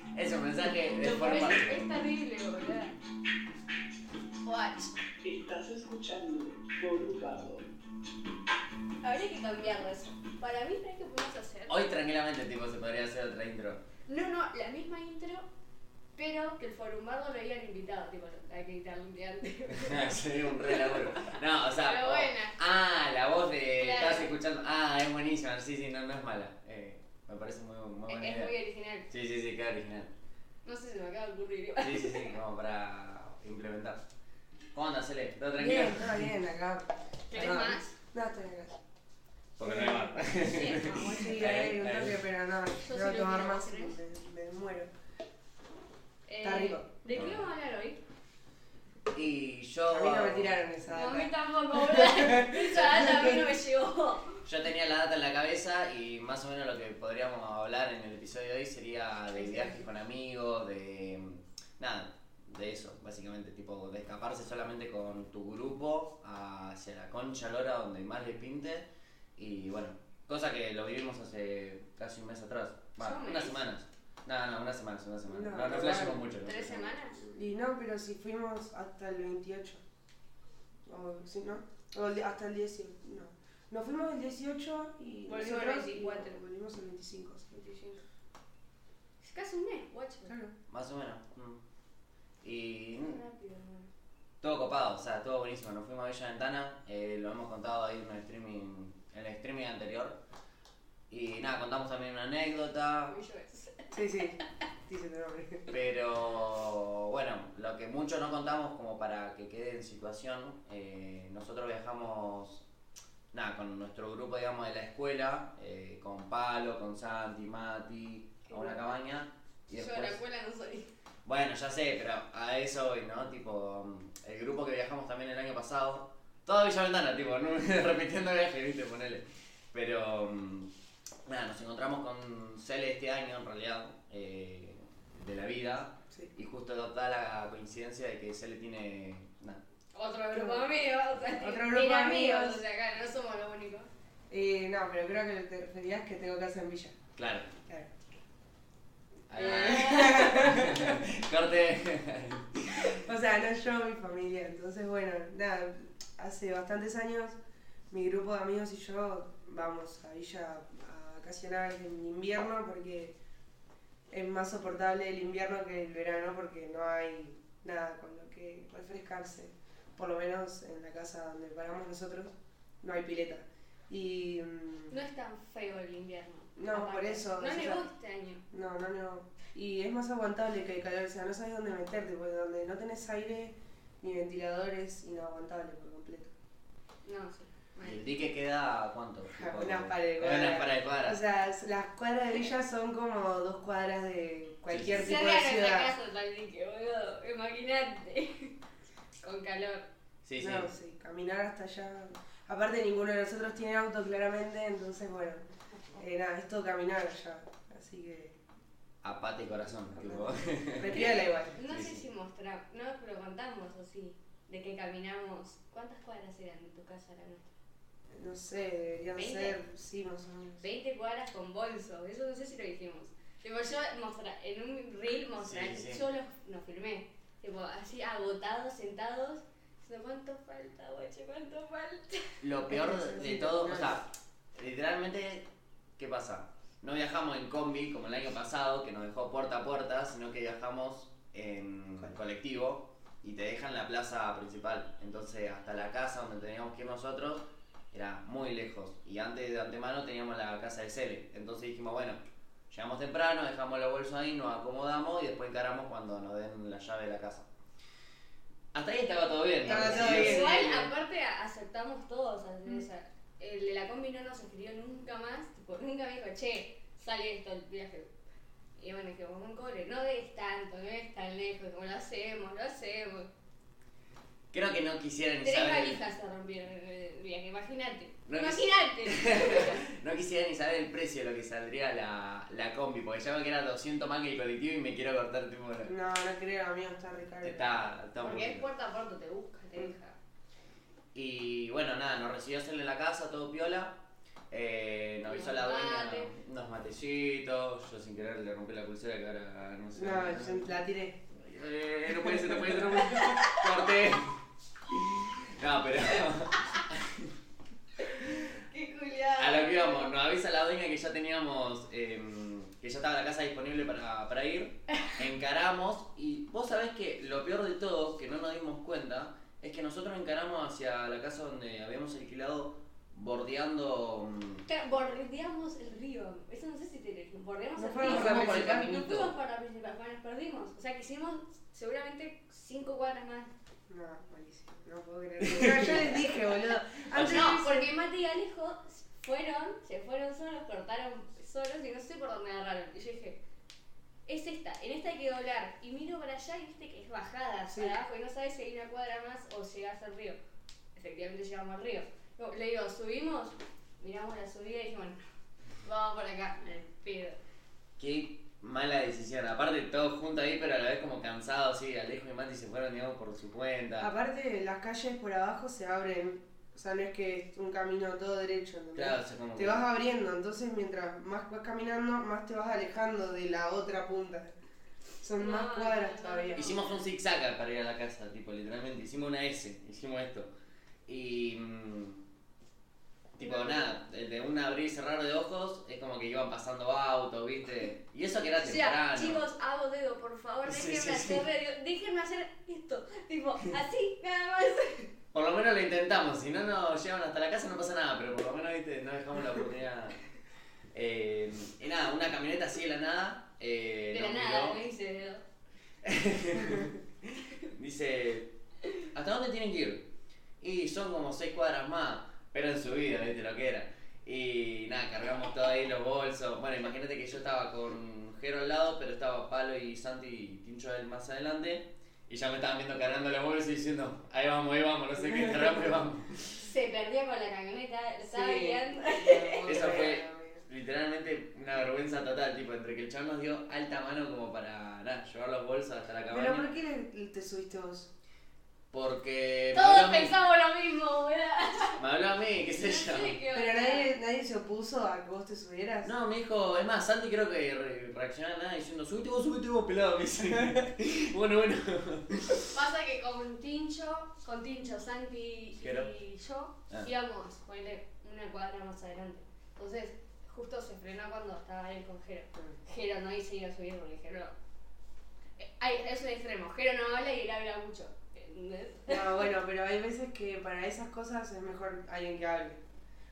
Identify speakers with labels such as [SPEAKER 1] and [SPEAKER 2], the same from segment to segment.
[SPEAKER 1] la que
[SPEAKER 2] Yo-
[SPEAKER 1] forma.
[SPEAKER 2] es, es terrible, boludo.
[SPEAKER 3] What?
[SPEAKER 4] Estás escuchando Borrugado.
[SPEAKER 3] Habría que cambiarlo eso. Para mí, ¿sabes qué podemos hacer?
[SPEAKER 1] Hoy tranquilamente tipo se podría hacer otra intro.
[SPEAKER 3] No, no, la misma intro, pero que el forumado lo hayan invitado. Tipo, hay que editarlo un día antes.
[SPEAKER 1] Sería un re laburo. No, o sea.
[SPEAKER 2] Pero
[SPEAKER 1] o-
[SPEAKER 2] buena.
[SPEAKER 1] Ah, la voz de.
[SPEAKER 3] Claro.
[SPEAKER 1] Estabas escuchando. Ah, es buenísima. Sí, sí, no, no es mala. Eh, me parece muy, muy buena
[SPEAKER 3] es
[SPEAKER 1] idea.
[SPEAKER 3] muy original.
[SPEAKER 1] Sí, sí, sí, queda original.
[SPEAKER 3] No sé si me acaba de ocurrir.
[SPEAKER 1] Sí, sí, sí, como para implementar. ¿Cómo andas, Cele? ¿Todo tranquilo?
[SPEAKER 5] Bien, todo bien acá.
[SPEAKER 2] ¿Querés
[SPEAKER 5] Ah,
[SPEAKER 2] más?
[SPEAKER 5] No, estoy acá.
[SPEAKER 1] Porque no hay más.
[SPEAKER 2] Sí, no, bueno.
[SPEAKER 5] Sí,
[SPEAKER 1] Está
[SPEAKER 5] hay
[SPEAKER 1] bien,
[SPEAKER 5] un
[SPEAKER 1] está
[SPEAKER 5] toque,
[SPEAKER 1] bien.
[SPEAKER 5] pero no,
[SPEAKER 2] sí
[SPEAKER 5] no
[SPEAKER 2] lo
[SPEAKER 5] voy a tomar
[SPEAKER 2] quiero,
[SPEAKER 5] más
[SPEAKER 2] ¿querés?
[SPEAKER 5] porque me muero.
[SPEAKER 3] Eh,
[SPEAKER 5] rico.
[SPEAKER 2] ¿De qué vamos a hablar hoy?
[SPEAKER 1] Y yo.
[SPEAKER 5] A mí no me tiraron esa
[SPEAKER 2] No, a
[SPEAKER 5] data.
[SPEAKER 2] mí tampoco, boludo.
[SPEAKER 3] Esa data ah, a mí no me llegó.
[SPEAKER 1] Yo tenía la data en la cabeza y más o menos lo que podríamos hablar en el episodio de hoy sería de viajes con amigos, de. Nada, de eso, básicamente. Tipo, de escaparse solamente con tu grupo hacia la concha lora donde más les pinte. Y bueno, cosa que lo vivimos hace casi un mes atrás. Bueno,
[SPEAKER 3] Yo un
[SPEAKER 1] unas
[SPEAKER 3] mes.
[SPEAKER 1] semanas. No, no, unas semanas, unas semanas.
[SPEAKER 5] No,
[SPEAKER 1] No, no
[SPEAKER 5] igual.
[SPEAKER 1] flashemos mucho. no
[SPEAKER 2] ¿Tres
[SPEAKER 1] flashemos.
[SPEAKER 2] semanas?
[SPEAKER 5] Y no, pero si fuimos hasta el 28. O si no. O el- hasta el 18. No. Nos fuimos el 18 y.
[SPEAKER 3] Volvimos el
[SPEAKER 5] nosotros-
[SPEAKER 3] 24.
[SPEAKER 5] y Volvimos el 25. sí.
[SPEAKER 3] 25. Es casi un mes, guacho.
[SPEAKER 5] Claro.
[SPEAKER 1] Más o menos. mm. Y mm,
[SPEAKER 3] Rápido, hermano.
[SPEAKER 1] Todo copado, o sea, todo buenísimo. Nos fuimos a Villa Ventana, eh, lo hemos contado ahí en el streaming, en el streaming anterior. Y nada, contamos también una anécdota,
[SPEAKER 3] Muy llores.
[SPEAKER 5] Sí, sí. Dice tu nombre.
[SPEAKER 1] pero bueno, lo que mucho no contamos como para que quede en situación, eh, nosotros viajamos, nada, con nuestro grupo, digamos, de la escuela, eh, con Palo, con Santi, Mati, a una cabaña. Y
[SPEAKER 3] Yo de la
[SPEAKER 1] después...
[SPEAKER 3] escuela no soy.
[SPEAKER 1] Bueno, ya sé, pero a eso voy, ¿no? Tipo, mm, el grupo que viajamos también el año pasado. Todo Villa Ventana, tipo, ¿no? repitiendo viaje, viste, ponele. Pero, mm, nada, nos encontramos con Cele este año, en realidad, eh, de la vida.
[SPEAKER 5] Sí.
[SPEAKER 1] Y justo da la coincidencia de que Cele tiene... nada,
[SPEAKER 3] Otro grupo amigo, o sea,
[SPEAKER 5] Otro grupo
[SPEAKER 3] mira,
[SPEAKER 5] amigos.
[SPEAKER 3] amigos, o sea, acá no somos los únicos.
[SPEAKER 5] Eh, no, pero creo que lo que te referías que tengo casa en Villa.
[SPEAKER 1] claro.
[SPEAKER 5] Claro.
[SPEAKER 1] Ahí va. Corte.
[SPEAKER 5] O sea, no yo, mi familia. Entonces, bueno, nada, hace bastantes años mi grupo de amigos y yo vamos a Villa a vacacionar en invierno porque es más soportable el invierno que el verano porque no hay nada con lo que refrescarse. Por lo menos en la casa donde paramos nosotros no hay pileta. Y mm,
[SPEAKER 3] No es tan feo el invierno.
[SPEAKER 5] No, por
[SPEAKER 3] No
[SPEAKER 5] eso, o sea-
[SPEAKER 3] negó este año.
[SPEAKER 5] no, no, no. Y es más aguantable que el calor, o sea, no sabes dónde meterte, porque donde no tenés aire ni ventiladores, inaguantable por completo.
[SPEAKER 3] No, sí.
[SPEAKER 1] ¿Y el
[SPEAKER 3] mal.
[SPEAKER 1] dique queda a cuánto?
[SPEAKER 5] A unas par de
[SPEAKER 1] A unas
[SPEAKER 5] cuadras.
[SPEAKER 1] par de cuadras.
[SPEAKER 5] O sea, s- las cuadras de Villa son como dos cuadras de cualquier
[SPEAKER 1] Sí,
[SPEAKER 3] Cerca
[SPEAKER 5] tipo
[SPEAKER 3] de
[SPEAKER 5] de
[SPEAKER 3] nuestra
[SPEAKER 5] ciudad.
[SPEAKER 3] casa tal dique, boludo. Imagínate. Con calor.
[SPEAKER 1] sí, sí.
[SPEAKER 5] No, sí, caminar hasta allá. Aparte, ninguno de nosotros tiene auto, claramente, entonces, bueno, eh, nada, es todo caminar allá. Así que,
[SPEAKER 1] A pata y corazón, tipo.
[SPEAKER 5] retirala igual.
[SPEAKER 3] No
[SPEAKER 1] Sí,
[SPEAKER 3] sé
[SPEAKER 1] sí.
[SPEAKER 3] si mostramos, no pero contamos o sí, de que caminamos. ¿Cuántas cuadras eran de tu casa a la nuestra?
[SPEAKER 5] No sé, deberían
[SPEAKER 3] ¿Veinte?
[SPEAKER 5] ser, sí, más o menos.
[SPEAKER 3] 20 cuadras con bolso, eso no sé si lo dijimos. Tipo, yo mostra, en un reel mostré,
[SPEAKER 1] Sí, sí.
[SPEAKER 3] yo los, nos filmé, tipo, así agotados, sentados, diciendo, ¿cuánto falta, guache? ¿Cuánto falta?
[SPEAKER 1] Lo peor de
[SPEAKER 5] Sí,
[SPEAKER 1] todo,
[SPEAKER 5] no
[SPEAKER 1] o sea, literalmente, ¿qué pasa? No viajamos en combi como el año pasado, que nos dejó puerta a puerta, sino que viajamos en
[SPEAKER 5] Colectivo.
[SPEAKER 1] colectivo y te dejan la plaza principal. Entonces, hasta la casa donde teníamos que ir nosotros era muy lejos. Y antes de antemano teníamos la casa de Cele. Entonces dijimos, bueno, llegamos temprano, dejamos los bolsos ahí, nos acomodamos y después encaramos cuando nos den la llave de la casa. Hasta ahí estaba todo bien. ¿no?
[SPEAKER 5] Estaba todo
[SPEAKER 1] Sí,
[SPEAKER 5] bien.
[SPEAKER 1] sí,
[SPEAKER 3] Igual,
[SPEAKER 1] sí.
[SPEAKER 3] aparte, a- aceptamos todos, o sea, el de la combi no nos escribió nunca más, tipo, nunca me dijo, che, sale esto el viaje. Y bueno, dijimos, un cole, no es tanto, no es tan lejos, como lo hacemos, lo hacemos.
[SPEAKER 1] Creo que no quisieran ni
[SPEAKER 3] Tres
[SPEAKER 1] saber. el-
[SPEAKER 3] valijas se rompieron en el viaje, imagínate.
[SPEAKER 1] No,
[SPEAKER 3] Imagínate.
[SPEAKER 1] No quisiera ni saber el precio de lo que saldría la, la combi, porque ya veo que era 200 más que el colectivo y me quiero cortar tipo. la-
[SPEAKER 5] No, no creo, amigo, está recaro.
[SPEAKER 1] Está, está muy
[SPEAKER 3] Porque es
[SPEAKER 1] bien.
[SPEAKER 3] puerta a puerta, te busca, te deja.
[SPEAKER 1] Y bueno, nada, nos recibió hacerle la casa, todo piola. Eh, nos avisó
[SPEAKER 3] Unos
[SPEAKER 1] la dueña
[SPEAKER 3] mates.
[SPEAKER 1] unos matecitos, yo sin querer le rompí la pulsera que ahora no sé.
[SPEAKER 5] No, yo la tiré.
[SPEAKER 1] Eh, no puede ser, no puede ser, no puede ser. Corté. No, pero
[SPEAKER 3] ¡Qué culiado!
[SPEAKER 1] a lo que íbamos, nos avisa la dueña que ya teníamos, em, que ya estaba la casa disponible para, para ir. Encaramos y vos sabés que lo peor de todo, que no nos dimos cuenta, es que nosotros encaramos hacia la casa donde habíamos alquilado bordeando... mm,
[SPEAKER 3] Bordeamos el río. Eso no sé si te dije. Bordeamos
[SPEAKER 5] No
[SPEAKER 3] el
[SPEAKER 5] fueron
[SPEAKER 3] río.
[SPEAKER 1] Nos fuimos
[SPEAKER 5] por la
[SPEAKER 1] por el
[SPEAKER 5] principal,
[SPEAKER 3] No
[SPEAKER 1] caminito.
[SPEAKER 3] fuimos para principal, bueno, nos perdimos. O sea que hicimos seguramente cinco cuadras más.
[SPEAKER 5] No, malísimo. No puedo creerlo. No, yo les dije, boludo. Antes
[SPEAKER 3] No, porque Mati y Alejo fueron, se fueron solos, cortaron solos y no sé por dónde agarraron. Y yo dije, es esta, en esta hay que doblar. Y miro para allá y viste que es bajada
[SPEAKER 5] Sí.
[SPEAKER 3] para abajo y no sabes si hay una cuadra más o llegas al río. Efectivamente llegamos al río. No, Le digo, subimos, miramos la subida y dijimos, "No, vamos por acá, me despido.
[SPEAKER 1] Qué mala decisión. Aparte, todos juntos ahí, pero a la vez como cansados, sí. Alejo y Mati se fueron, digamos, por su cuenta.
[SPEAKER 5] Aparte, las calles por abajo se abren. O sea, no es que es un camino todo derecho, ¿entendés?
[SPEAKER 1] Claro, o sea, como
[SPEAKER 5] Te
[SPEAKER 1] que-
[SPEAKER 5] vas abriendo, entonces mientras más vas caminando, más te vas alejando de la otra punta. Son
[SPEAKER 3] No,
[SPEAKER 5] más cuadras
[SPEAKER 3] no,
[SPEAKER 5] todavía.
[SPEAKER 3] no.
[SPEAKER 1] Hicimos un zigzag para ir a la casa, tipo, literalmente. Hicimos una S, hicimos esto. Y. mm, tipo, nada, de de un abrir y cerrar de ojos, es como que iban pasando autos, ¿viste? Y eso que era
[SPEAKER 3] O sea,
[SPEAKER 1] temprano.
[SPEAKER 3] chicos, hago dedo, por favor,
[SPEAKER 1] Sí,
[SPEAKER 3] déjenme
[SPEAKER 1] sí, sí.
[SPEAKER 3] hacer radio, déjenme hacer esto, tipo, así, nada más.
[SPEAKER 1] Por lo menos lo intentamos, si no nos llevan hasta la casa no pasa nada, pero por lo menos ¿viste? no dejamos la oportunidad. Eh, y nada, una camioneta así de la nada. eh,
[SPEAKER 3] De la
[SPEAKER 1] nos
[SPEAKER 3] nada,
[SPEAKER 1] miró.
[SPEAKER 3] me dice dedo.
[SPEAKER 1] Dice, ¿hasta dónde tienen que ir? Y son como seis cuadras más, pero en su vida, viste lo que era. Y nada, cargamos todo ahí los bolsos. Bueno, imagínate que yo estaba con Jero al lado, pero estaba Palo y Santi y Tincho él más adelante. Y ya me estaban viendo cargando los bolsos y diciendo, ahí vamos, ahí vamos, no sé qué, cargamos, ahí vamos.
[SPEAKER 3] Se perdió con la camioneta,
[SPEAKER 5] Sí.
[SPEAKER 3] estaba guiando.
[SPEAKER 1] Eso fue- Literalmente una vergüenza total, tipo, entre que el chaval nos dio alta mano como para nada, llevar los bolsos hasta la
[SPEAKER 5] Pero
[SPEAKER 1] cabaña.
[SPEAKER 5] ¿por qué le- te subiste vos?
[SPEAKER 1] Porque me habló
[SPEAKER 3] Todos
[SPEAKER 1] a mí-
[SPEAKER 3] pensamos lo mismo, ¿verdad?
[SPEAKER 1] me habló a mí, qué sé yo.
[SPEAKER 3] Sí, qué
[SPEAKER 5] Pero
[SPEAKER 3] verdad.
[SPEAKER 5] nadie, nadie se opuso a que vos te subieras.
[SPEAKER 1] No, me dijo, es más, Santi creo que re- reaccionaba nada diciendo, subite vos, subite vos, pelado, me dice. bueno, bueno.
[SPEAKER 3] Pasa que con Tincho, con Tincho, Santi
[SPEAKER 1] Jero.
[SPEAKER 3] y yo
[SPEAKER 1] Ah.
[SPEAKER 3] íbamos, ponele una cuadra más adelante. Entonces, justo se frenó cuando estaba él con Jero.
[SPEAKER 1] Ah.
[SPEAKER 3] Jero no dice ir a subir porque Jero. Eh, Ay, es un extremo. Jero no habla y él habla mucho. ¿Entendés?
[SPEAKER 5] No, bueno, pero hay veces que para esas cosas es mejor alguien que hable.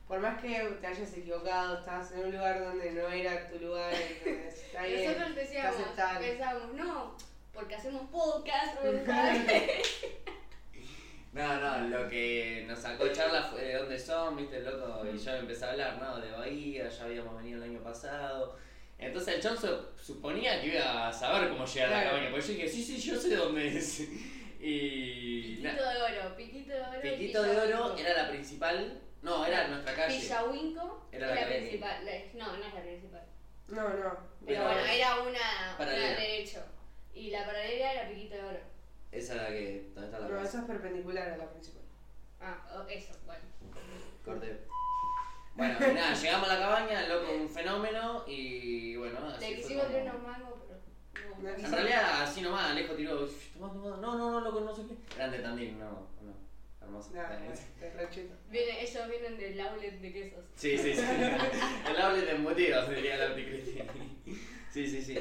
[SPEAKER 5] Por más que te hayas equivocado, estabas en un lugar donde no era tu lugar, entonces, está
[SPEAKER 3] Y
[SPEAKER 5] bien.
[SPEAKER 3] Nosotros decíamos,
[SPEAKER 5] aceptable.
[SPEAKER 3] pensábamos, no, porque hacemos podcast, ¿verdad?
[SPEAKER 1] No, no, lo que nos sacó charla fue de dónde son, viste, el loco, y yo empecé a hablar, ¿no? De Bahía, ya habíamos venido el año pasado. Entonces el chon su- suponía que iba a saber cómo llegar a la
[SPEAKER 5] Claro.
[SPEAKER 1] cabaña, porque yo dije, sí, sí, yo sé dónde es. Y.
[SPEAKER 3] Piquito
[SPEAKER 1] na-
[SPEAKER 3] de oro, piquito de oro. y
[SPEAKER 1] Piquito de Oro
[SPEAKER 3] Pillahuinco.
[SPEAKER 1] era la principal, no, era nuestra calle.
[SPEAKER 3] Pillahuinco
[SPEAKER 1] Era
[SPEAKER 3] era,
[SPEAKER 1] la
[SPEAKER 3] la
[SPEAKER 1] calle.
[SPEAKER 3] principal. la- no, no es la principal.
[SPEAKER 5] No, no.
[SPEAKER 3] Pero
[SPEAKER 1] Era
[SPEAKER 3] bueno,
[SPEAKER 1] la-
[SPEAKER 3] era una, una
[SPEAKER 1] paralela.
[SPEAKER 3] derecho. Y la paralela era Piquito de Oro.
[SPEAKER 1] Esa era la que. ¿Dónde está la
[SPEAKER 5] No,
[SPEAKER 1] casa?
[SPEAKER 5] eso es perpendicular a la principal.
[SPEAKER 3] Ah, o- eso, bueno.
[SPEAKER 1] Corte. Bueno, y nada, llegamos a la cabaña, loco, un fenómeno y bueno, así
[SPEAKER 3] Le
[SPEAKER 1] Ah, fue
[SPEAKER 3] quisimos
[SPEAKER 1] como-
[SPEAKER 3] tirar unos mangos, pero.
[SPEAKER 5] No
[SPEAKER 3] No,
[SPEAKER 1] En realidad, así nomás, Alejo tiró, "Shh, tomá, tomá". no, no, no, loco, no sé qué. Grande Tandil, no, no, hermoso.
[SPEAKER 5] No, no, te rechuto.
[SPEAKER 3] Viene- ellos vienen del outlet de quesos.
[SPEAKER 1] Sí, sí, sí. El hable de embutidos, diría la anticristiana. Sí, sí, sí.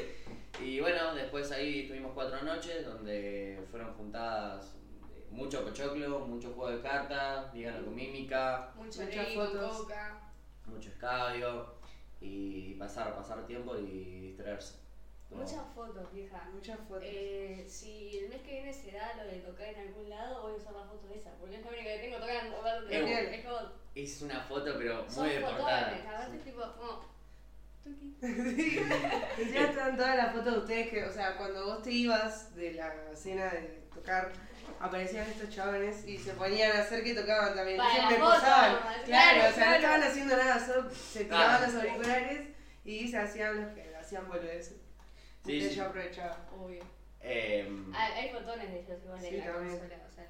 [SPEAKER 1] Y bueno, después ahí tuvimos cuatro noches donde fueron juntadas eh, mucho pochoclo, mucho juego de cartas, díganlo con mímica,
[SPEAKER 3] Mucho
[SPEAKER 5] Muchas
[SPEAKER 3] leí con
[SPEAKER 5] fotos.
[SPEAKER 3] coca.
[SPEAKER 1] mucho escabio y pasar, pasar tiempo y distraerse. Como-
[SPEAKER 3] Muchas fotos, vieja.
[SPEAKER 5] Muchas fotos.
[SPEAKER 3] Eh, si el mes que viene se da lo de tocar en algún lado, voy a usar la foto esa, porque es la única que tengo tocando. ¿verdad?
[SPEAKER 5] Bien.
[SPEAKER 3] Es como,
[SPEAKER 1] Es una foto, pero
[SPEAKER 3] son
[SPEAKER 1] muy de
[SPEAKER 3] fotones, a
[SPEAKER 1] portada.
[SPEAKER 3] veces tipo como... tuqui.
[SPEAKER 5] Encima están todas las fotos de ustedes que, o sea, cuando vos te ibas de la cena de tocar, aparecían estos chabones y se ponían a hacer que tocaban también.
[SPEAKER 3] Para
[SPEAKER 5] Siempre
[SPEAKER 3] la foto,
[SPEAKER 5] posaban.
[SPEAKER 3] claro,
[SPEAKER 5] Claro, o sea, no
[SPEAKER 3] claro.
[SPEAKER 5] estaban haciendo nada, solo se tiraban
[SPEAKER 1] Ah.
[SPEAKER 5] los auriculares y se hacían los que hacían boludeces.
[SPEAKER 1] Sí,
[SPEAKER 5] Ustedes
[SPEAKER 1] sí.
[SPEAKER 5] ya aprovechaban.
[SPEAKER 3] Obvio.
[SPEAKER 1] Em,
[SPEAKER 3] Ah, Hay fotones de ellos igual
[SPEAKER 5] Sí,
[SPEAKER 3] en la
[SPEAKER 5] también.
[SPEAKER 3] consola, o sea,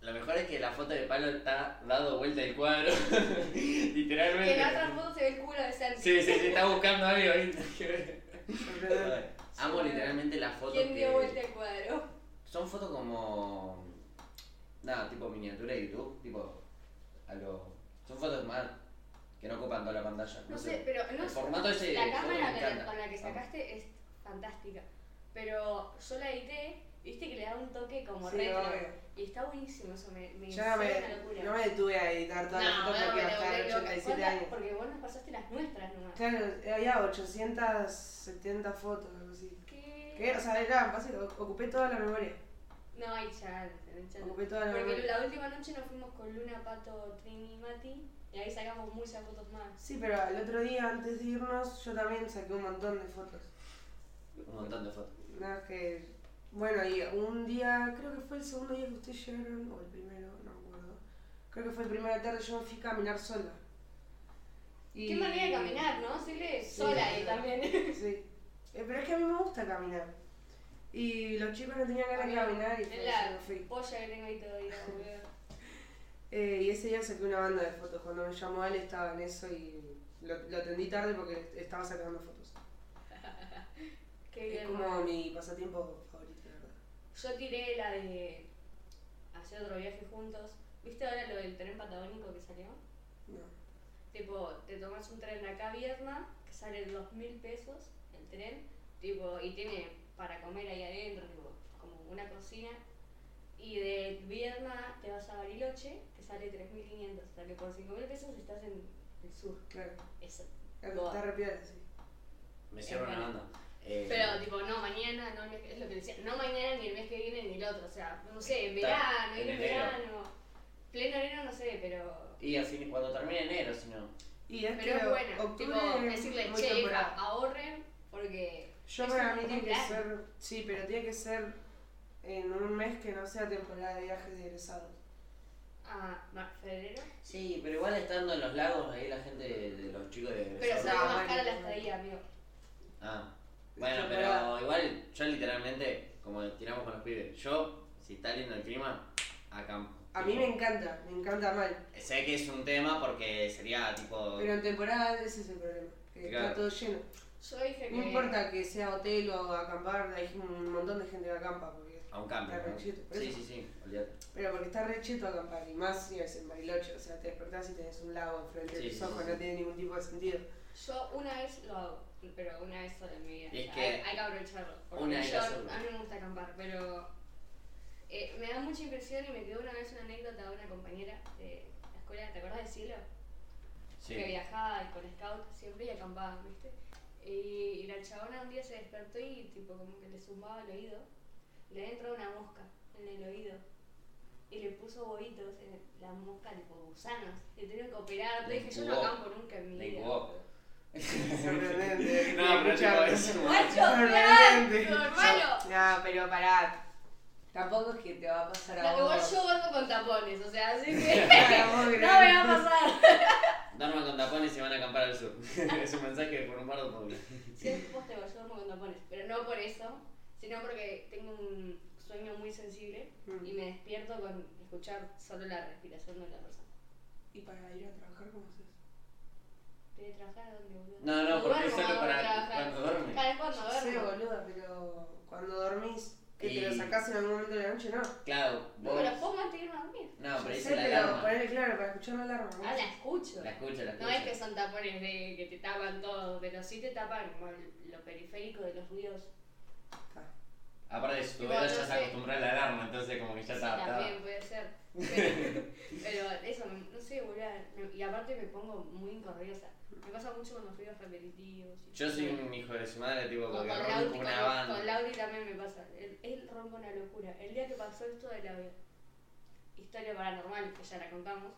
[SPEAKER 3] la-
[SPEAKER 1] Lo mejor es que la foto de Palo está dado vuelta el cuadro. Literalmente.
[SPEAKER 3] En la otra foto se ve el culo de Santi.
[SPEAKER 1] Sí, sí, sí, está buscando algo ahorita.
[SPEAKER 5] sorprendente.
[SPEAKER 1] Amo literalmente las fotos
[SPEAKER 3] ¿Quién dio vuelta
[SPEAKER 1] que...
[SPEAKER 3] el cuadro?
[SPEAKER 1] Son fotos como... Nada, tipo miniatura de YouTube, tipo... A lo... Son fotos más que no ocupan toda la pantalla.
[SPEAKER 3] No sé, pero no
[SPEAKER 1] El
[SPEAKER 3] sé,
[SPEAKER 1] formato ese
[SPEAKER 3] La
[SPEAKER 1] de foto me
[SPEAKER 3] cámara con la,
[SPEAKER 1] encanta.
[SPEAKER 3] con la que
[SPEAKER 1] Vamos.
[SPEAKER 3] sacaste es fantástica. Pero yo la edité, viste que le da un toque como
[SPEAKER 5] Sí,
[SPEAKER 3] retro.
[SPEAKER 5] obvio.
[SPEAKER 3] Y está buenísimo eso, me, me
[SPEAKER 5] Yo no
[SPEAKER 3] hizo
[SPEAKER 5] me,
[SPEAKER 3] una locura.
[SPEAKER 5] no me detuve a editar todas las
[SPEAKER 3] No,
[SPEAKER 5] fotos
[SPEAKER 3] no,
[SPEAKER 5] porque
[SPEAKER 3] me
[SPEAKER 5] hasta
[SPEAKER 3] volví loca.
[SPEAKER 5] 87
[SPEAKER 3] ¿Cuántas?
[SPEAKER 5] años.
[SPEAKER 3] Porque vos nos pasaste las nuestras nomás.
[SPEAKER 5] Claro, había 870 fotos, algo así.
[SPEAKER 3] ¿Qué?
[SPEAKER 5] Que, O sea, era, pasa que ocupé toda la memoria.
[SPEAKER 3] No hay chance, no hay chance.
[SPEAKER 5] Ocupé toda la
[SPEAKER 3] Porque
[SPEAKER 5] memoria.
[SPEAKER 3] la última noche nos fuimos con Luna, Pato, Trini y Mati y ahí sacamos muchas fotos más.
[SPEAKER 5] Sí, pero el otro día antes de irnos yo también saqué un montón de fotos.
[SPEAKER 1] Un montón de fotos.
[SPEAKER 5] Nada, que... Bueno, y un día, creo que fue el segundo día que ustedes llegaron, o el primero, no me acuerdo. Creo que fue el primero de la tarde, yo me fui a caminar sola. Y-
[SPEAKER 3] Qué manera de caminar, ¿no? Sirve sola ahí también.
[SPEAKER 5] Sí. Eh, pero es que a mí me gusta caminar. Y los chicos no tenían ganas de caminar y fue,
[SPEAKER 3] Es
[SPEAKER 5] yo
[SPEAKER 3] la
[SPEAKER 5] me fui.
[SPEAKER 3] polla que tengo ahí todavía, boludo.
[SPEAKER 5] Eh, y ese día saqué una banda de fotos. Cuando me llamó él estaba en eso y lo, lo atendí tarde porque estaba sacando fotos.
[SPEAKER 3] Qué
[SPEAKER 5] Es
[SPEAKER 3] bien.
[SPEAKER 5] como
[SPEAKER 3] boludo.
[SPEAKER 5] mi pasatiempo favorito, la verdad.
[SPEAKER 3] Yo tiré la de hacer otro viaje juntos. ¿Viste ahora lo del tren patagónico que salió?
[SPEAKER 5] No.
[SPEAKER 3] Tipo, te tomas un tren de acá a Viedma, que sale dos mil pesos el tren, tipo, y tiene para comer ahí adentro, tipo, como una cocina. Y de Viedma te vas a Bariloche, que sale 3.500, o sea que por 5.000 pesos estás en el sur.
[SPEAKER 5] Claro.
[SPEAKER 3] Eso.
[SPEAKER 5] Claro, Está re piola, sí.
[SPEAKER 1] Me cierro una
[SPEAKER 3] bueno.
[SPEAKER 1] banda. Eh,
[SPEAKER 3] Pero tipo, no mañana, no el mes que- es lo que decía, no mañana ni el mes que viene ni el otro, o sea, no sé, en
[SPEAKER 1] Está,
[SPEAKER 3] verano, ir
[SPEAKER 1] en
[SPEAKER 3] en
[SPEAKER 1] enero.
[SPEAKER 3] verano, pleno enero no sé, pero...
[SPEAKER 1] Y así cuando termine enero, si no...
[SPEAKER 5] Y es
[SPEAKER 3] Pero es
[SPEAKER 5] que
[SPEAKER 3] buena,
[SPEAKER 5] octubre
[SPEAKER 3] tipo,
[SPEAKER 5] es
[SPEAKER 3] decirle,
[SPEAKER 5] muy
[SPEAKER 3] che, hija,
[SPEAKER 5] temporada.
[SPEAKER 3] ahorren, porque...
[SPEAKER 5] Yo
[SPEAKER 3] es
[SPEAKER 5] para
[SPEAKER 3] un
[SPEAKER 5] mí tiene que
[SPEAKER 3] plan.
[SPEAKER 5] ser, sí, pero tiene que ser en un mes que no sea temporada de viajes de egresados.
[SPEAKER 3] Ah, ma- febrero.
[SPEAKER 1] Sí, pero igual estando en los lagos, ahí la gente de, de los chicos de...
[SPEAKER 3] Pero
[SPEAKER 5] Ah,
[SPEAKER 3] salió más
[SPEAKER 5] bueno,
[SPEAKER 3] cara la
[SPEAKER 5] bueno.
[SPEAKER 3] estadía, amigo.
[SPEAKER 1] Ah. Bueno,
[SPEAKER 5] Yo
[SPEAKER 1] pero
[SPEAKER 5] para-
[SPEAKER 1] igual yo literalmente, como tiramos con los pibes, yo, si está lindo el clima, acampo.
[SPEAKER 5] A mí me encanta, me encanta mal.
[SPEAKER 1] Sé que es un tema porque sería tipo...
[SPEAKER 5] Pero en temporada ese es el problema, que
[SPEAKER 1] Claro.
[SPEAKER 5] está todo lleno.
[SPEAKER 3] Yo dije que.
[SPEAKER 5] No importa que sea hotel o acampar, hay un montón de gente que acampa. Porque...
[SPEAKER 1] A un cambio.
[SPEAKER 5] Claro,
[SPEAKER 1] ¿no?
[SPEAKER 5] sí,
[SPEAKER 1] Sí,
[SPEAKER 5] por
[SPEAKER 1] sí,
[SPEAKER 5] eso.
[SPEAKER 1] sí, olvídate.
[SPEAKER 5] Pero porque está re cheto acampar, y más si es en Bariloche, o sea, te despertás y tenés un lago enfrente
[SPEAKER 1] Sí,
[SPEAKER 5] de tus
[SPEAKER 1] sí,
[SPEAKER 5] ojos,
[SPEAKER 1] sí.
[SPEAKER 5] no tiene ningún tipo de sentido.
[SPEAKER 3] Yo una vez lo hago, pero una vez sola en mi vida.
[SPEAKER 1] Y es
[SPEAKER 3] O sea,
[SPEAKER 1] que
[SPEAKER 3] hay, hay que aprovecharlo. Porque
[SPEAKER 1] una hay que
[SPEAKER 3] yo,
[SPEAKER 1] hacerlo.
[SPEAKER 3] a mí me gusta acampar, pero. eh, me da mucha impresión y me quedó una vez una anécdota de una compañera de la escuela, ¿te acordás de Cielo?
[SPEAKER 1] Sí.
[SPEAKER 3] que viajaba y con scout siempre y acampaba, ¿viste? Y, y la chabona un día se despertó y tipo como que le zumbaba el oído. Y le entró una mosca en el oído. Y le puso boitos en la mosca, tipo gusanos. Y tuvieron que operar. Te
[SPEAKER 1] Le
[SPEAKER 3] dije, yo no
[SPEAKER 1] incubó.
[SPEAKER 3] acampo nunca en mi
[SPEAKER 1] Le
[SPEAKER 3] vida.
[SPEAKER 1] incubó.
[SPEAKER 5] Sorprendente.
[SPEAKER 1] No, pero tipo, es como-
[SPEAKER 3] Guacho,
[SPEAKER 5] Sorprendente.
[SPEAKER 3] blanco, hermano.
[SPEAKER 5] No, pero pará. Tampoco es que te va a pasar a
[SPEAKER 3] No, igual
[SPEAKER 5] vos.
[SPEAKER 3] yo duermo con tapones, o sea, así que
[SPEAKER 5] Para vos,
[SPEAKER 3] no me
[SPEAKER 5] grande.
[SPEAKER 3] va a pasar.
[SPEAKER 1] Dorman con tapones y van a acampar al sur. es un mensaje por un bardo pobre.
[SPEAKER 3] Sí, es posteo, yo duermo con tapones, pero no por eso, sino porque tengo un sueño muy sensible
[SPEAKER 5] Mm.
[SPEAKER 3] y me despierto con escuchar solo la respiración de la persona.
[SPEAKER 5] ¿Y para ir a trabajar cómo haces?
[SPEAKER 3] ¿Voy a trabajar a dónde, boludo?
[SPEAKER 1] No, no, porque es
[SPEAKER 3] duermo
[SPEAKER 1] solo
[SPEAKER 3] cuando voy a
[SPEAKER 1] para
[SPEAKER 3] trabajar.
[SPEAKER 1] cuando duerme.
[SPEAKER 3] Claro, es cuando
[SPEAKER 5] No sé,
[SPEAKER 3] duermo.
[SPEAKER 5] boluda, pero cuando dormís, que te lo
[SPEAKER 1] Y-
[SPEAKER 5] sacás en algún momento de la noche, no.
[SPEAKER 1] Claro,
[SPEAKER 3] No
[SPEAKER 1] vos...
[SPEAKER 3] me la pongo antes de irme a dormir.
[SPEAKER 1] No, pero
[SPEAKER 5] Ya
[SPEAKER 1] dice
[SPEAKER 5] sé,
[SPEAKER 1] la
[SPEAKER 5] pero
[SPEAKER 1] alarma.
[SPEAKER 5] ponele claro, para escuchar la alarma. ¿no?
[SPEAKER 3] Ah, la escucho.
[SPEAKER 1] La escucha, la escucha.
[SPEAKER 3] No es que son tapones de que te tapan todo, pero sí te tapan como el- lo periférico de los ruidos.
[SPEAKER 5] Está.
[SPEAKER 1] Aparte, su
[SPEAKER 3] Igual,
[SPEAKER 1] vida
[SPEAKER 3] yo
[SPEAKER 1] ya se
[SPEAKER 3] sé.
[SPEAKER 1] acostumbró a la alarma, entonces como que ya
[SPEAKER 3] Sí,
[SPEAKER 1] está adaptada.
[SPEAKER 3] también puede ser. Pero, pero eso, no sé, boludo. Y aparte me pongo muy incorriosa. Me pasa mucho con los ruidos repetitivos. y-
[SPEAKER 1] Yo soy un hijo de su madre, tipo,
[SPEAKER 3] O
[SPEAKER 1] porque
[SPEAKER 3] con Laudi,
[SPEAKER 1] rompo
[SPEAKER 3] con,
[SPEAKER 1] una banda.
[SPEAKER 3] con Laudi también me pasa. Él, él rompe una locura. El día que pasó esto de la historia paranormal, que ya la contamos,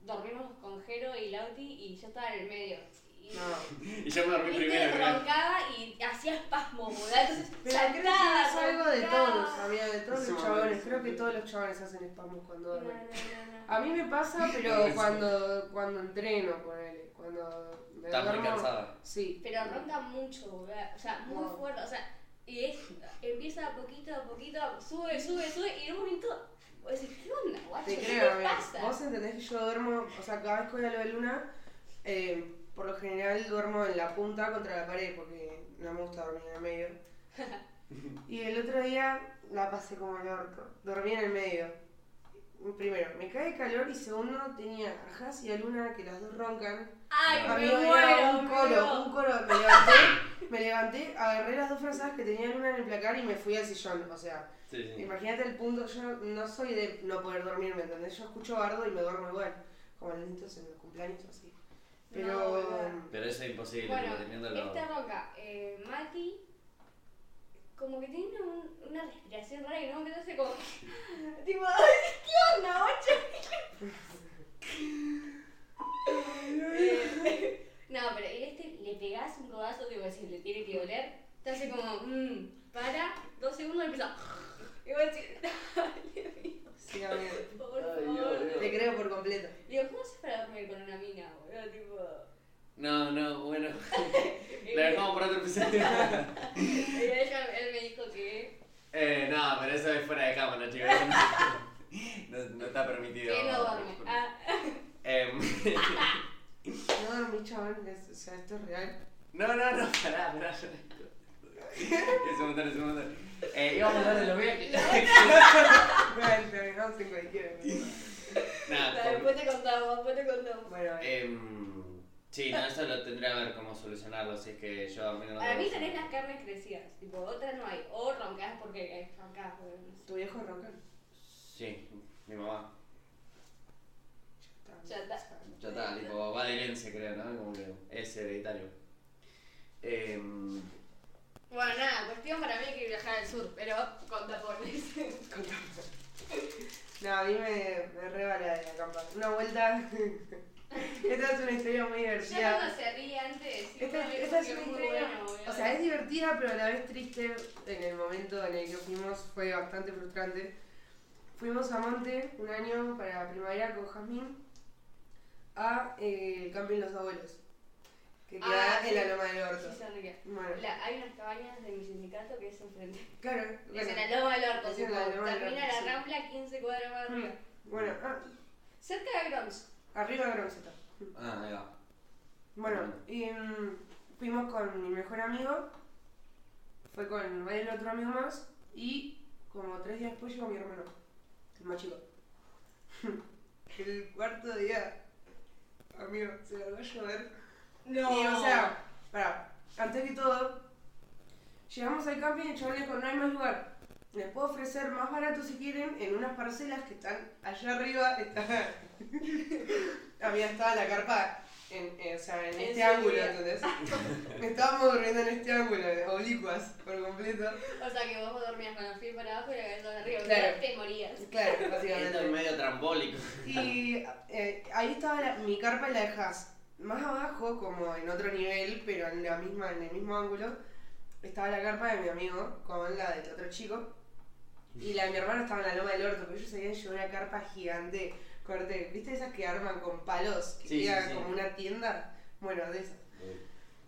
[SPEAKER 3] dormimos con Jero y Laudi y yo estaba en el medio. Y,
[SPEAKER 5] No.
[SPEAKER 1] Y yo me dormí
[SPEAKER 3] viste,
[SPEAKER 1] primero, creo.
[SPEAKER 3] roncaba y hacía espasmos, boludo. Entonces,
[SPEAKER 5] Pero creo que
[SPEAKER 3] saltaba,
[SPEAKER 5] es algo de
[SPEAKER 3] roncaba.
[SPEAKER 5] todos, amigo, de todos
[SPEAKER 1] Sí,
[SPEAKER 5] los
[SPEAKER 1] bueno,
[SPEAKER 5] chabones.
[SPEAKER 1] sí.
[SPEAKER 5] Creo que todos los chabones hacen espasmos cuando
[SPEAKER 3] No, no,
[SPEAKER 5] duermen.
[SPEAKER 3] no, no.
[SPEAKER 5] A mí me pasa, pero
[SPEAKER 1] Sí.
[SPEAKER 5] cuando, cuando entreno, ponele. Cuando me
[SPEAKER 1] Estás muy
[SPEAKER 5] duermo-
[SPEAKER 1] cansada.
[SPEAKER 5] Sí.
[SPEAKER 3] Pero ronca mucho, boluda. O sea, muy
[SPEAKER 5] Wow.
[SPEAKER 3] fuerte. O sea, y es, empieza a poquito a poquito, sube, sube, sube, y en un momento Vos decís, ¿qué onda, guacho?
[SPEAKER 5] Te
[SPEAKER 3] ¿Qué
[SPEAKER 5] creo,
[SPEAKER 3] te
[SPEAKER 5] amigo.
[SPEAKER 3] pasa?
[SPEAKER 5] Vos entendés que yo duermo, o sea, cada vez que voy a lo de luna, eh, por lo general duermo en la punta contra la pared, porque no me gusta dormir en el medio. y el otro día la pasé como el orto. Dormí en el medio. Primero, me cae calor y segundo, tenía a Jas y a Luna que las dos roncan.
[SPEAKER 3] Ay, me
[SPEAKER 5] Amigo, era
[SPEAKER 3] muero,
[SPEAKER 5] un
[SPEAKER 3] me
[SPEAKER 5] coro,
[SPEAKER 3] muero.
[SPEAKER 5] un coro. Me levanté, me levanté, agarré las dos frazadas que tenía Luna en el placar y me fui al sillón. O sea,
[SPEAKER 1] Sí, sí.
[SPEAKER 5] Imagínate el punto, yo no soy de no poder dormirme, ¿entendés? Yo escucho bardo y me duermo igual, como los niños en los cumpleaños así. Pero em,
[SPEAKER 3] No, boluda.
[SPEAKER 1] Pero eso es imposible,
[SPEAKER 3] Bueno,
[SPEAKER 1] porque teniendo los-
[SPEAKER 3] esta roca, eh, Mati, como que tiene un- una respiración rara y no me hace como. tipo, "Ay, ¿qué onda, macho?" Eh, no, pero en este le pegás un codazo, digo, si le tiene que doler, te hace como, mm, para, dos segundos y empieza. Y vos decís, dale, amigo,
[SPEAKER 5] Sí, amigo.
[SPEAKER 3] por
[SPEAKER 1] Ay, Dios,
[SPEAKER 3] favor.
[SPEAKER 1] Dios.
[SPEAKER 5] Te creo por completo.
[SPEAKER 3] Digo, ¿cómo haces para dormir con una mina, boludo? Tipo.
[SPEAKER 1] No, no, bueno.
[SPEAKER 3] eh,
[SPEAKER 1] La dejamos para otro episodio.
[SPEAKER 3] Y ella, él me dijo que,
[SPEAKER 1] eh, no, pero eso es fuera de cámara, chicos. No, no está permitido.
[SPEAKER 3] que no duerme. Ah,
[SPEAKER 1] Em,
[SPEAKER 5] No dormí, chabón, es- o sea, esto es real.
[SPEAKER 1] no, no, no, pará, pará. Es un montón, es un montón. Eh, íbamos a hablar de los viajes.
[SPEAKER 5] Real, terminamos en cualquiera.
[SPEAKER 1] Nada,
[SPEAKER 3] dale,
[SPEAKER 1] con-
[SPEAKER 3] después te contamos, después te contamos.
[SPEAKER 5] Bueno, eh,
[SPEAKER 1] Em, sí, no, eso lo tendría que ver cómo solucionarlo, si es que yo a mí no lo
[SPEAKER 3] Para mí
[SPEAKER 1] tengo.
[SPEAKER 3] tenés las carnes crecidas, tipo, otra no hay. O roncás porque eh, roncás, porque no sé.
[SPEAKER 5] tu viejo ronca.
[SPEAKER 1] Sí, mi mamá.
[SPEAKER 3] Ya está.
[SPEAKER 1] Ya está, tipo, valerense creo, ¿no? Como que es hereditario. Em,
[SPEAKER 3] Bueno, nada, cuestión para mí que viajar al sur, pero con tapones.
[SPEAKER 5] No, a mí me, me rebala de la campana. Una vuelta. Esta es una historia muy
[SPEAKER 3] Yo
[SPEAKER 5] divertida.
[SPEAKER 3] cuando se ríe antes, sí,
[SPEAKER 5] ah. Esta,
[SPEAKER 3] me
[SPEAKER 5] esta es
[SPEAKER 3] dijo
[SPEAKER 5] una
[SPEAKER 3] que muy
[SPEAKER 5] historia-
[SPEAKER 3] bueno, boludo.
[SPEAKER 5] o sea, es divertida, pero a la vez triste. En el momento en el que fuimos fue bastante frustrante. Fuimos a Monte un año para primavera con Jazmín a eh, el camping Los Abuelos, que queda
[SPEAKER 3] Ah, sí.
[SPEAKER 5] en la Loma del Orto.
[SPEAKER 3] Sí, son de que-
[SPEAKER 5] Bueno,
[SPEAKER 3] La- hay unas cabañas de mi sindicato que es enfrente.
[SPEAKER 5] claro,
[SPEAKER 3] Es
[SPEAKER 5] bueno,
[SPEAKER 3] en la loma del orto,
[SPEAKER 5] Es en
[SPEAKER 3] tipo,
[SPEAKER 5] la Loma del
[SPEAKER 3] termina
[SPEAKER 5] Orto,
[SPEAKER 3] la
[SPEAKER 5] sí.
[SPEAKER 3] rambla 15 cuadras más arriba.
[SPEAKER 5] bueno, ah,
[SPEAKER 3] Cerca de Grons.
[SPEAKER 5] arriba de Bronzeta.
[SPEAKER 1] ah, ahí va.
[SPEAKER 5] Bueno, y, mm, fuimos con mi mejor amigo, fue con varios otro amigo más y como tres días después llegó mi hermano, el más chico. el cuarto día, amigo, se la va a llover.
[SPEAKER 3] No.
[SPEAKER 5] Y o sea, para, antes que todo, llegamos al camping y el chabón dijo, no hay más lugar. Les puedo ofrecer más barato si quieren en unas parcelas que están allá arriba. Está... Había estaba la carpa en, en- o sea, en,
[SPEAKER 3] En
[SPEAKER 5] este
[SPEAKER 3] su
[SPEAKER 5] ángulo,
[SPEAKER 3] vida.
[SPEAKER 5] ¿entendés? Estábamos durmiendo en este ángulo, oblicuas, por completo.
[SPEAKER 3] O sea que vos dormías con los pies para abajo y la cabeza para arriba,
[SPEAKER 5] Claro.
[SPEAKER 3] pero te morías.
[SPEAKER 5] Claro,
[SPEAKER 1] Esto es
[SPEAKER 5] básicamente.
[SPEAKER 1] medio trambólico.
[SPEAKER 5] Y eh, ahí estaba la- mi carpa y la dejas más abajo, como en otro nivel, pero en la misma, en el mismo ángulo, estaba la carpa de mi amigo con la del otro chico. Y la de mi hermano estaba en la loma del orto, pero ellos habían llevado una carpa gigante, corte, ¿viste esas que arman con palos? Que
[SPEAKER 1] Sí,
[SPEAKER 5] queda
[SPEAKER 1] sí, sí.
[SPEAKER 5] como una tienda. Bueno, de esas.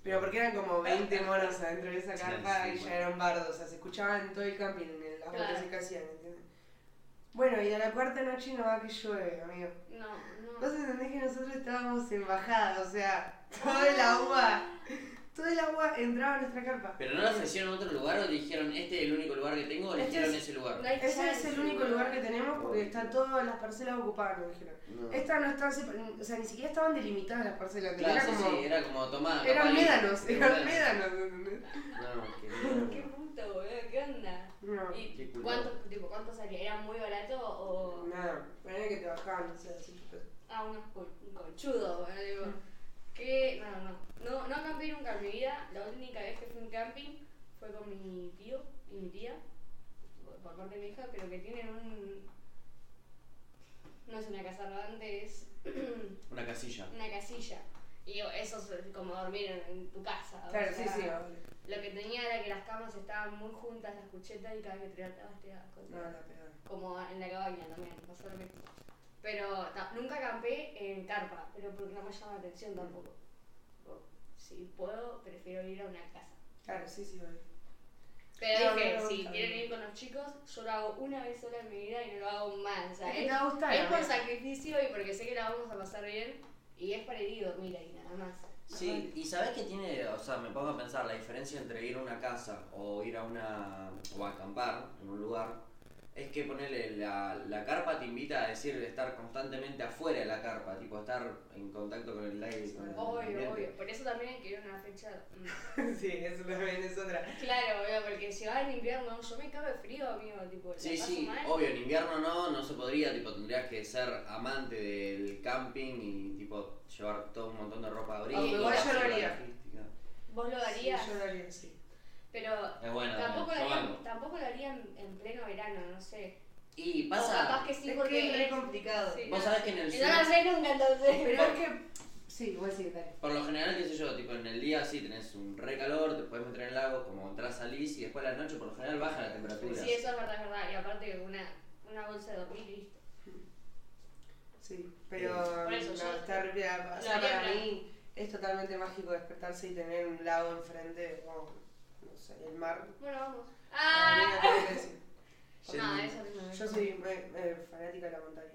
[SPEAKER 5] Pero porque eran como 20 monos adentro de esa
[SPEAKER 1] Sí,
[SPEAKER 5] carpa
[SPEAKER 1] sí,
[SPEAKER 5] y
[SPEAKER 1] bueno.
[SPEAKER 5] ya eran bardos, o sea, se escuchaban en todo el camping en las
[SPEAKER 3] Claro.
[SPEAKER 5] botas que hacían, ¿entiendes? Bueno, y a la cuarta noche no va que llueve, amigo.
[SPEAKER 3] No, no.
[SPEAKER 5] Vos entendés que nosotros estábamos en bajada, o sea, todo el agua, todo el agua entraba a nuestra carpa.
[SPEAKER 1] ¿Pero no le ofrecieron otro lugar o dijeron este es el único lugar que tengo o le
[SPEAKER 5] Este
[SPEAKER 1] dijeron
[SPEAKER 5] es-
[SPEAKER 1] ese lugar?
[SPEAKER 3] No hay
[SPEAKER 5] Ese es
[SPEAKER 3] chance,
[SPEAKER 5] el único
[SPEAKER 3] boludo.
[SPEAKER 5] lugar que tenemos porque están todas las parcelas ocupadas, nos dijeron.
[SPEAKER 1] No.
[SPEAKER 5] Estas no están, separ- o sea, ni siquiera estaban delimitadas las parcelas,
[SPEAKER 1] Claro,
[SPEAKER 5] era
[SPEAKER 1] sí,
[SPEAKER 5] como,
[SPEAKER 1] sí, era como tomar.
[SPEAKER 5] eran
[SPEAKER 1] capaz,
[SPEAKER 5] médanos,
[SPEAKER 1] y-
[SPEAKER 5] eran médanos, ¿entendés?
[SPEAKER 1] No, qué
[SPEAKER 3] Qué
[SPEAKER 1] miedo.
[SPEAKER 3] puto, boludo, qué onda.
[SPEAKER 5] No.
[SPEAKER 3] ¿Y
[SPEAKER 1] Qué culo.
[SPEAKER 3] cuánto, tipo, cuánto salía? ¿Era muy barato o.?
[SPEAKER 5] Nada, ponele que te bajaban, o sea, cinco pesos.
[SPEAKER 3] Ah, unos col- un colchudo, boludo, digo. Que. No, no. No, no campé nunca en mi vida. La única vez que fui a un camping fue con mi tío y mi tía. por- Por parte de mi hija, pero que tienen un. No es una casa rodante, es.
[SPEAKER 1] Una casilla.
[SPEAKER 3] una casilla. Y digo, eso es como dormir en, en tu casa. o
[SPEAKER 5] Claro, sí,
[SPEAKER 3] sea,
[SPEAKER 5] sí.
[SPEAKER 3] Lo que tenía era que las camas estaban muy juntas, las cuchetas, y cada vez que te levantabas te dabas
[SPEAKER 5] No,
[SPEAKER 3] contra-
[SPEAKER 5] la peor.
[SPEAKER 3] Como en la cabaña también, pasó lo mismo. Pero ta, nunca acampé en carpa, pero porque no me llama la atención tampoco. Tipo, Si puedo, prefiero ir a una casa.
[SPEAKER 5] Claro, sí, sí, obvio.
[SPEAKER 3] Pero
[SPEAKER 5] No,
[SPEAKER 3] dije,
[SPEAKER 5] no me
[SPEAKER 3] si
[SPEAKER 5] gusta.
[SPEAKER 3] quieren ir con los chicos, yo lo hago una vez sola en mi vida y no lo hago más. o sea,
[SPEAKER 2] Es que
[SPEAKER 3] es-
[SPEAKER 2] te va a gustar,
[SPEAKER 3] Es
[SPEAKER 2] a
[SPEAKER 3] por
[SPEAKER 2] ver.
[SPEAKER 3] sacrificio y porque sé que la vamos a pasar bien. Y es para ir y dormir ahí, nada más.
[SPEAKER 1] Sí, y sabes que tiene, o sea, me pongo a pensar la diferencia entre ir a una casa o ir a una. o acampar en un lugar. Es que ponerle la, la carpa te invita a decir estar constantemente afuera de la carpa, tipo estar en contacto con el aire. con el
[SPEAKER 3] Obvio,
[SPEAKER 1] ambiente.
[SPEAKER 3] obvio. Por eso también hay que ir a una fecha. mm.
[SPEAKER 5] sí, eso también es otra.
[SPEAKER 3] Claro, obvio, porque si va en invierno, yo me cago de frío, amigo. Tipo, la
[SPEAKER 1] Sí,
[SPEAKER 3] paso
[SPEAKER 1] sí, Oh.
[SPEAKER 3] mal.
[SPEAKER 1] obvio, en invierno no, no se podría, tipo, tendrías que ser amante del camping y, tipo, llevar todo un montón de ropa abrigo.
[SPEAKER 5] Aunque igual yo
[SPEAKER 1] hacer
[SPEAKER 5] lo
[SPEAKER 1] la
[SPEAKER 5] haría.
[SPEAKER 1] logística.
[SPEAKER 3] Vos lo harías,
[SPEAKER 5] Sí, yo lo haría, sí.
[SPEAKER 3] pero
[SPEAKER 1] Es bueno,
[SPEAKER 5] eh,
[SPEAKER 3] tampoco,
[SPEAKER 1] yo
[SPEAKER 3] lo
[SPEAKER 1] banco.
[SPEAKER 3] haría, tampoco lo haría en, en pleno verano, no sé.
[SPEAKER 1] Y
[SPEAKER 3] O capaz
[SPEAKER 1] pasa,
[SPEAKER 3] que sí,
[SPEAKER 5] es
[SPEAKER 3] porque.
[SPEAKER 5] que es re complicado.
[SPEAKER 3] sí.
[SPEAKER 1] vos sabés que en el
[SPEAKER 3] Yo
[SPEAKER 1] sur,
[SPEAKER 3] no sé nunca entonces.
[SPEAKER 5] Pero es que. Sí, voy a decir, dale.
[SPEAKER 1] por lo general, qué sé yo, tipo, en el día sí tenés un re calor, te puedes meter en el lago, como entras, salís, y después a la noche, por lo general, baja la temperatura.
[SPEAKER 3] Sí, eso es verdad, es verdad. Y aparte, una, una bolsa de dormir y listo.
[SPEAKER 5] Sí, pero
[SPEAKER 3] Eh, Por eso
[SPEAKER 5] no,
[SPEAKER 3] yo-
[SPEAKER 5] está re piola. O sea,
[SPEAKER 3] lo haría
[SPEAKER 5] para
[SPEAKER 3] en
[SPEAKER 5] mí es totalmente mágico despertarse y tener un lago enfrente, o no sé, el mar.
[SPEAKER 3] Bueno, vamos.
[SPEAKER 5] Ah,
[SPEAKER 3] ¡Ah!
[SPEAKER 5] mira, tengo que decir.
[SPEAKER 3] Nada, eso no
[SPEAKER 5] Yo soy eh, eh, fanática de la montaña.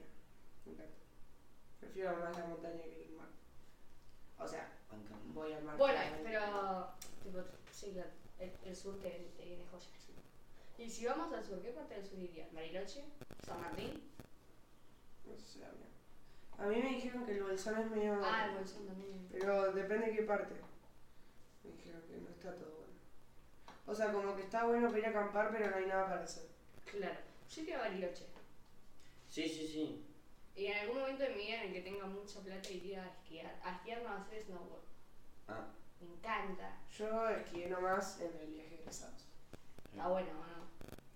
[SPEAKER 5] Me encanta. Prefiero más la montaña que el mar. O sea,
[SPEAKER 1] Banca.
[SPEAKER 5] voy al mar.
[SPEAKER 3] Bueno,
[SPEAKER 5] claramente.
[SPEAKER 3] pero. Tipo, sí, claro. El, el sur te, te viene joya. Y si vamos al sur, ¿qué parte del sur iría? ¿Mariloche? ¿San Martín?
[SPEAKER 5] No sé, amigo. A mí me dijeron que el bolsón es medio.
[SPEAKER 3] Ah, el bolsón también.
[SPEAKER 5] Pero depende de qué parte. Me dijeron que no está todo bueno. O sea, como que está bueno para ir a acampar, pero no hay nada para hacer.
[SPEAKER 3] Claro. Yo iría a Bariloche.
[SPEAKER 1] Sí, sí, sí.
[SPEAKER 3] Y en algún momento de mi vida en el que tenga mucha plata iría a esquiar. A esquiar no, a hacer snowboard.
[SPEAKER 1] Ah,
[SPEAKER 3] Me encanta.
[SPEAKER 5] Yo esquié nomás en el viaje de egresados.
[SPEAKER 3] Está bueno, ¿o no?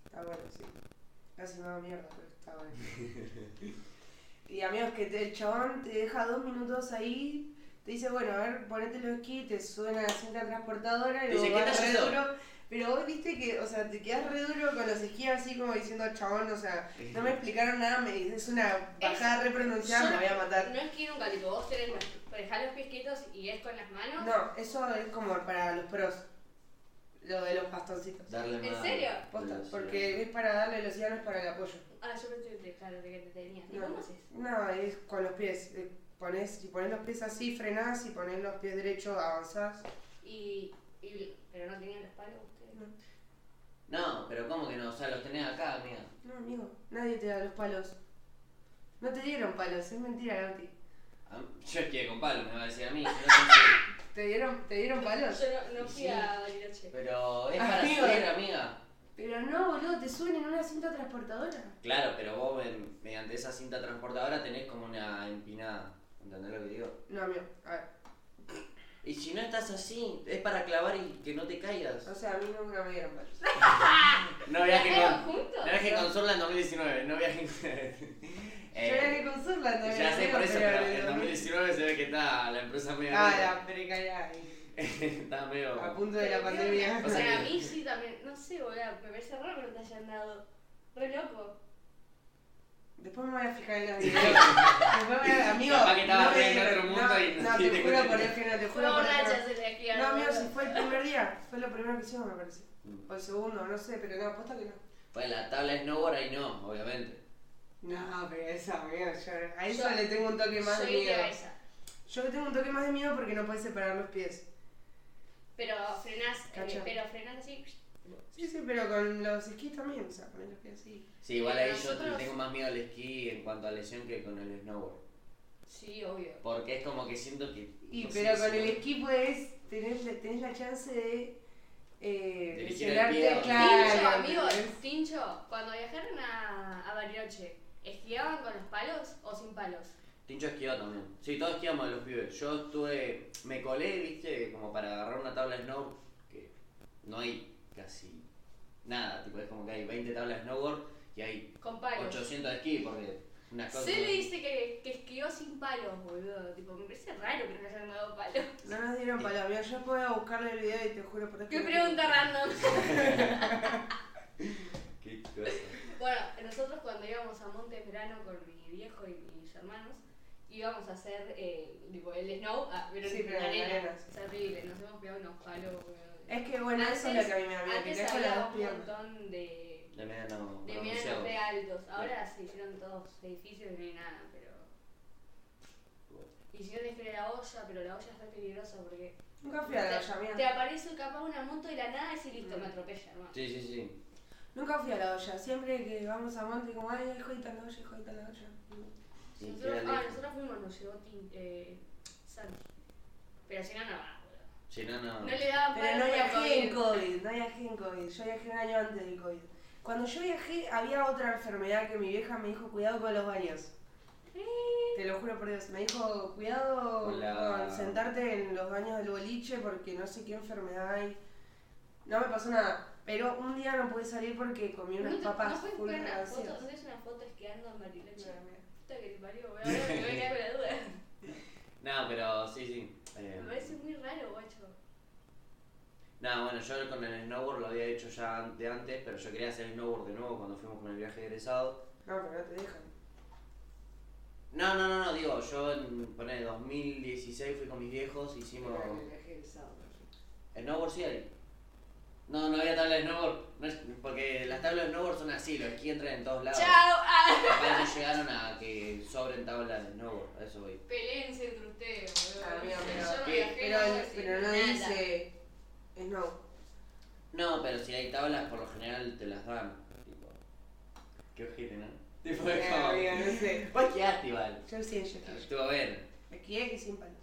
[SPEAKER 5] Está bueno, sí. Casi me da mierda, pero está bueno. y amigos, que te- el chabón te deja dos minutos ahí, te dice, bueno, a ver, ponete los esquís, te suena la cinta transportadora y
[SPEAKER 1] Te dice,
[SPEAKER 5] vos
[SPEAKER 1] ¿qué
[SPEAKER 5] vas
[SPEAKER 1] estás
[SPEAKER 5] re
[SPEAKER 1] haciendo?
[SPEAKER 5] duro. Pero vos viste que, o sea, te quedas re duro con los esquís así como diciendo, chabón, o sea, no me explicaron nada, me dices una bajada re pronunciada,
[SPEAKER 3] Yo
[SPEAKER 5] me
[SPEAKER 3] no-
[SPEAKER 5] voy a matar.
[SPEAKER 3] No esquí nunca, tipo, vos tenés los, dejás los pies quietos y es con las manos.
[SPEAKER 5] No, eso es como para los pros, lo de los bastoncitos.
[SPEAKER 1] darle
[SPEAKER 3] ¿En
[SPEAKER 1] más
[SPEAKER 3] serio?
[SPEAKER 5] Posta,
[SPEAKER 1] velocidad.
[SPEAKER 5] porque es para darle velocidad, no es para el apoyo.
[SPEAKER 3] Ah, yo pensé que te, claro, de que te tenías. ¿Y
[SPEAKER 5] No,
[SPEAKER 3] cómo haces?
[SPEAKER 5] No, es con los pies. eh, Ponés, si pones los pies así, frenás, si pones los pies derechos, avanzás.
[SPEAKER 3] Y, y- ¿Pero no tenían los palos ustedes?
[SPEAKER 5] No.
[SPEAKER 1] No, pero ¿cómo que no? O sea, los tenés acá, amiga.
[SPEAKER 5] No, amigo, nadie te da los palos. No te dieron palos, es mentira, Gauti.
[SPEAKER 1] Ah, Yo esquié con palo, me va a decir a mí. yo no sé.
[SPEAKER 5] ¿Te dieron, te dieron palos?
[SPEAKER 3] Yo no, no fui
[SPEAKER 1] Sí.
[SPEAKER 3] a Bariloche.
[SPEAKER 1] Pero es para
[SPEAKER 5] Amigo.
[SPEAKER 1] subir, amiga.
[SPEAKER 5] Pero no, boludo, te suben en una cinta transportadora.
[SPEAKER 1] Claro, pero vos en- mediante esa cinta transportadora tenés como una empinada. ¿Entendés lo que digo?
[SPEAKER 5] No, amigo, a ver.
[SPEAKER 1] Y si no estás así, es para clavar y que no te caigas.
[SPEAKER 5] O sea, a mí nunca me dieron palos.
[SPEAKER 1] No viajes
[SPEAKER 3] ¿Viajaron
[SPEAKER 1] con,
[SPEAKER 3] juntos?
[SPEAKER 1] no viajes con Surla en 2019, no viajes con... Eh,
[SPEAKER 5] Yo era que con Surland, no
[SPEAKER 1] ya
[SPEAKER 5] era
[SPEAKER 1] sé
[SPEAKER 5] amigo,
[SPEAKER 1] por eso, pero
[SPEAKER 5] le
[SPEAKER 1] en
[SPEAKER 5] dormí.
[SPEAKER 1] 2019 se ve que está la empresa medio...
[SPEAKER 5] Ah, la precariedad. ahí,
[SPEAKER 1] está medio...
[SPEAKER 5] A punto de la
[SPEAKER 3] Pero, ¿qué
[SPEAKER 5] pandemia.
[SPEAKER 3] onda?
[SPEAKER 1] O sea
[SPEAKER 3] Bueno, a
[SPEAKER 1] que-
[SPEAKER 3] mí sí también. No sé, boludo, me parece raro que no te hayan dado. Re loco.
[SPEAKER 5] Después me voy a fijar en los videos. Después me voy a... Amigo,
[SPEAKER 1] Capaz que estaba
[SPEAKER 5] no,
[SPEAKER 1] re en
[SPEAKER 5] me-
[SPEAKER 1] otro mundo
[SPEAKER 5] no,
[SPEAKER 1] y no te
[SPEAKER 5] no, te
[SPEAKER 1] diste
[SPEAKER 5] juro
[SPEAKER 1] cuenta.
[SPEAKER 5] por Dios que no, te
[SPEAKER 3] Fue
[SPEAKER 5] juro por Dios que
[SPEAKER 3] borracha
[SPEAKER 5] no.
[SPEAKER 3] se le esquiaron.
[SPEAKER 5] No, amigo, si
[SPEAKER 3] boludo.
[SPEAKER 5] fue el primer día. Fue lo primero que hicimos, me parece.
[SPEAKER 1] Mm.
[SPEAKER 5] O el segundo, no sé, pero no, aposta que no.
[SPEAKER 1] Pues la tabla de snowboard ahí no, obviamente.
[SPEAKER 5] No, pero esa, amigo, yo... A eso
[SPEAKER 3] Yo-
[SPEAKER 5] le tengo un toque más de
[SPEAKER 3] Yo iría
[SPEAKER 5] miedo.
[SPEAKER 3] a esa.
[SPEAKER 5] Yo le tengo un toque más de miedo porque no puedes separar los pies.
[SPEAKER 3] Pero frenás, eh,
[SPEAKER 5] Cacho.
[SPEAKER 3] pero frenás así.
[SPEAKER 5] Sí, sí, pero con los esquís también, o sea, poner los pies así.
[SPEAKER 1] Sí, igual ahí yo
[SPEAKER 3] Nosotros-
[SPEAKER 1] tengo más miedo al esquí en cuanto a lesión que con el snowboard.
[SPEAKER 3] Sí, obvio.
[SPEAKER 1] Porque es como que siento que...
[SPEAKER 5] Y
[SPEAKER 1] no sé,
[SPEAKER 5] pero con
[SPEAKER 1] si-
[SPEAKER 5] el esquí puedes tenés, la- tenés la chance de... Eh,
[SPEAKER 1] De elegir el pie
[SPEAKER 5] lesionarte,
[SPEAKER 1] donde-
[SPEAKER 5] claro.
[SPEAKER 3] Tincho, amigo,
[SPEAKER 5] ¿entendés?
[SPEAKER 3] Tincho, cuando viajaron a, a Bariloche, ¿esquiaban con los palos o sin palos?
[SPEAKER 1] Tincho esquió también. Sí, todos esquiamos los pibes. Yo estuve. Me colé, viste, como para agarrar una tabla de snow. Que no hay casi nada. Tipo, es como que hay 20 tablas de snowboard y hay
[SPEAKER 3] Con palos.
[SPEAKER 1] 800 de esquí porque unas cosas.
[SPEAKER 3] Se le dice que, que esquió sin palos, boludo. Tipo, me parece raro que no le hayan dado palos.
[SPEAKER 5] No nos dieron palos, amigo, yo puedo buscarle el video y te juro por Dios
[SPEAKER 3] Qué
[SPEAKER 5] que-
[SPEAKER 3] pregunta random.
[SPEAKER 1] Qué cosa.
[SPEAKER 3] bueno, nosotros cuando íbamos a Montes Verano con mi viejo y mis hermanos, íbamos a hacer eh, tipo, el snow, ah, pero
[SPEAKER 5] Sí,
[SPEAKER 3] en
[SPEAKER 5] pero en
[SPEAKER 3] arena.
[SPEAKER 5] arena, sí.
[SPEAKER 3] Es horrible, nos hemos pegado unos palos, boludo.
[SPEAKER 5] Es que bueno, eso es lo que a mí me da miedo, que
[SPEAKER 3] Antes
[SPEAKER 5] caes con las
[SPEAKER 3] había
[SPEAKER 5] dos
[SPEAKER 3] un
[SPEAKER 5] piernas.
[SPEAKER 3] montón de,
[SPEAKER 1] De media no.
[SPEAKER 3] de
[SPEAKER 1] no
[SPEAKER 3] medianos
[SPEAKER 1] museos.
[SPEAKER 3] re altos. Ahora se hicieron todos edificios y no hay nada, pero. Hicieron esto la olla, pero la olla es re peligrosa porque
[SPEAKER 5] Nunca fui a la olla,
[SPEAKER 3] te
[SPEAKER 5] mira.
[SPEAKER 3] aparece capaz una moto y la nada y listo,
[SPEAKER 5] Mm.
[SPEAKER 3] me atropella, hermano.
[SPEAKER 1] Sí, sí, sí.
[SPEAKER 5] Nunca fui a la olla. Siempre que vamos a monte, como, ay, hijo, está la olla, hijo, está la olla.
[SPEAKER 1] Sí,
[SPEAKER 3] Nosotros,
[SPEAKER 1] quedan
[SPEAKER 3] ah,
[SPEAKER 1] lejos.
[SPEAKER 3] nosotros fuimos, nos llegó tin, eh, Santi. Pero si no, no va, boludo.
[SPEAKER 1] Si no, no.
[SPEAKER 3] No le daban
[SPEAKER 5] Pero no
[SPEAKER 3] para
[SPEAKER 5] viajé en
[SPEAKER 3] el COVID.
[SPEAKER 5] COVID, no viajé en COVID. Yo viajé un año antes del COVID. Cuando yo viajé, había otra enfermedad que mi vieja me dijo, cuidado con los baños. Te lo juro por Dios. Me dijo, cuidado
[SPEAKER 1] Con la-
[SPEAKER 5] con sentarte en los baños del boliche porque no sé qué enfermedad hay. No me pasó nada. Pero un día no pude salir porque comí unas
[SPEAKER 3] ¿No te-
[SPEAKER 5] papas
[SPEAKER 3] ¿No puedes
[SPEAKER 5] full
[SPEAKER 3] buscar una
[SPEAKER 5] rancias.
[SPEAKER 3] foto? ¿No tienes una foto esquiando en Bariloche?
[SPEAKER 5] No, mira.
[SPEAKER 3] Puta que te parió, voy a ver, me voy a quedar con la duda.
[SPEAKER 1] No, pero sí, sí. Eh,
[SPEAKER 3] Me parece muy raro, guacho.
[SPEAKER 1] No, bueno, yo con el snowboard lo había hecho ya an- de antes, pero yo quería hacer snowboard de nuevo cuando fuimos con el viaje de egresado.
[SPEAKER 5] No, pero no te dejan.
[SPEAKER 1] No, no, no, no, digo, yo en poné, 2016 fui con mis viejos, hicimos.
[SPEAKER 5] Era el viaje del sábado.
[SPEAKER 1] Snowboard sí hay. No, no había tabla de snowboard, no es- porque las tablas de snowboard son así, los esquí entran en todos lados.
[SPEAKER 3] ¡Chao! Ah,
[SPEAKER 1] Capaz no llegaron a que sobren tablas de snowboard, a eso voy.
[SPEAKER 3] Pelense entre ustedes, boludo.
[SPEAKER 5] Ah, mira, pero-
[SPEAKER 3] Yo no
[SPEAKER 1] ¿qué?
[SPEAKER 3] viajé,
[SPEAKER 5] Pero,
[SPEAKER 3] no sé,
[SPEAKER 5] pero no
[SPEAKER 3] nada.
[SPEAKER 5] dice snow.
[SPEAKER 1] No, pero si hay tablas, por lo general te las dan. Tipo, qué ojete, ¿no? Tipo, es
[SPEAKER 5] Ah, mira,
[SPEAKER 1] como.
[SPEAKER 5] No sé.
[SPEAKER 1] Vos quedaste igual.
[SPEAKER 5] Yo sí, yo sí.
[SPEAKER 1] Estuvo bien.
[SPEAKER 5] Esquié y sin palos.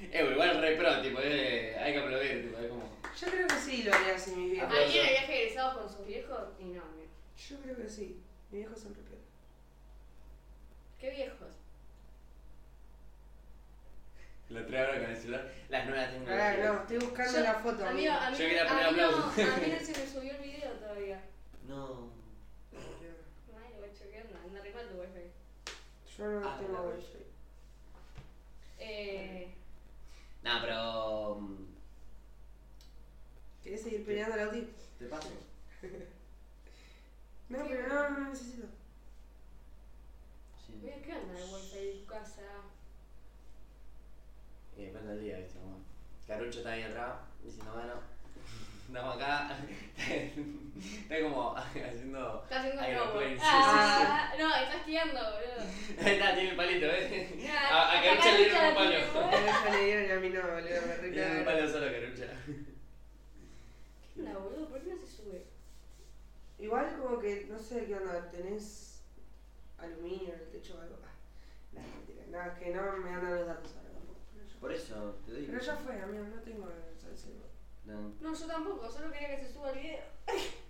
[SPEAKER 1] Eh, igual re pro, tipo, eh, hay que aplaudir, tipo, es como.
[SPEAKER 5] Yo creo que sí lo haría así mi viejo.
[SPEAKER 1] Ah.
[SPEAKER 3] ¿Alguien había viaje egresado con sus viejos? Y no, mira.
[SPEAKER 5] Yo creo que sí. Mi viejo siempre peor.
[SPEAKER 3] ¿Qué viejos?
[SPEAKER 1] Lo trae ahora con el celular. Las nuevas
[SPEAKER 5] Ah,
[SPEAKER 1] tecnologías.
[SPEAKER 5] no, estoy buscando
[SPEAKER 3] Yo-
[SPEAKER 5] la foto.
[SPEAKER 3] Amigo, ah. a mí,
[SPEAKER 1] Yo quería poner
[SPEAKER 3] a, mí no,
[SPEAKER 1] aplausos.
[SPEAKER 3] a mí no se me subió el video todavía.
[SPEAKER 1] No.
[SPEAKER 3] Madre, guacho, ¿qué onda? Anda re mal tu wifi.
[SPEAKER 5] Yo no
[SPEAKER 1] Ah, la
[SPEAKER 5] tengo
[SPEAKER 1] voy.
[SPEAKER 5] wifi.
[SPEAKER 3] Eh,
[SPEAKER 1] No, pero. um,
[SPEAKER 5] ¿Querés seguir peleando la audio?
[SPEAKER 1] Te paso.
[SPEAKER 5] No, pero no, no necesito.
[SPEAKER 1] Sí.
[SPEAKER 3] mira, ¿qué onda el wifi de tu casa?
[SPEAKER 1] Y depende del Eh, día, viste, como. Carucho está ahí atrás, diciendo, bueno, estamos acá. está como haciendo.
[SPEAKER 3] Estás haciendo
[SPEAKER 1] Ahí lo pueden- sí,
[SPEAKER 3] snowboard.
[SPEAKER 1] sí,
[SPEAKER 3] Ah, no, estás esquiando, boludo.
[SPEAKER 1] Ahí está, tiene el palito, ¿eh?
[SPEAKER 3] Ah,
[SPEAKER 1] A, a Carucha le dieron un palo.
[SPEAKER 5] Pero ya le dieron y a mí no, boludo, me
[SPEAKER 1] Le dieron un
[SPEAKER 5] recago.
[SPEAKER 1] palo solo a Carucha.
[SPEAKER 3] ¿Qué onda, boludo? ¿Por qué no se sube?
[SPEAKER 5] Igual como que, no sé qué onda, tenés aluminio en el techo o algo. Ah, no, mentira. No, es que no me andan los datos ahora tampoco. Pero ya-
[SPEAKER 1] Por eso, te digo.
[SPEAKER 5] Pero ya fue, amigo, no tengo el celular.
[SPEAKER 1] No.
[SPEAKER 3] No, yo tampoco, solo quería que se suba el video.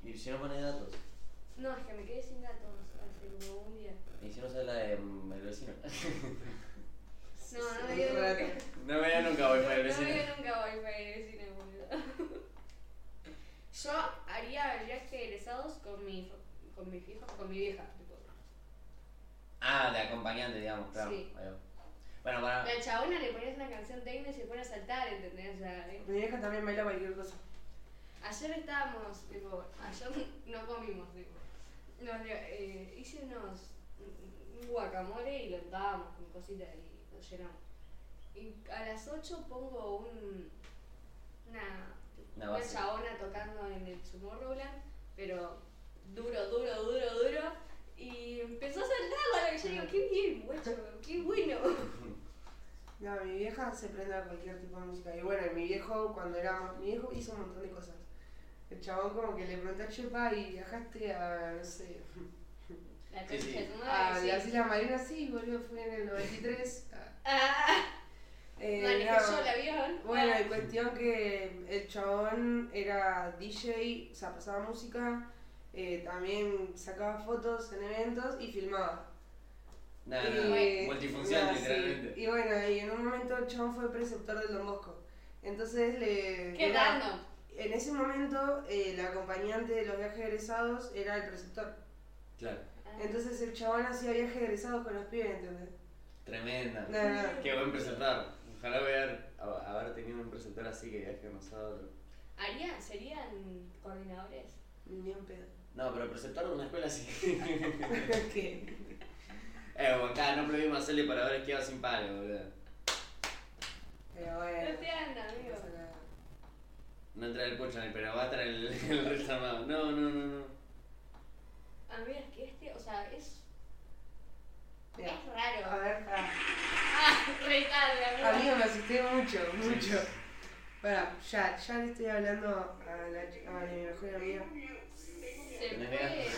[SPEAKER 1] Y si no pones datos.
[SPEAKER 3] No, es que me quedé sin datos hace como un día.
[SPEAKER 1] Y si no sale la de mm, el vecino.
[SPEAKER 3] No, no me
[SPEAKER 5] Sí,
[SPEAKER 3] dio
[SPEAKER 5] un
[SPEAKER 3] nunca.
[SPEAKER 5] rato.
[SPEAKER 1] No veía nunca wifi del
[SPEAKER 3] No me
[SPEAKER 1] vecino.
[SPEAKER 3] dio nunca wifi en el cine, boludo. Yo haría el viaje de egresados con mi, con mis hijos, con mi vieja. tipo.
[SPEAKER 1] Ah, de acompañante, digamos, claro.
[SPEAKER 3] Sí. Eh,
[SPEAKER 1] Ahí va. Bueno, para.
[SPEAKER 3] La chabona le ponías una canción técnica y se pone a saltar, ¿entendés? O sea, ¿eh?
[SPEAKER 5] Mi vieja también baila cualquier cosa.
[SPEAKER 3] Ayer estábamos, tipo, ayer no comimos, tipo. Nos, eh, hice unos un- un guacamole y lo untábamos con cositas y lo llenamos. Y a las 8 pongo un, una,
[SPEAKER 1] Una
[SPEAKER 3] una
[SPEAKER 1] base.
[SPEAKER 3] chabona tocando en el Tomorrowland, pero duro, duro, duro, duro. Y empezó a saltarla, y yo digo, qué bien, guacho, qué bueno.
[SPEAKER 5] No, mi vieja se prende a cualquier tipo de música. Y bueno, mi viejo, cuando era mi viejo, hizo un montón de cosas. El chabón como que le preguntó a Chepa y viajaste a, no sé,
[SPEAKER 3] La
[SPEAKER 1] Sí, sí.
[SPEAKER 3] concha de tu
[SPEAKER 5] a
[SPEAKER 3] madre,
[SPEAKER 5] las
[SPEAKER 3] sí.
[SPEAKER 5] Islas Marinas, sí, boludo, fue en el 93. Ah,
[SPEAKER 3] Ah,
[SPEAKER 5] eh,
[SPEAKER 3] manejé
[SPEAKER 5] no.
[SPEAKER 3] yo el avión.
[SPEAKER 5] Bueno,
[SPEAKER 3] Ah.
[SPEAKER 5] y cuestión que el chabón era DJ, o sea, pasaba música, eh, también sacaba fotos en eventos y filmaba.
[SPEAKER 1] Nada,
[SPEAKER 5] Y-
[SPEAKER 3] Eh,
[SPEAKER 1] nada. Multifunción,
[SPEAKER 5] nada, sí.
[SPEAKER 1] literalmente.
[SPEAKER 5] Y bueno, y en un momento el chabón fue preceptor del Don Bosco. Entonces le.
[SPEAKER 3] Qué
[SPEAKER 5] era-
[SPEAKER 3] random.
[SPEAKER 5] En ese momento, eh, el acompañante de los viajes egresados era el preceptor.
[SPEAKER 1] Claro.
[SPEAKER 3] Ah.
[SPEAKER 5] Entonces el chabón hacía viajes egresados con los pibes, ¿entendés?
[SPEAKER 1] Tremenda.
[SPEAKER 5] No, no, no.
[SPEAKER 1] Qué buen presentar. Ojalá haber, a- haber tenido un presentar así que viaje con nosotros.
[SPEAKER 3] ¿Harían, serían coordinadores?
[SPEAKER 5] Ni un pedo.
[SPEAKER 1] No, pero presentar en una escuela así.
[SPEAKER 5] ¿Qué?
[SPEAKER 1] eh, bueno, acá no prohibimos hacerle para haber quedado sin palo, boludo.
[SPEAKER 5] Pero
[SPEAKER 3] No
[SPEAKER 5] bueno.
[SPEAKER 3] te anda,
[SPEAKER 5] no
[SPEAKER 3] amigo.
[SPEAKER 5] pasa nada.
[SPEAKER 1] No entra el Puchonel, pero va a estar el, el resto armado. No, no, no, no.
[SPEAKER 3] Amigas, que este, o sea, es,
[SPEAKER 5] Mirá.
[SPEAKER 3] es
[SPEAKER 5] A
[SPEAKER 3] raro.
[SPEAKER 5] ver, pará.
[SPEAKER 3] Ah, retarde, amiga.
[SPEAKER 5] Amigo, me asusté mucho,
[SPEAKER 1] Sí.
[SPEAKER 5] mucho. Para, ya, ya le estoy hablando a la chica, a mi mejor amiga.
[SPEAKER 3] Se
[SPEAKER 1] ¿Tenés
[SPEAKER 3] puede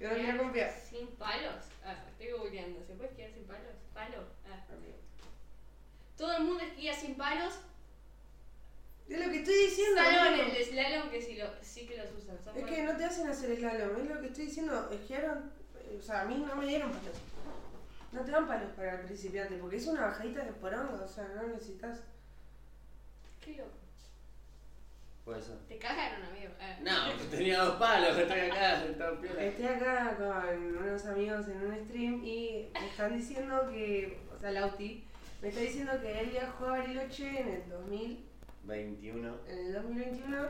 [SPEAKER 5] Yo no tenía confiar.
[SPEAKER 3] sin palos. Ah, estoy googleando. ¿Se puede esquiar sin palos? Palo. Ah. Todo el mundo esquía sin palos,
[SPEAKER 5] Es lo que estoy diciendo.
[SPEAKER 3] salvo en
[SPEAKER 5] amigo.
[SPEAKER 3] el slalom que sí, lo, sí que los usan. Son
[SPEAKER 5] Es
[SPEAKER 3] buenos.
[SPEAKER 5] que no te hacen hacer slalom, es lo que estoy diciendo. Esquiaron, o sea, a mí no me dieron palos. No te dan palos para el principiante, porque es una bajadita de poronga, o sea, no necesitas.
[SPEAKER 3] Qué loco.
[SPEAKER 1] Puede ser.
[SPEAKER 3] Te cagaron, amigo. Ah.
[SPEAKER 1] No, tenía dos palos, está acá, está piola.
[SPEAKER 5] Estoy acá con unos amigos en un stream y me están diciendo que, o sea, Lauti, me está diciendo que él viajó a Bariloche en el 2000
[SPEAKER 1] 21.
[SPEAKER 5] en el 2021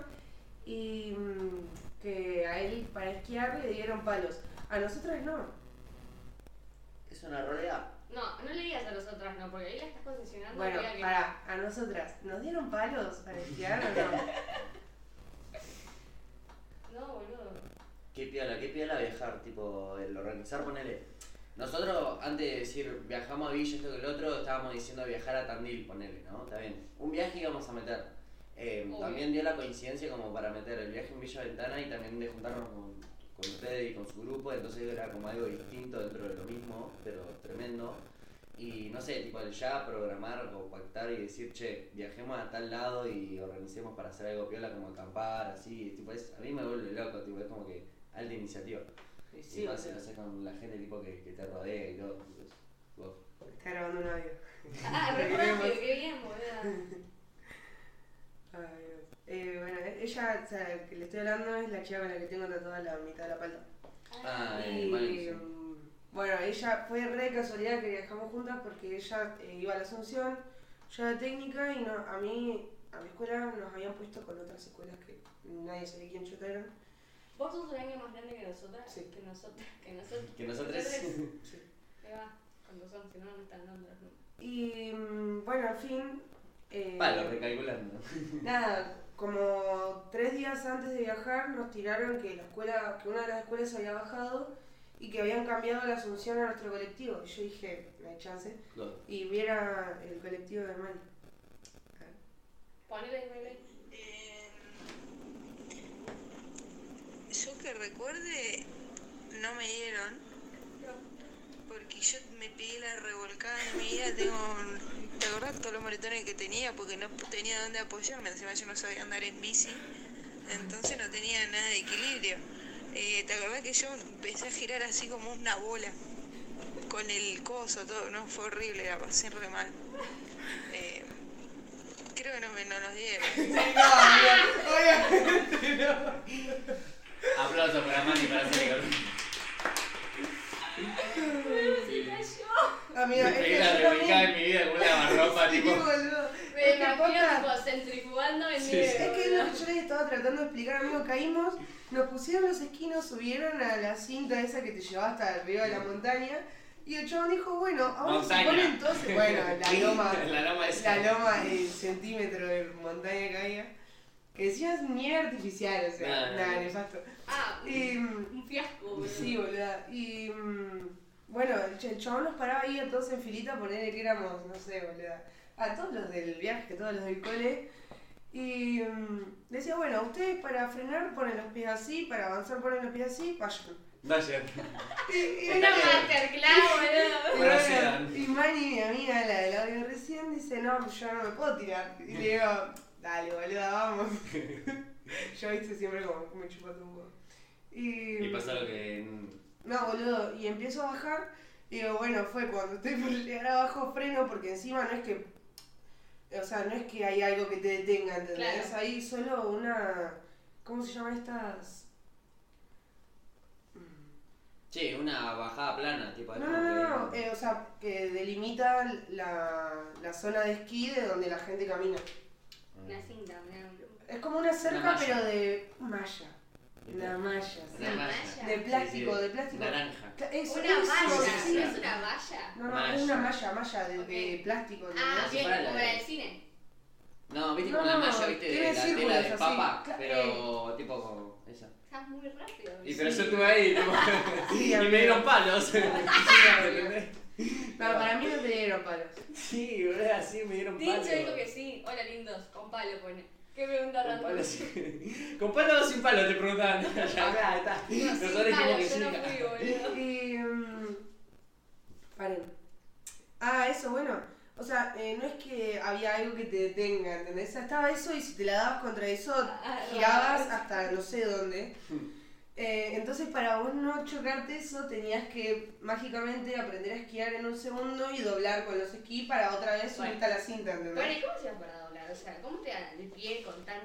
[SPEAKER 5] y mm, que a él para esquiar le dieron palos. A nosotras no.
[SPEAKER 1] Es una realidad.
[SPEAKER 3] No, no le digas a los otros no, porque ahí la estás concesionando.
[SPEAKER 5] Bueno,
[SPEAKER 3] amiga, que-
[SPEAKER 5] para, a nosotras, ¿nos dieron palos para esquiar o no?
[SPEAKER 3] No, boludo.
[SPEAKER 1] Qué piola, qué piola viajar, tipo, el organizar, ponele. Nosotros, antes de decir viajamos a Villa, esto que el otro, estábamos diciendo viajar a Tandil, ponele, ¿no? Está bien. Un viaje íbamos a meter. Eh,
[SPEAKER 3] Obvio.
[SPEAKER 1] también dio la coincidencia como para meter el viaje en Villa Ventana y también de juntarnos con, con ustedes y con su grupo, entonces era como algo distinto dentro de lo mismo, pero tremendo. Y no sé, tipo el ya programar o pactar y decir, che, viajemos a tal lado y organicemos para hacer algo piola, como acampar, así, tipo, es, a mí me vuelve loco, tipo, es como que alta iniciativa. y
[SPEAKER 5] o
[SPEAKER 1] más se
[SPEAKER 5] sea,
[SPEAKER 1] lo hace con la gente tipo que, que te rodea y todo. pues, tipo, es- wow.
[SPEAKER 5] Está grabando un audio.
[SPEAKER 3] Ah,
[SPEAKER 5] Lo queremos.
[SPEAKER 3] recuerda que qué bien, boludo.
[SPEAKER 5] Ay, Dios. Eh, bueno, ella, o sea, la que le estoy hablando es la chica con la que tengo tatuada la mitad de la palma.
[SPEAKER 1] Ah, eh,
[SPEAKER 5] Y,
[SPEAKER 1] malísimo.
[SPEAKER 5] mm, bueno, ella fue re casualidad que viajamos juntas porque ella eh, iba a la Asunción, yo a la técnica y no, a mí, a mi escuela nos habían puesto con otras escuelas que nadie sabía quién yo eran.
[SPEAKER 3] Vos sos un año más grande que nosotras,
[SPEAKER 5] Sí.
[SPEAKER 3] que nosotras, que nosotros.
[SPEAKER 1] Que nosotros.
[SPEAKER 5] Sí.
[SPEAKER 3] Ahí va, cuando son, si no, no están nombres nunca.
[SPEAKER 5] Y mm, bueno, al fin... eh,
[SPEAKER 1] Palo, recalculando.
[SPEAKER 5] Nada, como tres días antes de viajar nos tiraron que la escuela, que una de las escuelas había bajado y que habían cambiado la asunción a nuestro colectivo. Y yo dije, no hay chance.
[SPEAKER 1] Go.
[SPEAKER 5] Y viera el colectivo de Mani.
[SPEAKER 3] Ponele, ponele.
[SPEAKER 6] Eh, yo que recuerde, no me dieron. Porque yo me pedí la revolcada de mi vida. Tengo. un- ¿Te acordás todos los moretones que tenía? Porque no tenía dónde apoyarme. Encima yo no sabía andar en bici. Entonces no tenía nada de equilibrio. Eh, ¿Te acordás que yo empecé a girar así como una bola? Con el coso, todo. No, fue horrible, la pasé re mal. Eh, creo que no me no nos dieron.
[SPEAKER 1] Aplauso para Manny para hacer
[SPEAKER 5] Amiga, es que
[SPEAKER 1] Pegué la
[SPEAKER 5] yo
[SPEAKER 1] revolcada
[SPEAKER 5] también...
[SPEAKER 1] en mi vida con una barropa,
[SPEAKER 5] Sí,
[SPEAKER 1] tipo.
[SPEAKER 5] boludo.
[SPEAKER 3] Me
[SPEAKER 5] Es que
[SPEAKER 3] imagino
[SPEAKER 5] posta-
[SPEAKER 3] tipo centrifugando en
[SPEAKER 1] Sí,
[SPEAKER 3] nieve,
[SPEAKER 5] Es que es
[SPEAKER 3] boludo.
[SPEAKER 5] lo que yo les estaba tratando de explicar, amigo, caímos, nos pusieron los esquinos, subieron a la cinta esa que te llevaba hasta arriba de la montaña, y el chabón dijo, bueno, ahora
[SPEAKER 1] Montaña.
[SPEAKER 5] se ponen entonces, bueno, la loma,
[SPEAKER 1] la loma es.
[SPEAKER 5] la loma el centímetro de montaña que había, que decía es nieve artificial, o sea,
[SPEAKER 1] Nah, nah,
[SPEAKER 5] nada,
[SPEAKER 1] nah.
[SPEAKER 5] nefasto.
[SPEAKER 3] Ah,
[SPEAKER 5] Y, mm,
[SPEAKER 3] un fiasco, boludo.
[SPEAKER 5] Sí, boluda. Y mm, bueno, el ch- el chabón nos paraba ahí a todos en filita, ponerle que éramos, no sé, boluda. A todos los del viaje, todos los del cole. Y mm, decía, bueno, ustedes para frenar ponen los pies así, para avanzar ponen los pies así, vayan.
[SPEAKER 1] Vaya.
[SPEAKER 5] Y, y
[SPEAKER 3] Una
[SPEAKER 5] bueno,
[SPEAKER 3] masterclass, boludo.
[SPEAKER 5] y
[SPEAKER 1] Procedan.
[SPEAKER 5] bueno, y Mani, mi amiga, la del audio recién, dice, no, yo no me puedo tirar. Y le digo, dale, boluda, vamos. yo, viste, siempre como me chupó un huevo. Y,
[SPEAKER 1] Y pasa lo que. mm,
[SPEAKER 5] no, boludo, y empiezo a bajar. Y digo, bueno, fue cuando estoy por llegar abajo freno, porque encima no es que. O sea, no es que hay algo que te detenga, ¿entendés?
[SPEAKER 3] Claro.
[SPEAKER 5] Es ahí solo una. ¿Cómo se llaman estas? Mm.
[SPEAKER 1] Che, una bajada plana, tipo. es
[SPEAKER 5] No,
[SPEAKER 1] como
[SPEAKER 5] no, no, no,
[SPEAKER 1] que-
[SPEAKER 5] eh, o sea, que delimita la, la zona de esquí de donde la gente camina.
[SPEAKER 3] Una
[SPEAKER 1] Ah,
[SPEAKER 3] cinta, una...
[SPEAKER 5] Es como una cerca,
[SPEAKER 1] malla.
[SPEAKER 5] pero de malla. Una malla,
[SPEAKER 1] Una
[SPEAKER 5] sí.
[SPEAKER 3] malla.
[SPEAKER 1] malla.
[SPEAKER 5] De plástico,
[SPEAKER 1] Sí, sí.
[SPEAKER 5] de plástico.
[SPEAKER 1] Naranja.
[SPEAKER 5] Cla- Eso,
[SPEAKER 3] Una
[SPEAKER 5] eso,
[SPEAKER 3] valla,
[SPEAKER 5] sí.
[SPEAKER 3] ¿no es una valla?
[SPEAKER 5] No, no, es
[SPEAKER 1] Malla.
[SPEAKER 5] una malla, malla de, de
[SPEAKER 3] Ok.
[SPEAKER 5] plástico.
[SPEAKER 3] Ah,
[SPEAKER 5] ¿entendés?
[SPEAKER 1] si
[SPEAKER 3] bien,
[SPEAKER 1] fuera la
[SPEAKER 3] como la
[SPEAKER 1] de-
[SPEAKER 3] del cine.
[SPEAKER 1] No, viste
[SPEAKER 5] No,
[SPEAKER 1] como la malla, viste,
[SPEAKER 5] tiene
[SPEAKER 1] de la
[SPEAKER 5] círculos
[SPEAKER 1] tela de
[SPEAKER 5] así, eh.
[SPEAKER 1] papa,
[SPEAKER 5] claro.
[SPEAKER 1] pero tipo como esa.
[SPEAKER 3] Estás muy rápido.
[SPEAKER 1] Y
[SPEAKER 3] Sí.
[SPEAKER 1] pero yo estuve ahí, tipo,
[SPEAKER 5] Sí,
[SPEAKER 1] y
[SPEAKER 5] amigo.
[SPEAKER 1] me dieron palos.
[SPEAKER 5] amigo. No, para mí no te dieron palos.
[SPEAKER 1] sí, boludo, así me dieron
[SPEAKER 3] Tincho
[SPEAKER 1] palos.
[SPEAKER 3] dijo que sí. Hola, lindos. Con palo pone. Qué pregunta
[SPEAKER 1] Con
[SPEAKER 3] random.
[SPEAKER 1] palo, ¿Con palo o sin palo? Te preguntaban. Ya, acá, está.
[SPEAKER 3] No, sin
[SPEAKER 1] Nosotros dijimos
[SPEAKER 3] palo,
[SPEAKER 1] que
[SPEAKER 3] yo
[SPEAKER 1] sí.
[SPEAKER 3] no fui, boludo.
[SPEAKER 5] Y, mm, paren. Ah, eso, bueno. O sea, eh, no es que había algo que te detenga, ¿entendés? O sea, estaba eso y si te la dabas contra eso,
[SPEAKER 3] Ah,
[SPEAKER 5] girabas
[SPEAKER 3] raro.
[SPEAKER 5] hasta no sé dónde. Eh, entonces, para vos no chocarte eso, tenías que mágicamente aprender a esquiar en un segundo y doblar con los esquí para otra vez
[SPEAKER 3] Bueno.
[SPEAKER 5] subirte a la cinta,
[SPEAKER 3] Bueno,
[SPEAKER 5] ¿entendés?
[SPEAKER 3] ¿y cómo se va para doblar? O sea, ¿cómo te dan el pie con tan.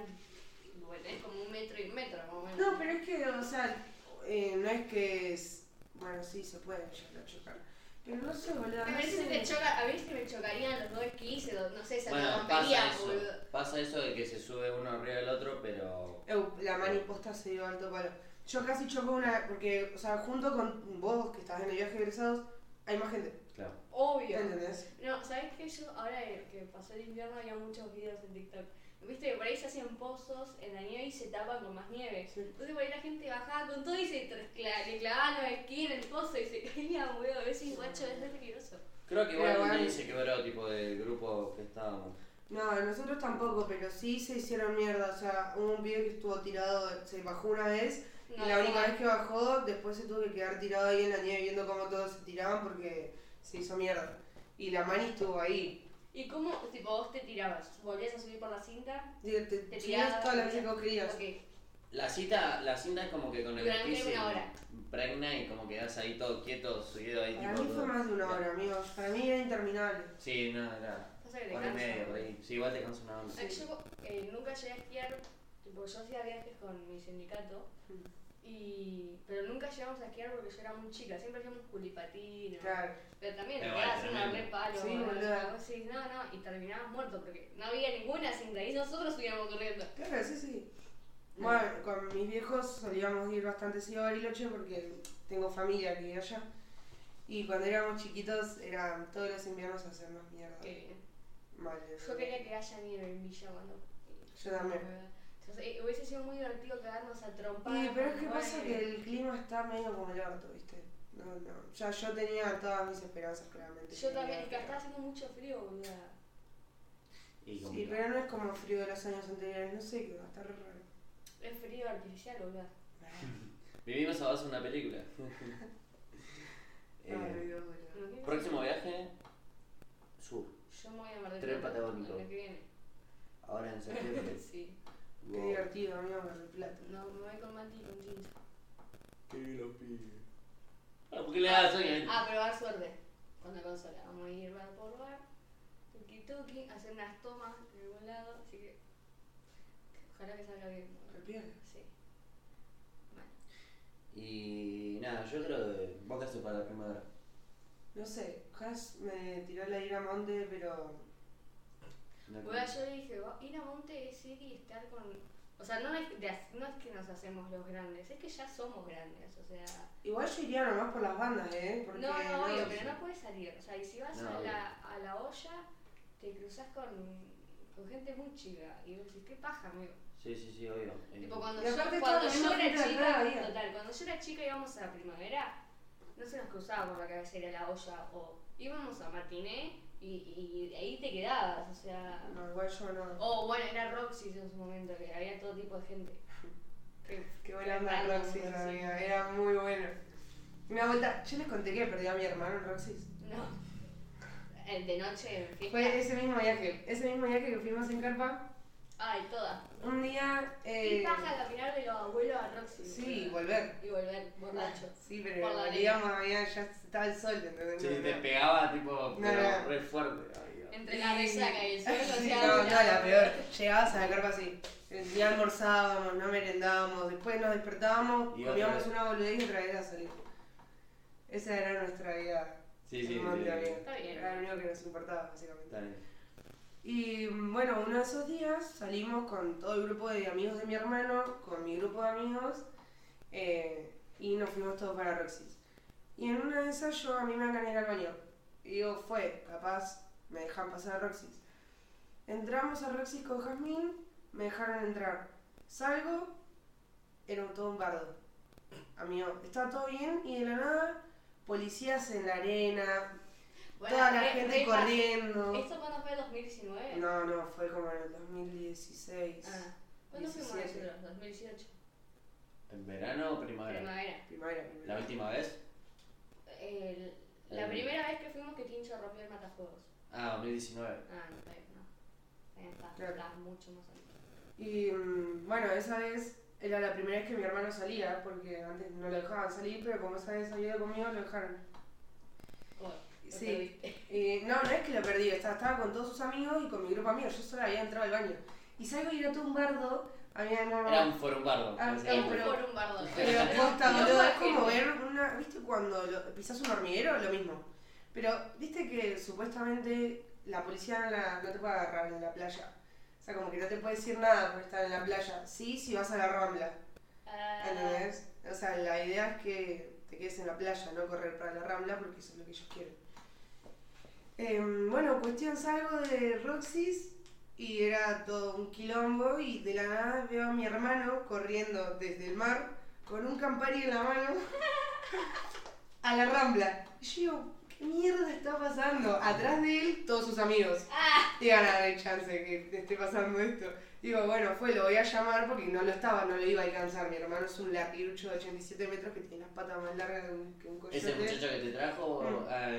[SPEAKER 3] Bueno, es como un metro y un metro, más o menos.
[SPEAKER 5] No, pero es que, o sea, eh, no es que. es- Bueno, sí, se puede llegar a chocar. Pero no sé, boludo.
[SPEAKER 3] Me
[SPEAKER 5] no
[SPEAKER 3] parece que
[SPEAKER 5] sé.
[SPEAKER 3] te choca, a veces me chocarían los dos esquís, se do- no sé, se te
[SPEAKER 1] Bueno,
[SPEAKER 3] rompería,
[SPEAKER 1] pasa eso.
[SPEAKER 3] boludo.
[SPEAKER 1] Pasa eso de que se sube uno arriba del otro, pero.
[SPEAKER 5] Eu, la maniposta se dio alto palo. Yo casi choco una, porque, o sea, junto con vos que estás en el viaje de egresados, hay más gente.
[SPEAKER 1] Claro.
[SPEAKER 3] Obvio.
[SPEAKER 5] ¿Entendés?
[SPEAKER 3] No, ¿sabes qué? Yo, ahora que pasó el invierno, había muchos videos en TikTok. Viste que por ahí se hacen pozos en la nieve y se tapan con más nieve.
[SPEAKER 5] Sí.
[SPEAKER 3] Entonces por ahí la gente bajaba con todo y se tras- cla- le clavaban los esquí en el pozo y se caían, boludo. A veces, guacho, es re peligroso.
[SPEAKER 1] Creo que
[SPEAKER 5] Pero
[SPEAKER 1] igual nadie
[SPEAKER 5] bueno.
[SPEAKER 1] se quebró, tipo, del grupo que estábamos.
[SPEAKER 5] No, nosotros tampoco, pero sí se hicieron mierda. O sea, hubo un pibe que estuvo tirado, se bajó una vez,
[SPEAKER 3] No,
[SPEAKER 5] y la
[SPEAKER 3] no,
[SPEAKER 5] única
[SPEAKER 3] no.
[SPEAKER 5] vez que bajó, después se tuvo que quedar tirado ahí en la nieve viendo cómo todos se tiraban porque se hizo mierda. Y la mani estuvo ahí.
[SPEAKER 3] ¿Y cómo, tipo, vos te tirabas? ¿Volvías a subir por la cinta?
[SPEAKER 5] Te, te,
[SPEAKER 3] ¿Te
[SPEAKER 5] tirás
[SPEAKER 3] tirabas?
[SPEAKER 5] todas las veces que vos querías.
[SPEAKER 3] Ok.
[SPEAKER 1] La cita, la cinta es como que con el
[SPEAKER 3] Durante
[SPEAKER 1] esquí se
[SPEAKER 3] una hora.
[SPEAKER 1] impregna y como quedás ahí todo quieto, subido ahí
[SPEAKER 5] Para
[SPEAKER 1] tipo.
[SPEAKER 5] mí fue
[SPEAKER 1] todo.
[SPEAKER 5] más de una hora, amigos. Para mí era interminable.
[SPEAKER 1] Sí, no, era.
[SPEAKER 3] Pasa que te
[SPEAKER 1] Hora y
[SPEAKER 3] cansa.
[SPEAKER 1] media por ahí. Sí, igual te cansa una onda.
[SPEAKER 3] Ah, Yo eh, nunca llegué a esquiar, tipo, yo hacía viajes con mi sindicato,
[SPEAKER 5] Mm.
[SPEAKER 3] y, pero nunca llegamos a esquiar porque yo era muy chica, siempre hacíamos culipatino,
[SPEAKER 5] Claro.
[SPEAKER 3] pero también te
[SPEAKER 1] Pero bueno,
[SPEAKER 3] quedas una
[SPEAKER 1] tremendo.
[SPEAKER 3] re palo,
[SPEAKER 5] Sí,
[SPEAKER 3] boludo,
[SPEAKER 5] boluda.
[SPEAKER 3] o sea, vos decís, no, no, y terminabas muerto porque no había ninguna cinta, y nosotros subíamos corriendo.
[SPEAKER 5] Claro, sí, sí.
[SPEAKER 3] Ah.
[SPEAKER 5] Bueno, con mis viejos solíamos ir bastante seguido a Bariloche porque tengo familia que vive allá. Y cuando éramos chiquitos eran todos los inviernos hacernos mierda.
[SPEAKER 3] Qué bien.
[SPEAKER 5] Mal,
[SPEAKER 3] Eh,
[SPEAKER 5] eh.
[SPEAKER 3] Yo quería que haya nieve en Villa cuando...
[SPEAKER 5] Yo también.
[SPEAKER 3] Entonces, eh, hubiese sido muy divertido quedarnos a trompar.
[SPEAKER 5] Y, pero es que pasa que el clima está medio como el orto, ¿viste? No, no. O sea, yo tenía todas mis esperanzas claramente.
[SPEAKER 3] Yo también, es que
[SPEAKER 5] Pero-
[SPEAKER 3] acá está haciendo mucho frío, boludo.
[SPEAKER 1] Y como-
[SPEAKER 5] Sí, pero no es como frío de los años anteriores, no sé, que va a estar re raro.
[SPEAKER 3] Es frío artificial, boludo.
[SPEAKER 1] Vivimos a base de una película. Eh,
[SPEAKER 5] Ay, Dios, boludo.
[SPEAKER 3] Pero, ¿qué
[SPEAKER 1] próximo viaje, sur.
[SPEAKER 3] Yo me voy a Mar del
[SPEAKER 1] Tren
[SPEAKER 3] Plata
[SPEAKER 1] Patagónico.
[SPEAKER 3] el año que viene.
[SPEAKER 1] Ahora en septiembre.
[SPEAKER 3] Sí.
[SPEAKER 5] Qué
[SPEAKER 1] Wow.
[SPEAKER 5] divertido, amigo, Mar del Plata.
[SPEAKER 3] No, me voy con Mati y con Tincho.
[SPEAKER 1] Qué bien lo pide. Bueno, porque le da sueño. ¿eh?
[SPEAKER 3] Ah, pero va a haber suerte con la consola. Vamos a ir bar por bar, tuki tuki, hacer unas tomas de algún lado, así que ojalá que salga bien.
[SPEAKER 5] Re piola.
[SPEAKER 3] Sí.
[SPEAKER 1] Y nada, yo creo que vos qué haces para la primavera.
[SPEAKER 5] No sé, Has me tiró la ira a monte, pero
[SPEAKER 1] No
[SPEAKER 3] Bueno,
[SPEAKER 1] creo.
[SPEAKER 3] yo le dije, "Va- ir a Monte es ir y estar con... O sea, no es, de hac- no es que nos hacemos los grandes, es que ya somos grandes, o sea...
[SPEAKER 5] igual yo iría nomás por las bandas, ¿eh? Porque
[SPEAKER 3] No, no, obvio,
[SPEAKER 5] sé.
[SPEAKER 3] pero no puedes salir. O sea, y si vas
[SPEAKER 1] No,
[SPEAKER 3] a,
[SPEAKER 1] obvio.
[SPEAKER 3] la, a la olla, te cruzas con, con gente muy chica. Y vos decís, qué paja, amigo.
[SPEAKER 1] Sí, sí, sí, obvio. Eh,
[SPEAKER 3] Tipo, cuando
[SPEAKER 5] Y
[SPEAKER 3] yo,
[SPEAKER 5] aparte
[SPEAKER 3] cuando
[SPEAKER 5] todo el
[SPEAKER 3] yo
[SPEAKER 5] mundo
[SPEAKER 3] era
[SPEAKER 5] junto atrás,
[SPEAKER 3] chica,
[SPEAKER 5] había.
[SPEAKER 3] total, cuando yo era chica íbamos a la primavera, no se nos cruzaba por la cabeza ir a la olla. O íbamos a matiné y, y ahí te quedabas. O sea.
[SPEAKER 5] No, igual yo no.
[SPEAKER 3] O Oh, bueno, era Roxy en su momento, que había todo tipo de gente. Que-
[SPEAKER 5] Qué buena onda
[SPEAKER 3] random,
[SPEAKER 5] Roxy,
[SPEAKER 3] sí.
[SPEAKER 5] amiga, era muy bueno. Una vuelta, yo les conté que perdí a mi hermano en Roxy.
[SPEAKER 3] No. El de noche, en fiesta.
[SPEAKER 5] Fue ese mismo viaje, ese mismo viaje que fuimos en carpa.
[SPEAKER 3] Ay, todas.
[SPEAKER 5] Un día. Eh,
[SPEAKER 3] Y paja caminar de los abuelos a Roxy.
[SPEAKER 5] sí, Ah. y
[SPEAKER 3] boludo.
[SPEAKER 5] volver.
[SPEAKER 3] Y volver borracho.
[SPEAKER 5] Sí, pero
[SPEAKER 3] Por la
[SPEAKER 5] volvíamos, había, ya estaba el sol, ¿entendés?
[SPEAKER 1] Sí,
[SPEAKER 5] No,
[SPEAKER 1] te
[SPEAKER 5] no.
[SPEAKER 1] pegaba tipo pero
[SPEAKER 5] no.
[SPEAKER 1] re fuerte. Ay, Dios.
[SPEAKER 3] Entre la resaca y el sol, o
[SPEAKER 5] Sí,
[SPEAKER 3] sea,
[SPEAKER 5] no, no,
[SPEAKER 3] una-
[SPEAKER 5] la peor. Llegabas a la carpa así. Ya almorzábamos, no merendábamos, después nos despertábamos,
[SPEAKER 1] Y otra
[SPEAKER 5] comíamos
[SPEAKER 1] vez.
[SPEAKER 5] una boludez y otra vez a salir. Esa era nuestra vida.
[SPEAKER 1] Sí, sí,
[SPEAKER 5] en Monte, amigo.
[SPEAKER 1] sí.
[SPEAKER 3] Está bien.
[SPEAKER 5] Era lo único que nos importaba, básicamente.
[SPEAKER 1] Está bien.
[SPEAKER 5] Y bueno, uno de esos días salimos con todo el grupo de amigos de mi hermano, con mi grupo de amigos, eh, y nos fuimos todos para Roxy's. Y en una de esas yo a mí me gané el baño. Y digo, fue, capaz me dejan pasar a Roxy's. Entramos a Roxy con Jazmín, me dejaron entrar. Salgo, era todo un bardo. Amigo, está todo bien y de la nada, policías en la arena,
[SPEAKER 3] Bueno,
[SPEAKER 5] toda la
[SPEAKER 3] re-
[SPEAKER 5] gente
[SPEAKER 3] re fácil.
[SPEAKER 5] corriendo.
[SPEAKER 3] ¿Esto cuándo fue? ¿2019?
[SPEAKER 5] No, no, fue como en el 2016.
[SPEAKER 3] Ah, ¿Cuándo fuimos
[SPEAKER 5] 17.
[SPEAKER 3] nosotros? 2018.
[SPEAKER 1] ¿En verano o primavera?
[SPEAKER 3] Primavera.
[SPEAKER 5] Primavera,
[SPEAKER 1] ¿La
[SPEAKER 5] primavera.
[SPEAKER 1] última vez?
[SPEAKER 3] El- la
[SPEAKER 1] Eh.
[SPEAKER 3] primera vez que fuimos que Tincho rompió el matafuegos.
[SPEAKER 1] Ah, 2019.
[SPEAKER 3] Ah, no, está bien, no. Está bien, está-
[SPEAKER 5] Claro.
[SPEAKER 3] está mucho más alto.
[SPEAKER 5] Y mm, bueno, esa vez era la primera vez que mi hermano salía, porque antes no lo dejaban salir, pero como esa vez salía conmigo, lo dejaron.
[SPEAKER 3] Bueno, lo
[SPEAKER 5] Sí.
[SPEAKER 3] perdiste.
[SPEAKER 5] Eh, no, no es que lo perdí, estaba, estaba con todos sus amigos y con mi grupo amigo, yo sola había entrado al baño. Y salgo y era todo un bardo, había no.
[SPEAKER 1] Era un forumbardo.
[SPEAKER 5] Ah,
[SPEAKER 1] por
[SPEAKER 5] era un
[SPEAKER 1] decirlo.
[SPEAKER 5] pero-
[SPEAKER 3] Por un bardo.
[SPEAKER 5] Pero posta,
[SPEAKER 3] No,
[SPEAKER 5] boludo, es
[SPEAKER 3] porque-
[SPEAKER 5] como ver una. ¿Viste cuando lo- pisás un hormiguero? Lo mismo. Pero, viste que supuestamente la policía no, la- no te puede agarrar en la playa. O sea, como que no te puede decir nada por estar en la playa. Sí, si vas a la rambla.
[SPEAKER 3] Ah,
[SPEAKER 5] ¿Entendés? O sea, la idea es que te quedes en la playa, no correr para la rambla, porque eso es lo que ellos quieren. Em, bueno, cuestión salgo de Roxy's y era todo un quilombo y de la nada veo a mi hermano corriendo desde el mar con un campari en la mano a la rambla. Y yo digo, ¿qué mierda está pasando? Atrás de él, todos sus amigos.
[SPEAKER 3] Ah,
[SPEAKER 5] Digan, a hay chance que te esté pasando esto. Digo, bueno, fue, lo voy a llamar porque no lo estaba, no lo iba a alcanzar. Mi hermano es un lapirucho de 87 metros que tiene las patas más largas que un- que un coyote.
[SPEAKER 1] ¿Ese muchacho que te trajo?
[SPEAKER 5] Mm.
[SPEAKER 1] ah,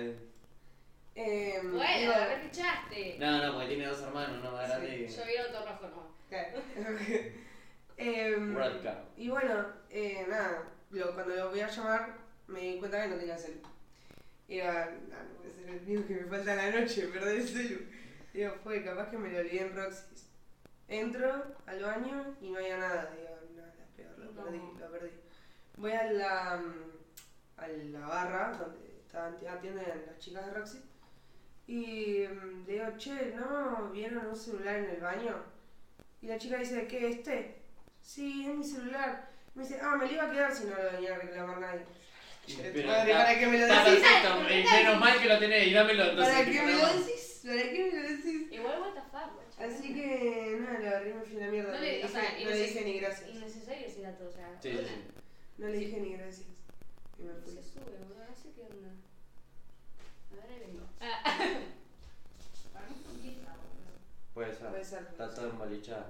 [SPEAKER 5] Eh,
[SPEAKER 3] bueno,
[SPEAKER 5] digo,
[SPEAKER 3] la refichaste.
[SPEAKER 1] no, no, porque tiene dos hermanos, uno más
[SPEAKER 5] Sí,
[SPEAKER 1] grande
[SPEAKER 3] Yo vi otro rojo, no.
[SPEAKER 5] claro. Em,
[SPEAKER 1] y World Cup.
[SPEAKER 5] Y bueno, eh, nada, lo- cuando lo voy a llamar me di cuenta que no tenía celu. Y Digo, "Ah, no puede ser el mío que me falta a la noche, perdí el celu. Digo, fue, capaz que me lo olvidé en Roxy's. Entro al baño y no había nada. Digo, no, la peor, lo
[SPEAKER 3] No.
[SPEAKER 5] perdí, lo perdí. Voy a la, mm, a la barra donde estaban, atienden las chicas de Roxy y mm, le digo, che, ¿no vieron un celular en el baño? Y la chica dice, ¿qué? ¿Este? Sí, es mi celular. Me dice, ah, me lo iba a quedar si no lo venía a reclamar nadie. Che,
[SPEAKER 1] Pero
[SPEAKER 5] madre,
[SPEAKER 1] está-
[SPEAKER 5] ¿para qué me lo
[SPEAKER 1] Está
[SPEAKER 5] decís?
[SPEAKER 1] perfecto, eh, menos mal que lo tenés y dámelo entonces.
[SPEAKER 5] ¿Para
[SPEAKER 1] que
[SPEAKER 5] qué me
[SPEAKER 1] nada
[SPEAKER 5] lo
[SPEAKER 1] más.
[SPEAKER 5] decís? ¿Para qué me lo decís?
[SPEAKER 3] Igual, what the fuck, guacha.
[SPEAKER 5] Así que, nada, la agarré y me fui a la mierda.
[SPEAKER 3] No
[SPEAKER 5] No
[SPEAKER 3] le-
[SPEAKER 5] le,
[SPEAKER 3] o sea,
[SPEAKER 5] dije, no le
[SPEAKER 3] innecesi-
[SPEAKER 5] dije ni gracias.
[SPEAKER 3] Innecesario ese dato, o sea.
[SPEAKER 1] Sí, sí, sí.
[SPEAKER 5] No le dije ni gracias. Y me
[SPEAKER 3] No
[SPEAKER 5] fui.
[SPEAKER 3] se sube, boludo, no sé qué onda. Ahora vengo. Ah,
[SPEAKER 1] Puede ser.
[SPEAKER 5] Puede ser.
[SPEAKER 1] Está todo embolichado.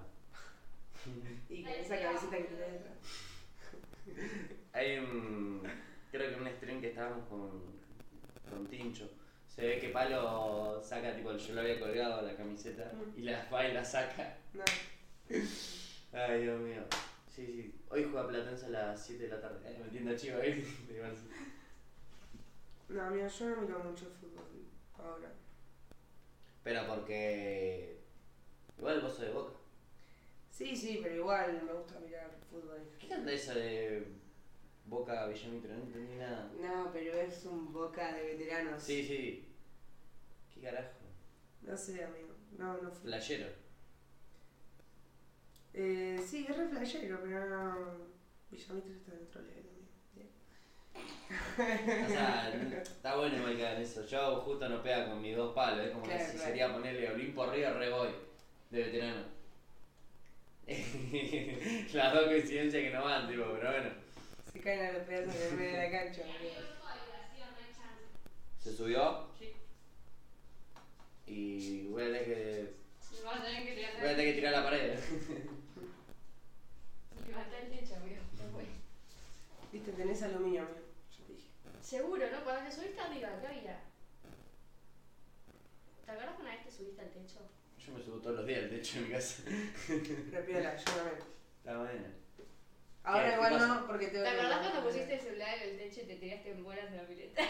[SPEAKER 5] Y con esa cabecita que tiene detrás.
[SPEAKER 1] Hay un. Creo que en un stream que estábamos con. con Tincho. Se ve que Palo saca, tipo, yo lo había colgado la camiseta
[SPEAKER 5] Mm.
[SPEAKER 1] y la va y la saca.
[SPEAKER 5] No.
[SPEAKER 1] Ay, Dios mío. Sí, sí. Hoy juega Platense a las 7 de la tarde. Eh, me entiendo chivo ahí.
[SPEAKER 5] No, mira, yo no miro mucho fútbol ahora.
[SPEAKER 1] Pero porque. Igual vos sos de boca.
[SPEAKER 5] Sí, sí, pero igual me gusta mirar fútbol.
[SPEAKER 1] ¿Qué onda eso de. Boca Villamitro? No entendí nada.
[SPEAKER 5] No, pero es un boca de veteranos.
[SPEAKER 1] Sí, sí. ¿Qué carajo?
[SPEAKER 5] No sé, amigo. No, no fui.
[SPEAKER 1] Playero.
[SPEAKER 5] Eh, sí, es re flashero, pero no. Villamitra está en otro level, amigo. Bien.
[SPEAKER 1] O sea, está bueno igual que hagan eso. Yo justo no pega con mis dos palos. Es como que
[SPEAKER 5] Claro,
[SPEAKER 1] si
[SPEAKER 5] claro.
[SPEAKER 1] sería ponerle Olimpo Río re voy. De veterano. Las dos coincidencias que no van, tipo, pero bueno.
[SPEAKER 5] Se caen a los pedazos en el medio de la cancha, amigo.
[SPEAKER 1] Se subió. Y voy a tener que.
[SPEAKER 3] me vas a tener que tirar
[SPEAKER 1] Voy a tener que tirar la pared.
[SPEAKER 3] Me mata el techo, amigo. Me voy.
[SPEAKER 5] Viste, tenés aluminio, amigo. Yo te dije.
[SPEAKER 3] Seguro, ¿no? Cuando te subiste arriba, ¿qué había? ¿Te acuerdas una vez que subiste al techo?
[SPEAKER 1] Yo me subo todos los días al techo de mi casa.
[SPEAKER 5] Repiola, yo también.
[SPEAKER 1] Está bueno.
[SPEAKER 5] Ahora
[SPEAKER 1] ¿Qué
[SPEAKER 5] igual
[SPEAKER 1] pasa?
[SPEAKER 5] no, porque
[SPEAKER 3] ¿Te
[SPEAKER 5] tengo que-
[SPEAKER 3] acordás cuando pusiste el celular en el techo y te tiraste en bolas de la pileta?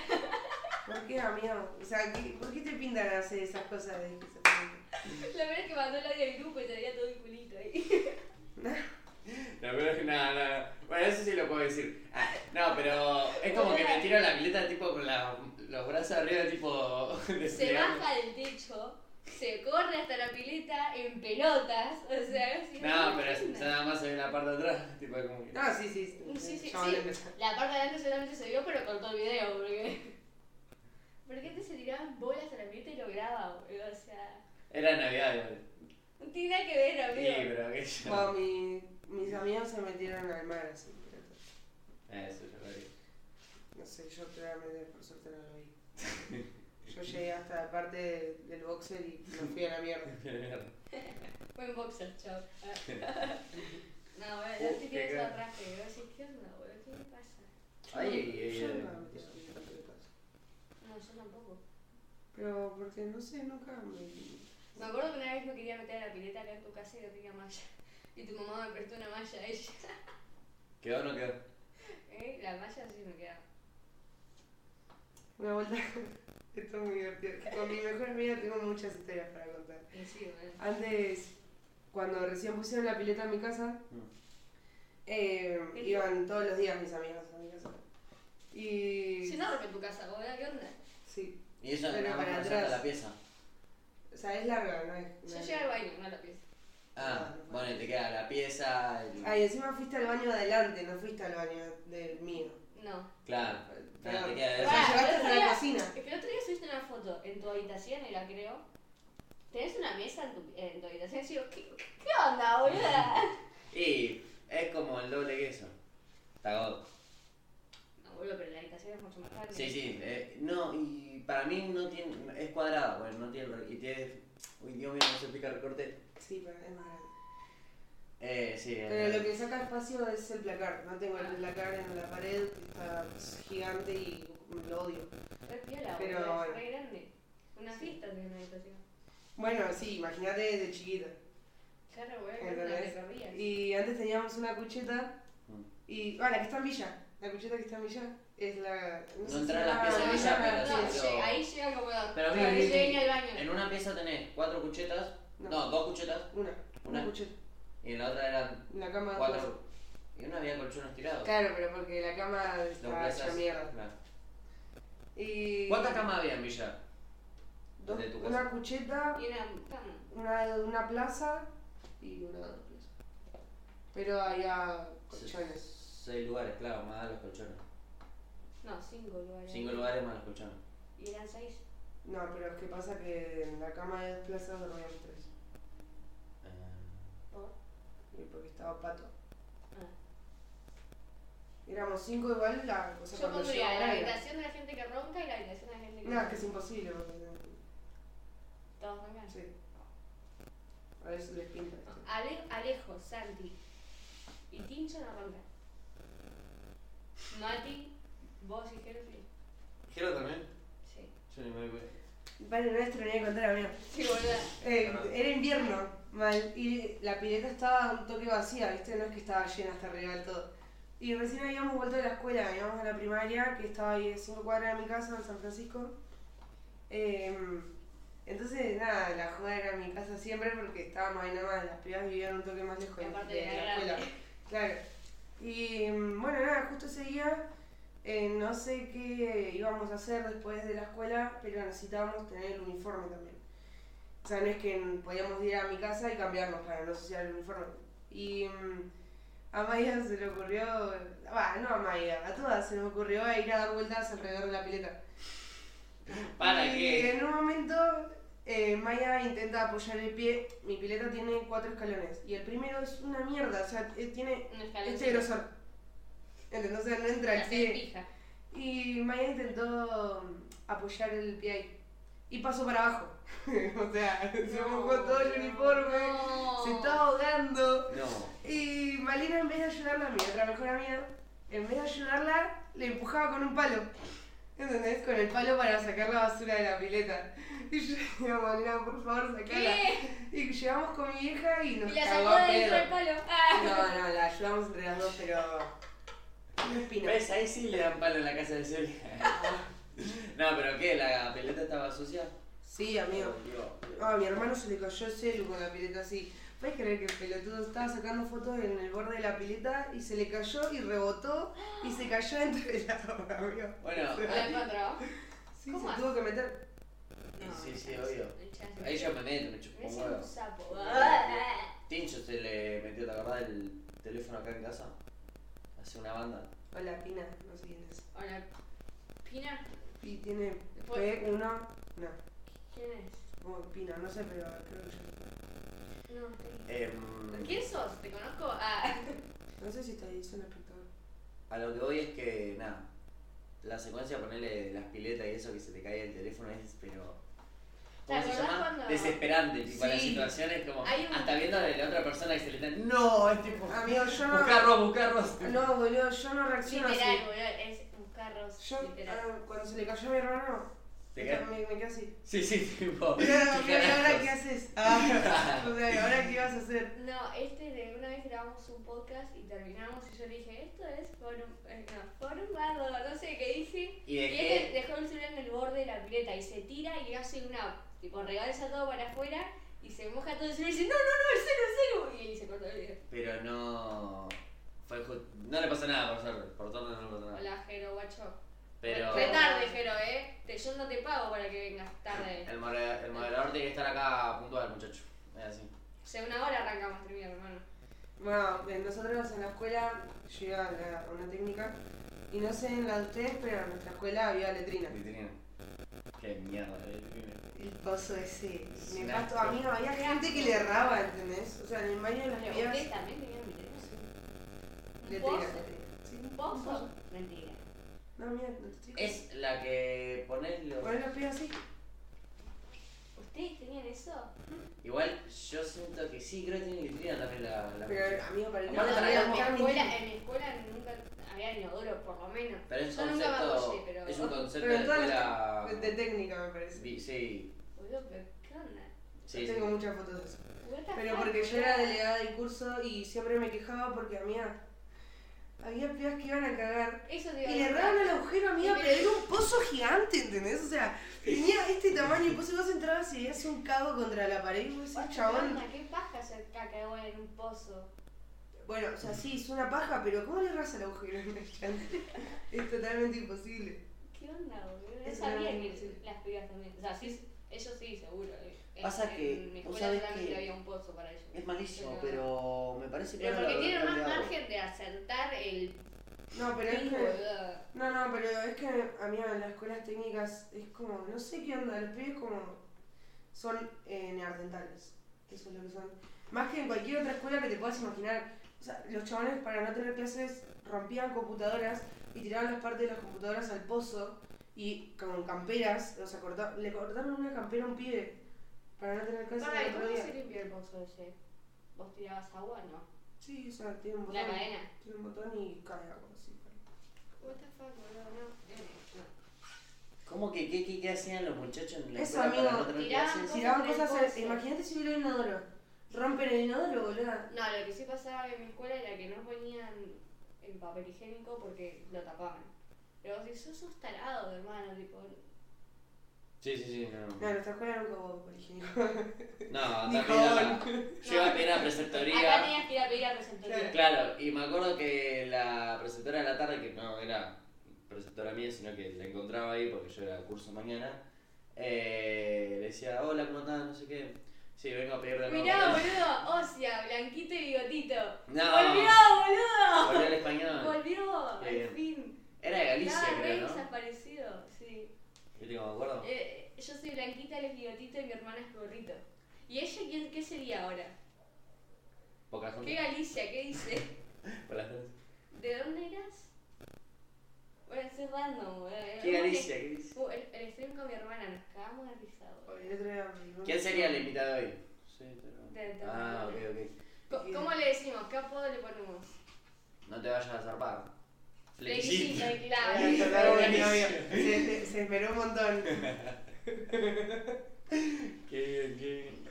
[SPEAKER 5] ¿Por qué, amigo? O sea, ¿qué- ¿por qué te pintan a hacer esas cosas de que se ponen?
[SPEAKER 3] La verdad es que mandó el audio al grupo y te veía todo el culito ahí.
[SPEAKER 1] No, pero no, no, no. Bueno, eso sí lo puedo decir. Ah, no, pero es como que me tiro a la pileta tipo con la- los brazos arriba, tipo.
[SPEAKER 3] Se
[SPEAKER 1] desplegando.
[SPEAKER 3] baja del techo, se corre hasta la pileta en pelotas. O sea, así.
[SPEAKER 1] No, pero
[SPEAKER 3] es
[SPEAKER 1] es- nada más se ve la parte de atrás, tipo como que.
[SPEAKER 5] No, sí, sí.
[SPEAKER 3] Sí, sí,
[SPEAKER 5] ya van a
[SPEAKER 3] sí.
[SPEAKER 5] empezar.
[SPEAKER 3] La parte de adelante solamente se vio, pero cortó el video, porque. Porque antes se tiraban bolas a la pileta y lo graba, boludo. O sea.
[SPEAKER 1] Era Navidad igual.
[SPEAKER 3] No tiene nada que ver,
[SPEAKER 1] Sí,
[SPEAKER 3] amigo.
[SPEAKER 1] pero aquello.
[SPEAKER 5] Cuando mi- mis amigos se metieron al mar así. pero
[SPEAKER 1] Eso yo lo vi.
[SPEAKER 5] No sé, yo claramente por suerte no lo vi. Yo llegué hasta la parte de- del boxer y me fui a la mierda.
[SPEAKER 3] Buen boxer, chao. no, bueno, yo sí
[SPEAKER 1] Uh,
[SPEAKER 3] tienes
[SPEAKER 1] qué
[SPEAKER 3] esa
[SPEAKER 1] cara.
[SPEAKER 3] traje. Yo decís, ¿qué onda, boludo? ¿Qué le pasa?
[SPEAKER 1] Ay,
[SPEAKER 5] Yo-
[SPEAKER 1] ay, ay,
[SPEAKER 5] yo
[SPEAKER 1] ay.
[SPEAKER 5] no me metí en ese tipo de cosas.
[SPEAKER 3] No, yo tampoco.
[SPEAKER 5] Pero porque no sé, nunca me.
[SPEAKER 3] Me acuerdo que una vez me quería meter a la pileta acá en tu casa y no tenía malla. Y tu mamá me prestó una malla a ella.
[SPEAKER 1] ¿Quedó o no quedó?
[SPEAKER 3] ¿Eh? La malla sí me quedaba.
[SPEAKER 5] Una vuelta. Esto es muy divertido. Con mi mejor amiga tengo muchas historias para contar.
[SPEAKER 3] Y sí, bueno.
[SPEAKER 5] Antes, cuando recién pusieron la pileta en mi casa,
[SPEAKER 1] Mm.
[SPEAKER 5] eh, iban todos los días mis amigos a mi casa. Y.
[SPEAKER 3] Si no, en tu casa, boludo, ¿qué onda?
[SPEAKER 5] Sí.
[SPEAKER 1] Y ella
[SPEAKER 5] Pero
[SPEAKER 1] nada más
[SPEAKER 5] para
[SPEAKER 1] conocía
[SPEAKER 5] atrás.
[SPEAKER 1] la pieza.
[SPEAKER 5] O sea, es larga, ¿no es?
[SPEAKER 3] Yo llegué al baño, no a la pieza.
[SPEAKER 1] Ah,
[SPEAKER 5] No, no.
[SPEAKER 1] bueno, y te queda la pieza. el-
[SPEAKER 5] Ay, encima fuiste al baño de adelante, no fuiste al baño del mío.
[SPEAKER 3] No.
[SPEAKER 5] Ah.
[SPEAKER 1] Claro.
[SPEAKER 5] Pero-
[SPEAKER 1] te queda
[SPEAKER 5] o sea,
[SPEAKER 1] esa.
[SPEAKER 5] llegaste
[SPEAKER 3] pero
[SPEAKER 5] hasta la
[SPEAKER 3] sería-
[SPEAKER 5] cocina.
[SPEAKER 3] Es que el otro día subiste una foto en tu habitación, y la creo. Tenés una mesa en tu, en tu habitación y digo, ¿qué, qué onda, boluda?
[SPEAKER 1] Y es como el doble queso. Tagod.
[SPEAKER 3] No, boludo, pero la habitación es mucho más grande.
[SPEAKER 1] Sí, sí. eh, no, y para mí no tiene. Es cuadrada, bueno, no tiene. re- Y tiene. Uy, Dios mío, no se pica el corte.
[SPEAKER 5] Sí, pero es más grande.
[SPEAKER 1] Eh, sí. eh,
[SPEAKER 5] Pero lo que saca espacio es el placar. No tengo el placar en la pared, que está gigante y lo odio.
[SPEAKER 3] Re piola,
[SPEAKER 5] Pero
[SPEAKER 3] boludo,
[SPEAKER 5] bueno.
[SPEAKER 3] es re grande. Una fiesta tiene una habitación.
[SPEAKER 5] Bueno, sí, imagínate desde chiquita.
[SPEAKER 3] Claro, boludo, que onda, te
[SPEAKER 5] ¿Entendés?
[SPEAKER 3] corrías.
[SPEAKER 5] Y antes teníamos una cucheta
[SPEAKER 1] Mm.
[SPEAKER 5] y. Ah, la que está en Villa. La cucheta que está en Villa es la.
[SPEAKER 1] No
[SPEAKER 5] sé si
[SPEAKER 1] entrar a
[SPEAKER 5] era-
[SPEAKER 1] las piezas de Villa,
[SPEAKER 5] era-
[SPEAKER 1] pero Ah, sí,
[SPEAKER 3] No,
[SPEAKER 1] sí.
[SPEAKER 3] lleg- ahí llega como dos.
[SPEAKER 1] Pero
[SPEAKER 3] Ahí
[SPEAKER 1] mira,
[SPEAKER 3] llegué ni al baño.
[SPEAKER 1] En una pieza tenés cuatro cuchetas. No,
[SPEAKER 5] No.
[SPEAKER 1] dos cuchetas.
[SPEAKER 5] Una, una,
[SPEAKER 1] Una.
[SPEAKER 5] cucheta.
[SPEAKER 1] Y en la otra eran
[SPEAKER 5] La cama.
[SPEAKER 1] cuatro. Y una había colchones tirados.
[SPEAKER 5] Claro, pero porque la cama está
[SPEAKER 1] Dos
[SPEAKER 5] hecha
[SPEAKER 1] plazas.
[SPEAKER 5] mierda.
[SPEAKER 1] Claro.
[SPEAKER 5] Y.
[SPEAKER 1] ¿Cuántas camas había en Villa?
[SPEAKER 5] Dos,
[SPEAKER 1] de tu casa?
[SPEAKER 5] una cucheta,
[SPEAKER 3] Y una cama.
[SPEAKER 5] una, una plaza y una dos plazas. Pero había colchones.
[SPEAKER 1] Seis lugares, claro, más los colchones.
[SPEAKER 3] No, cinco lugares.
[SPEAKER 1] Cinco lugares más los colchones.
[SPEAKER 3] Y eran seis.
[SPEAKER 5] No, pero es que pasa que en la cama de dos plazas dormíamos tres.
[SPEAKER 1] Eh,
[SPEAKER 5] Y Porque estaba pato.
[SPEAKER 3] Ah.
[SPEAKER 5] Éramos cinco igual, la, o sea,
[SPEAKER 3] Yo
[SPEAKER 5] cuando
[SPEAKER 3] pondría
[SPEAKER 5] llegaba
[SPEAKER 3] la
[SPEAKER 5] era-
[SPEAKER 3] habitación de la gente que ronca y la habitación de la gente que
[SPEAKER 5] No, es que es imposible. porque no-
[SPEAKER 3] Todos roncan.
[SPEAKER 5] Sí. A ver si les pinta esto.
[SPEAKER 3] Ale- Alejo, Santi y Tincho no roncan. Mati, vos y Gerfi.
[SPEAKER 1] ¿Quiero también?
[SPEAKER 3] Sí.
[SPEAKER 1] Yo ni me acuerdo.
[SPEAKER 5] El padre nuestro tenía que contar a mí.
[SPEAKER 3] Sí, boluda.
[SPEAKER 5] Eh,
[SPEAKER 1] Ah.
[SPEAKER 5] era invierno, mal. Y la pileta estaba un toque vacía, ¿viste? No es que estaba llena hasta arriba del todo. Y recién habíamos vuelto de la escuela, íbamos a la primaria, que estaba ahí a 5 cuadras de mi casa, en San Francisco. Eh, entonces, nada, la joda era mi casa siempre porque estábamos ahí nada más. Las pibas vivían un toque más lejos de,
[SPEAKER 3] Y aparte
[SPEAKER 5] de
[SPEAKER 3] era
[SPEAKER 5] la escuela.
[SPEAKER 3] grande.
[SPEAKER 5] Claro. Y mm, bueno, nada, justo ese día eh, no sé qué íbamos a hacer después de la escuela, pero necesitábamos tener el uniforme también. O sea, no es que mm, podíamos ir a mi casa y cambiarnos para no asociar el uniforme. Y mm, a Maya se le ocurrió, va, no a Maya, a todas se nos ocurrió ir a dar vueltas alrededor de la pileta.
[SPEAKER 1] ¿Para
[SPEAKER 5] y
[SPEAKER 1] qué?
[SPEAKER 5] en un momento eh, Maya intenta apoyar el pie, mi pileta tiene cuatro escalones y el primero es una mierda, o sea, eh, tiene
[SPEAKER 3] Un
[SPEAKER 5] este
[SPEAKER 3] escaloncito.
[SPEAKER 5] grosor. ¿Entendés? O sea, no entra el
[SPEAKER 3] La
[SPEAKER 5] pie.
[SPEAKER 3] pija.
[SPEAKER 5] Y Maya intentó mm, apoyar el pie ahí. Y pasó para abajo. o sea, se
[SPEAKER 3] No,
[SPEAKER 5] mojó todo el
[SPEAKER 3] no,
[SPEAKER 5] uniforme.
[SPEAKER 3] no.
[SPEAKER 5] Se estaba ahogando.
[SPEAKER 1] No.
[SPEAKER 5] Y Malena, en vez de ayudarla a mi otra mejor amiga, en vez de ayudarla, le empujaba con un palo. ¿Entendés? Con el palo para sacar la basura de la pileta. Y yo le digo, Malena, por favor, sacala.
[SPEAKER 3] ¿Qué?
[SPEAKER 5] Y llegamos con mi vieja y
[SPEAKER 3] Y
[SPEAKER 5] nos
[SPEAKER 3] la
[SPEAKER 5] cagó
[SPEAKER 3] sacó
[SPEAKER 5] a
[SPEAKER 3] de dentro
[SPEAKER 5] pedo.
[SPEAKER 3] del palo. Ah.
[SPEAKER 5] No, no, la ayudamos entre las dos, pero. No espina.
[SPEAKER 1] ¿Ves? Ahí sí le dan palo en la casa de Celia. no, pero ¿qué? ¿La pelota estaba sucia?
[SPEAKER 5] Sí, amigo.
[SPEAKER 1] Digo,
[SPEAKER 5] Ah, mi hermano se le cayó el celu con la pileta así. ¿Puedes creer que el pelotudo estaba sacando fotos en el borde de la pileta y se le cayó y rebotó y se cayó dentro de la ropa, amigo?
[SPEAKER 1] Bueno,
[SPEAKER 3] ¿La
[SPEAKER 1] ahí-
[SPEAKER 3] encontró?
[SPEAKER 5] Sí,
[SPEAKER 3] ¿Cómo
[SPEAKER 5] se
[SPEAKER 3] hace?
[SPEAKER 5] tuvo que meter.
[SPEAKER 1] Sí, sí, sí,
[SPEAKER 3] no,
[SPEAKER 1] obvio.
[SPEAKER 3] el chance.
[SPEAKER 1] ahí yo me meto, me chupó un
[SPEAKER 3] Parece un
[SPEAKER 1] huevo.
[SPEAKER 3] sapo.
[SPEAKER 1] Tincho se le metió, ¿te acordás del teléfono acá en casa? Hace una banda.
[SPEAKER 5] Hola, Pina, no sé quién es.
[SPEAKER 3] Hola. Pina,
[SPEAKER 5] Y tiene
[SPEAKER 3] Pues-
[SPEAKER 5] P1. No,
[SPEAKER 3] ¿quién es?
[SPEAKER 5] supongo que Pina, no sé, pero creo que yo.
[SPEAKER 3] No.
[SPEAKER 1] Em,
[SPEAKER 3] ¿Quién sos? ¿Te conozco? Ah.
[SPEAKER 5] No sé si te hizo un espectador.
[SPEAKER 1] A lo que voy es que, nada, la secuencia ponerle las piletas y eso que se te cae el teléfono es, pero.
[SPEAKER 3] ¿Te
[SPEAKER 1] ¿Cómo se
[SPEAKER 3] acordás
[SPEAKER 1] llama?
[SPEAKER 3] cuando-
[SPEAKER 1] Desesperante, tipo, la
[SPEAKER 3] Sí.
[SPEAKER 1] situación es como.
[SPEAKER 3] Hay un-
[SPEAKER 1] Hasta viendo a la otra persona que se le está. ¡No! Es tipo.
[SPEAKER 5] Amigo, yo no.
[SPEAKER 1] Buscarros, buscarros.
[SPEAKER 5] Ah, No, boludo, yo no reacciono
[SPEAKER 3] Literal,
[SPEAKER 5] así.
[SPEAKER 3] boludo, es buscarros.
[SPEAKER 5] Yo,
[SPEAKER 3] literal.
[SPEAKER 5] ah, cuando se le cayó a mi hermano,
[SPEAKER 1] ¿Te cae?
[SPEAKER 5] me, me quedé así.
[SPEAKER 1] Sí, sí, tipo.
[SPEAKER 5] ¿Y
[SPEAKER 1] ¿qué
[SPEAKER 5] ahora qué
[SPEAKER 1] carajos?
[SPEAKER 5] haces? Ah, o sea, ¿y ¿ahora qué vas a hacer?
[SPEAKER 3] No, este de una vez grabamos un podcast y terminamos y yo le dije, esto es por un, eh, no, por un bardo, no sé qué dije.
[SPEAKER 1] Y
[SPEAKER 3] Y
[SPEAKER 1] dejé.
[SPEAKER 3] este dejó el celular en el borde de la pileta y se tira y hace una, tipo, regalza todo para afuera y se moja todo el celular y dice, no, no, no, el celu, el celu. Y se cortó el video.
[SPEAKER 1] Pero no. Fue ju- No le pasó nada, por suerte. Por todo no le pasó nada.
[SPEAKER 3] Hola, Jero, guacho.
[SPEAKER 1] Pero.
[SPEAKER 3] Re tarde, Jero, eh. Te, yo no te pago para que vengas tarde.
[SPEAKER 1] El, modera- el moderador tiene que estar acá puntual, muchacho. Es así.
[SPEAKER 3] O sea, una hora arrancamos primero, hermano.
[SPEAKER 5] Bueno, eh, nosotros en la escuela, yo iba a la- a una técnica, y no sé en la de ustedes, pero en nuestra escuela había letrina.
[SPEAKER 1] Vitrina. Qué mierda, la vitrina.
[SPEAKER 5] El coso ese,
[SPEAKER 1] Es
[SPEAKER 5] me
[SPEAKER 1] un
[SPEAKER 5] pasto,
[SPEAKER 1] asco.
[SPEAKER 5] amigo, había gente que le erraba, ¿entendés? O sea, en el baño de las
[SPEAKER 3] Pero
[SPEAKER 5] pibas,
[SPEAKER 3] ustedes también tenían videos. ¿Un
[SPEAKER 5] letrina.
[SPEAKER 3] pozo? ¿Un pozo? Mentira.
[SPEAKER 5] No, mira, no te estoy...
[SPEAKER 1] Es la que pones los...
[SPEAKER 5] Poner los pies así.
[SPEAKER 3] ¿Ustedes tenían eso?
[SPEAKER 1] Igual yo siento que sí, creo que tiene vitrina también la... la
[SPEAKER 5] Pero, amigo, para
[SPEAKER 1] No,
[SPEAKER 5] el
[SPEAKER 3] No,
[SPEAKER 5] baño
[SPEAKER 1] no,
[SPEAKER 5] había
[SPEAKER 3] en, mi
[SPEAKER 5] mujer
[SPEAKER 3] escuela,
[SPEAKER 5] ni-
[SPEAKER 3] en mi escuela nunca había inodoro, por lo menos.
[SPEAKER 1] Pero es
[SPEAKER 3] Yo
[SPEAKER 1] un
[SPEAKER 3] nunca me
[SPEAKER 1] concepto...
[SPEAKER 3] apoyé, pero-
[SPEAKER 1] Es un concepto
[SPEAKER 5] Pero
[SPEAKER 1] de
[SPEAKER 5] en todas
[SPEAKER 1] escuela...
[SPEAKER 5] las de, de técnica, me parece.
[SPEAKER 1] Vi- Sí,
[SPEAKER 3] Boludo, pero ¿qué onda?
[SPEAKER 1] sí, sí.
[SPEAKER 5] Tengo muchas fotos de eso.
[SPEAKER 3] What the
[SPEAKER 5] Pero
[SPEAKER 3] fuck,
[SPEAKER 5] porque yo
[SPEAKER 3] boludo?
[SPEAKER 5] era delegada del curso y siempre me quejaba porque, amiga, había pibas que iban a cagar.
[SPEAKER 3] Eso te
[SPEAKER 5] Y
[SPEAKER 3] iba a
[SPEAKER 5] le
[SPEAKER 3] decir.
[SPEAKER 5] erraban el agujero, amiga,
[SPEAKER 3] Y me-
[SPEAKER 5] pero era un pozo gigante, ¿entendés? O sea, tenía este tamaño y vos, y vos entrabas y veías un cago contra la pared y vos
[SPEAKER 3] Oye,
[SPEAKER 5] decís,
[SPEAKER 3] ¿qué
[SPEAKER 5] chabón.
[SPEAKER 3] onda? ¿Qué paja hacer caca de bola en un pozo?
[SPEAKER 5] Bueno, o sea, sí, es una paja, pero ¿cómo le erras al agujero? es totalmente imposible.
[SPEAKER 3] ¿Qué onda, boludo? No
[SPEAKER 5] Eso
[SPEAKER 3] sabía
[SPEAKER 5] era
[SPEAKER 3] que
[SPEAKER 5] imposible.
[SPEAKER 3] las pibas también. O sea, sí, ellos sí, seguro. En-
[SPEAKER 1] Pasa que,
[SPEAKER 3] En mi
[SPEAKER 1] vos
[SPEAKER 3] escuela
[SPEAKER 1] sabés
[SPEAKER 3] solamente
[SPEAKER 1] que-
[SPEAKER 3] había un pozo para ellos.
[SPEAKER 1] Es malísimo,
[SPEAKER 3] Pero-
[SPEAKER 1] pero me parece que...
[SPEAKER 3] Pero
[SPEAKER 1] ahora
[SPEAKER 3] porque
[SPEAKER 1] lo-
[SPEAKER 3] tienen
[SPEAKER 1] lo
[SPEAKER 3] más
[SPEAKER 1] hago.
[SPEAKER 3] margen de acertar el
[SPEAKER 5] No, pero es
[SPEAKER 3] pin,
[SPEAKER 5] que.
[SPEAKER 3] boludo.
[SPEAKER 5] No, no, pero es que a mí en las escuelas técnicas es como, no sé qué onda, los pibes como son eh, neandertales, eso es lo que son. Más que en cualquier otra escuela que te puedas imaginar. O sea, los chabones para no tener clases rompían computadoras y tiraban las partes de las computadoras al pozo y con camperas, o sea, corta- le cortaron una campera a un pibe para no tener clases
[SPEAKER 3] Pará, ¿y
[SPEAKER 5] el otro
[SPEAKER 3] ¿Cómo
[SPEAKER 5] día.
[SPEAKER 3] se limpia el pozo ese? ¿Vos tirabas agua no?
[SPEAKER 5] Sí, o sea, tiene un botón.
[SPEAKER 3] ¿La cadena?
[SPEAKER 5] Tiene un botón y cae agua, sí.
[SPEAKER 3] What the fuck, boludo, no. eh, no.
[SPEAKER 1] ¿Cómo que qué, qué, qué hacían los muchachos en la
[SPEAKER 5] Eso,
[SPEAKER 1] escuela para
[SPEAKER 5] amigo,
[SPEAKER 1] no tener
[SPEAKER 3] tiraban
[SPEAKER 1] clases?
[SPEAKER 3] con-
[SPEAKER 5] Tiraban
[SPEAKER 3] Pozo,
[SPEAKER 5] cosas,
[SPEAKER 3] pozo.
[SPEAKER 5] imagínate si hubiera un inodoro. Rompen el inodoro, boludo.
[SPEAKER 3] No, lo que sí pasaba en mi escuela era que no ponían el papel higiénico porque lo tapaban. Pero vos decís, sos sos tarado, hermano, tipo.
[SPEAKER 1] Sí, sí, sí, no.
[SPEAKER 5] No, nuestra escuela nunca hubo papel higiénico.
[SPEAKER 1] No,
[SPEAKER 5] Ni
[SPEAKER 1] también era-
[SPEAKER 5] jabón.
[SPEAKER 1] Yo iba a pedir a preceptoría.
[SPEAKER 3] Acá tenías que ir a pedir a presentoría.
[SPEAKER 1] Claro, y me acuerdo que la preceptora de la tarde, que no era preceptora mía, sino que la encontraba ahí porque yo era curso mañana, eh, le decía, hola, ¿cómo estás? No sé qué. Sí, vengo a pedir de nuevo.
[SPEAKER 3] Mirá, boludo, Osia, blanquito y bigotito. ¡Volvió,
[SPEAKER 1] No,
[SPEAKER 3] boludo!
[SPEAKER 1] volvió al español.
[SPEAKER 3] ¡Volvió!
[SPEAKER 1] Qué
[SPEAKER 3] Al
[SPEAKER 1] bien.
[SPEAKER 3] fin.
[SPEAKER 1] Era de Galicia,
[SPEAKER 3] Estaba re
[SPEAKER 1] creo, ¿no?
[SPEAKER 3] desaparecido, sí.
[SPEAKER 1] Yo digo, me acuerdo.
[SPEAKER 3] Eh, yo soy blanquita, él es bigotito y mi hermana es gorrito. ¿Y ella quién, qué sería ahora? ¿Qué
[SPEAKER 1] Pocahontas.
[SPEAKER 3] Galicia? ¿Qué Eh, dice?
[SPEAKER 1] Pocahontas.
[SPEAKER 3] ¿De dónde eras? Bueno, estoy random. eh,
[SPEAKER 1] ¿Qué
[SPEAKER 3] eh,
[SPEAKER 1] Galicia? ¿Qué Galicia?
[SPEAKER 3] que- Uh, el, el stream con mi hermana, nos cagamos de risa. boludo.
[SPEAKER 5] El otro día me dijo-
[SPEAKER 1] ¿Quién sería el invitado hoy? Sí,
[SPEAKER 3] Te- te-
[SPEAKER 1] pero... Ah, ok, ok.
[SPEAKER 3] Co- ¿Cómo le decimos? ¿Qué apodo le ponemos?
[SPEAKER 1] No te vayas a zarpar.
[SPEAKER 3] Flequillito,
[SPEAKER 1] Flequillito.
[SPEAKER 5] Ah,
[SPEAKER 3] claro.
[SPEAKER 5] el otro día
[SPEAKER 1] Buenísimo.
[SPEAKER 5] me dijo, Se, se- se esmeró un montón.
[SPEAKER 1] Qué bien, qué bien.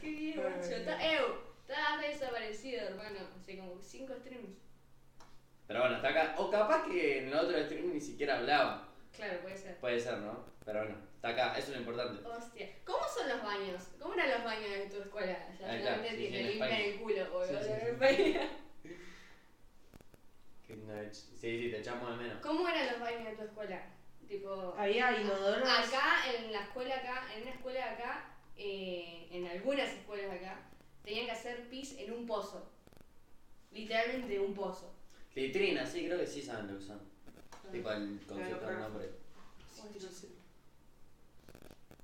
[SPEAKER 3] Qué bien, macho. Está- ¡Ew! Estaba re desaparecido, hermano. Hace como 5 streams.
[SPEAKER 1] Pero bueno, hasta acá. O capaz que en el otro stream ni siquiera hablaba.
[SPEAKER 3] Claro, puede ser.
[SPEAKER 1] Puede ser, ¿no? Pero bueno, está acá, eso es lo importante.
[SPEAKER 3] Hostia, ¿cómo son los baños? ¿Cómo eran los baños de tu escuela? O sea,
[SPEAKER 1] Ahí está, sí,
[SPEAKER 3] solamente te,
[SPEAKER 1] sí,
[SPEAKER 3] te
[SPEAKER 1] en
[SPEAKER 3] limpian
[SPEAKER 1] España.
[SPEAKER 3] el culo, boludo.
[SPEAKER 1] Sí, sí, sí.
[SPEAKER 3] en España.
[SPEAKER 1] Qué nice. Sí, sí, te echamos de menos.
[SPEAKER 3] ¿Cómo eran los baños de tu escuela? Tipo,
[SPEAKER 5] Había inodoros.
[SPEAKER 3] acá en la escuela acá, en una escuela de acá, eh, en algunas escuelas de acá, tenían que hacer pis en un pozo. Literalmente un pozo.
[SPEAKER 1] Litrina, sí, creo que sí saben lo que son. Tipo el concepto
[SPEAKER 5] claro.
[SPEAKER 1] del nombre.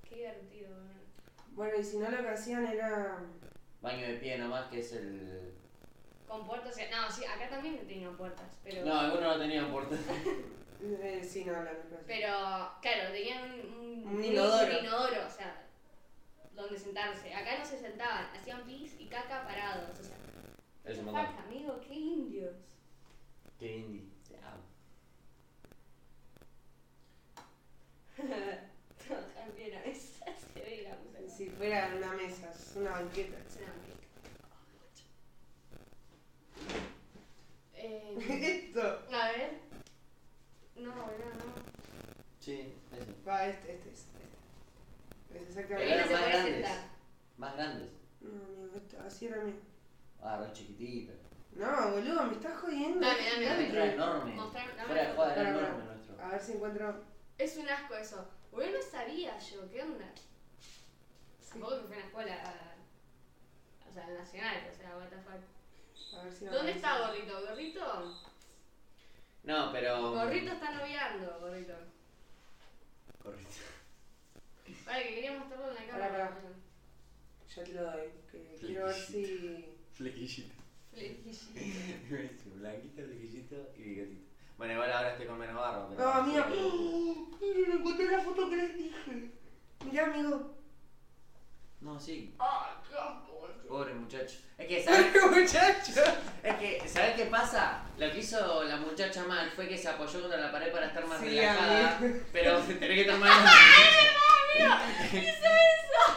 [SPEAKER 3] Qué divertido, boludo.
[SPEAKER 5] Bueno, y si no lo que hacían era
[SPEAKER 1] baño de pie nomás, que es el...
[SPEAKER 3] Con puertas. No, sí, acá también tenían puertas, pero.
[SPEAKER 1] No, algunos no tenían puerta.
[SPEAKER 5] Eh, sí, no, la misma.
[SPEAKER 3] Pero, claro, tenían un, un,
[SPEAKER 5] Un inodoro.
[SPEAKER 3] un inodoro, o sea, donde sentarse. Acá no se sentaban, hacían pis y caca parados. O sea,
[SPEAKER 1] Es un montón.
[SPEAKER 3] fuck, amigo, qué indios.
[SPEAKER 1] Qué indie. Te amo.
[SPEAKER 3] Trabajar bien a veces, se ve la puta. que-
[SPEAKER 5] Si fuera una mesa, es una banqueta.
[SPEAKER 3] Es una banqueta. Eh,
[SPEAKER 5] Esto.
[SPEAKER 3] a ver. No, no, no.
[SPEAKER 1] Sí, eso.
[SPEAKER 5] Va, este, este es. Este. Es
[SPEAKER 3] Pero
[SPEAKER 5] exactamente.
[SPEAKER 1] eran
[SPEAKER 3] se
[SPEAKER 1] más
[SPEAKER 3] puede
[SPEAKER 1] grandes.
[SPEAKER 3] sentar.
[SPEAKER 1] Más grandes.
[SPEAKER 5] No, amigo, esto, así era mío.
[SPEAKER 1] Ah, re chiquitito.
[SPEAKER 5] No, boludo, me estás jodiendo.
[SPEAKER 3] Dame, dame, dame.
[SPEAKER 5] Gigante.
[SPEAKER 1] Era enorme.
[SPEAKER 3] Mostrar- dame
[SPEAKER 1] Fuera de
[SPEAKER 3] la
[SPEAKER 1] joda, era
[SPEAKER 5] foto.
[SPEAKER 1] enorme nuestro.
[SPEAKER 5] A ver si encuentro.
[SPEAKER 3] Es un asco eso. Bueno, no sabía yo, ¿qué onda? Tampoco que fue una escuela. O sea, nacional, o sea, what the fuck.
[SPEAKER 5] A ver si lo
[SPEAKER 3] ¿Dónde
[SPEAKER 5] aparece.
[SPEAKER 3] está Gorrito? ¿Gorrito?
[SPEAKER 1] No, pero...
[SPEAKER 3] Gorrito está noviando, Gorrito.
[SPEAKER 1] Correcto.
[SPEAKER 3] Vale, que quería mostrarlo en la
[SPEAKER 5] Pará,
[SPEAKER 3] cámara.
[SPEAKER 5] pará. Ya te lo doy. Que quiero ver si.
[SPEAKER 1] Flequillito.
[SPEAKER 3] Flequillito.
[SPEAKER 1] Blanquito, flequillito y bigotito. Bueno, igual ahora estoy con menos barro. pero-
[SPEAKER 5] No, amigo. Miren, encontré la foto que les dije. Mirá, amigo.
[SPEAKER 1] No, sí.
[SPEAKER 3] ¡Ah, qué asco!
[SPEAKER 1] Pobre muchacho. Es que, ¿sabes?
[SPEAKER 5] muchacho!
[SPEAKER 1] Es que, ¿sabés qué pasa? Lo que hizo la muchacha mal fue que se apoyó contra la pared para estar más
[SPEAKER 5] Sí,
[SPEAKER 1] relajada.
[SPEAKER 5] amigo.
[SPEAKER 1] Pero tenés que tomar.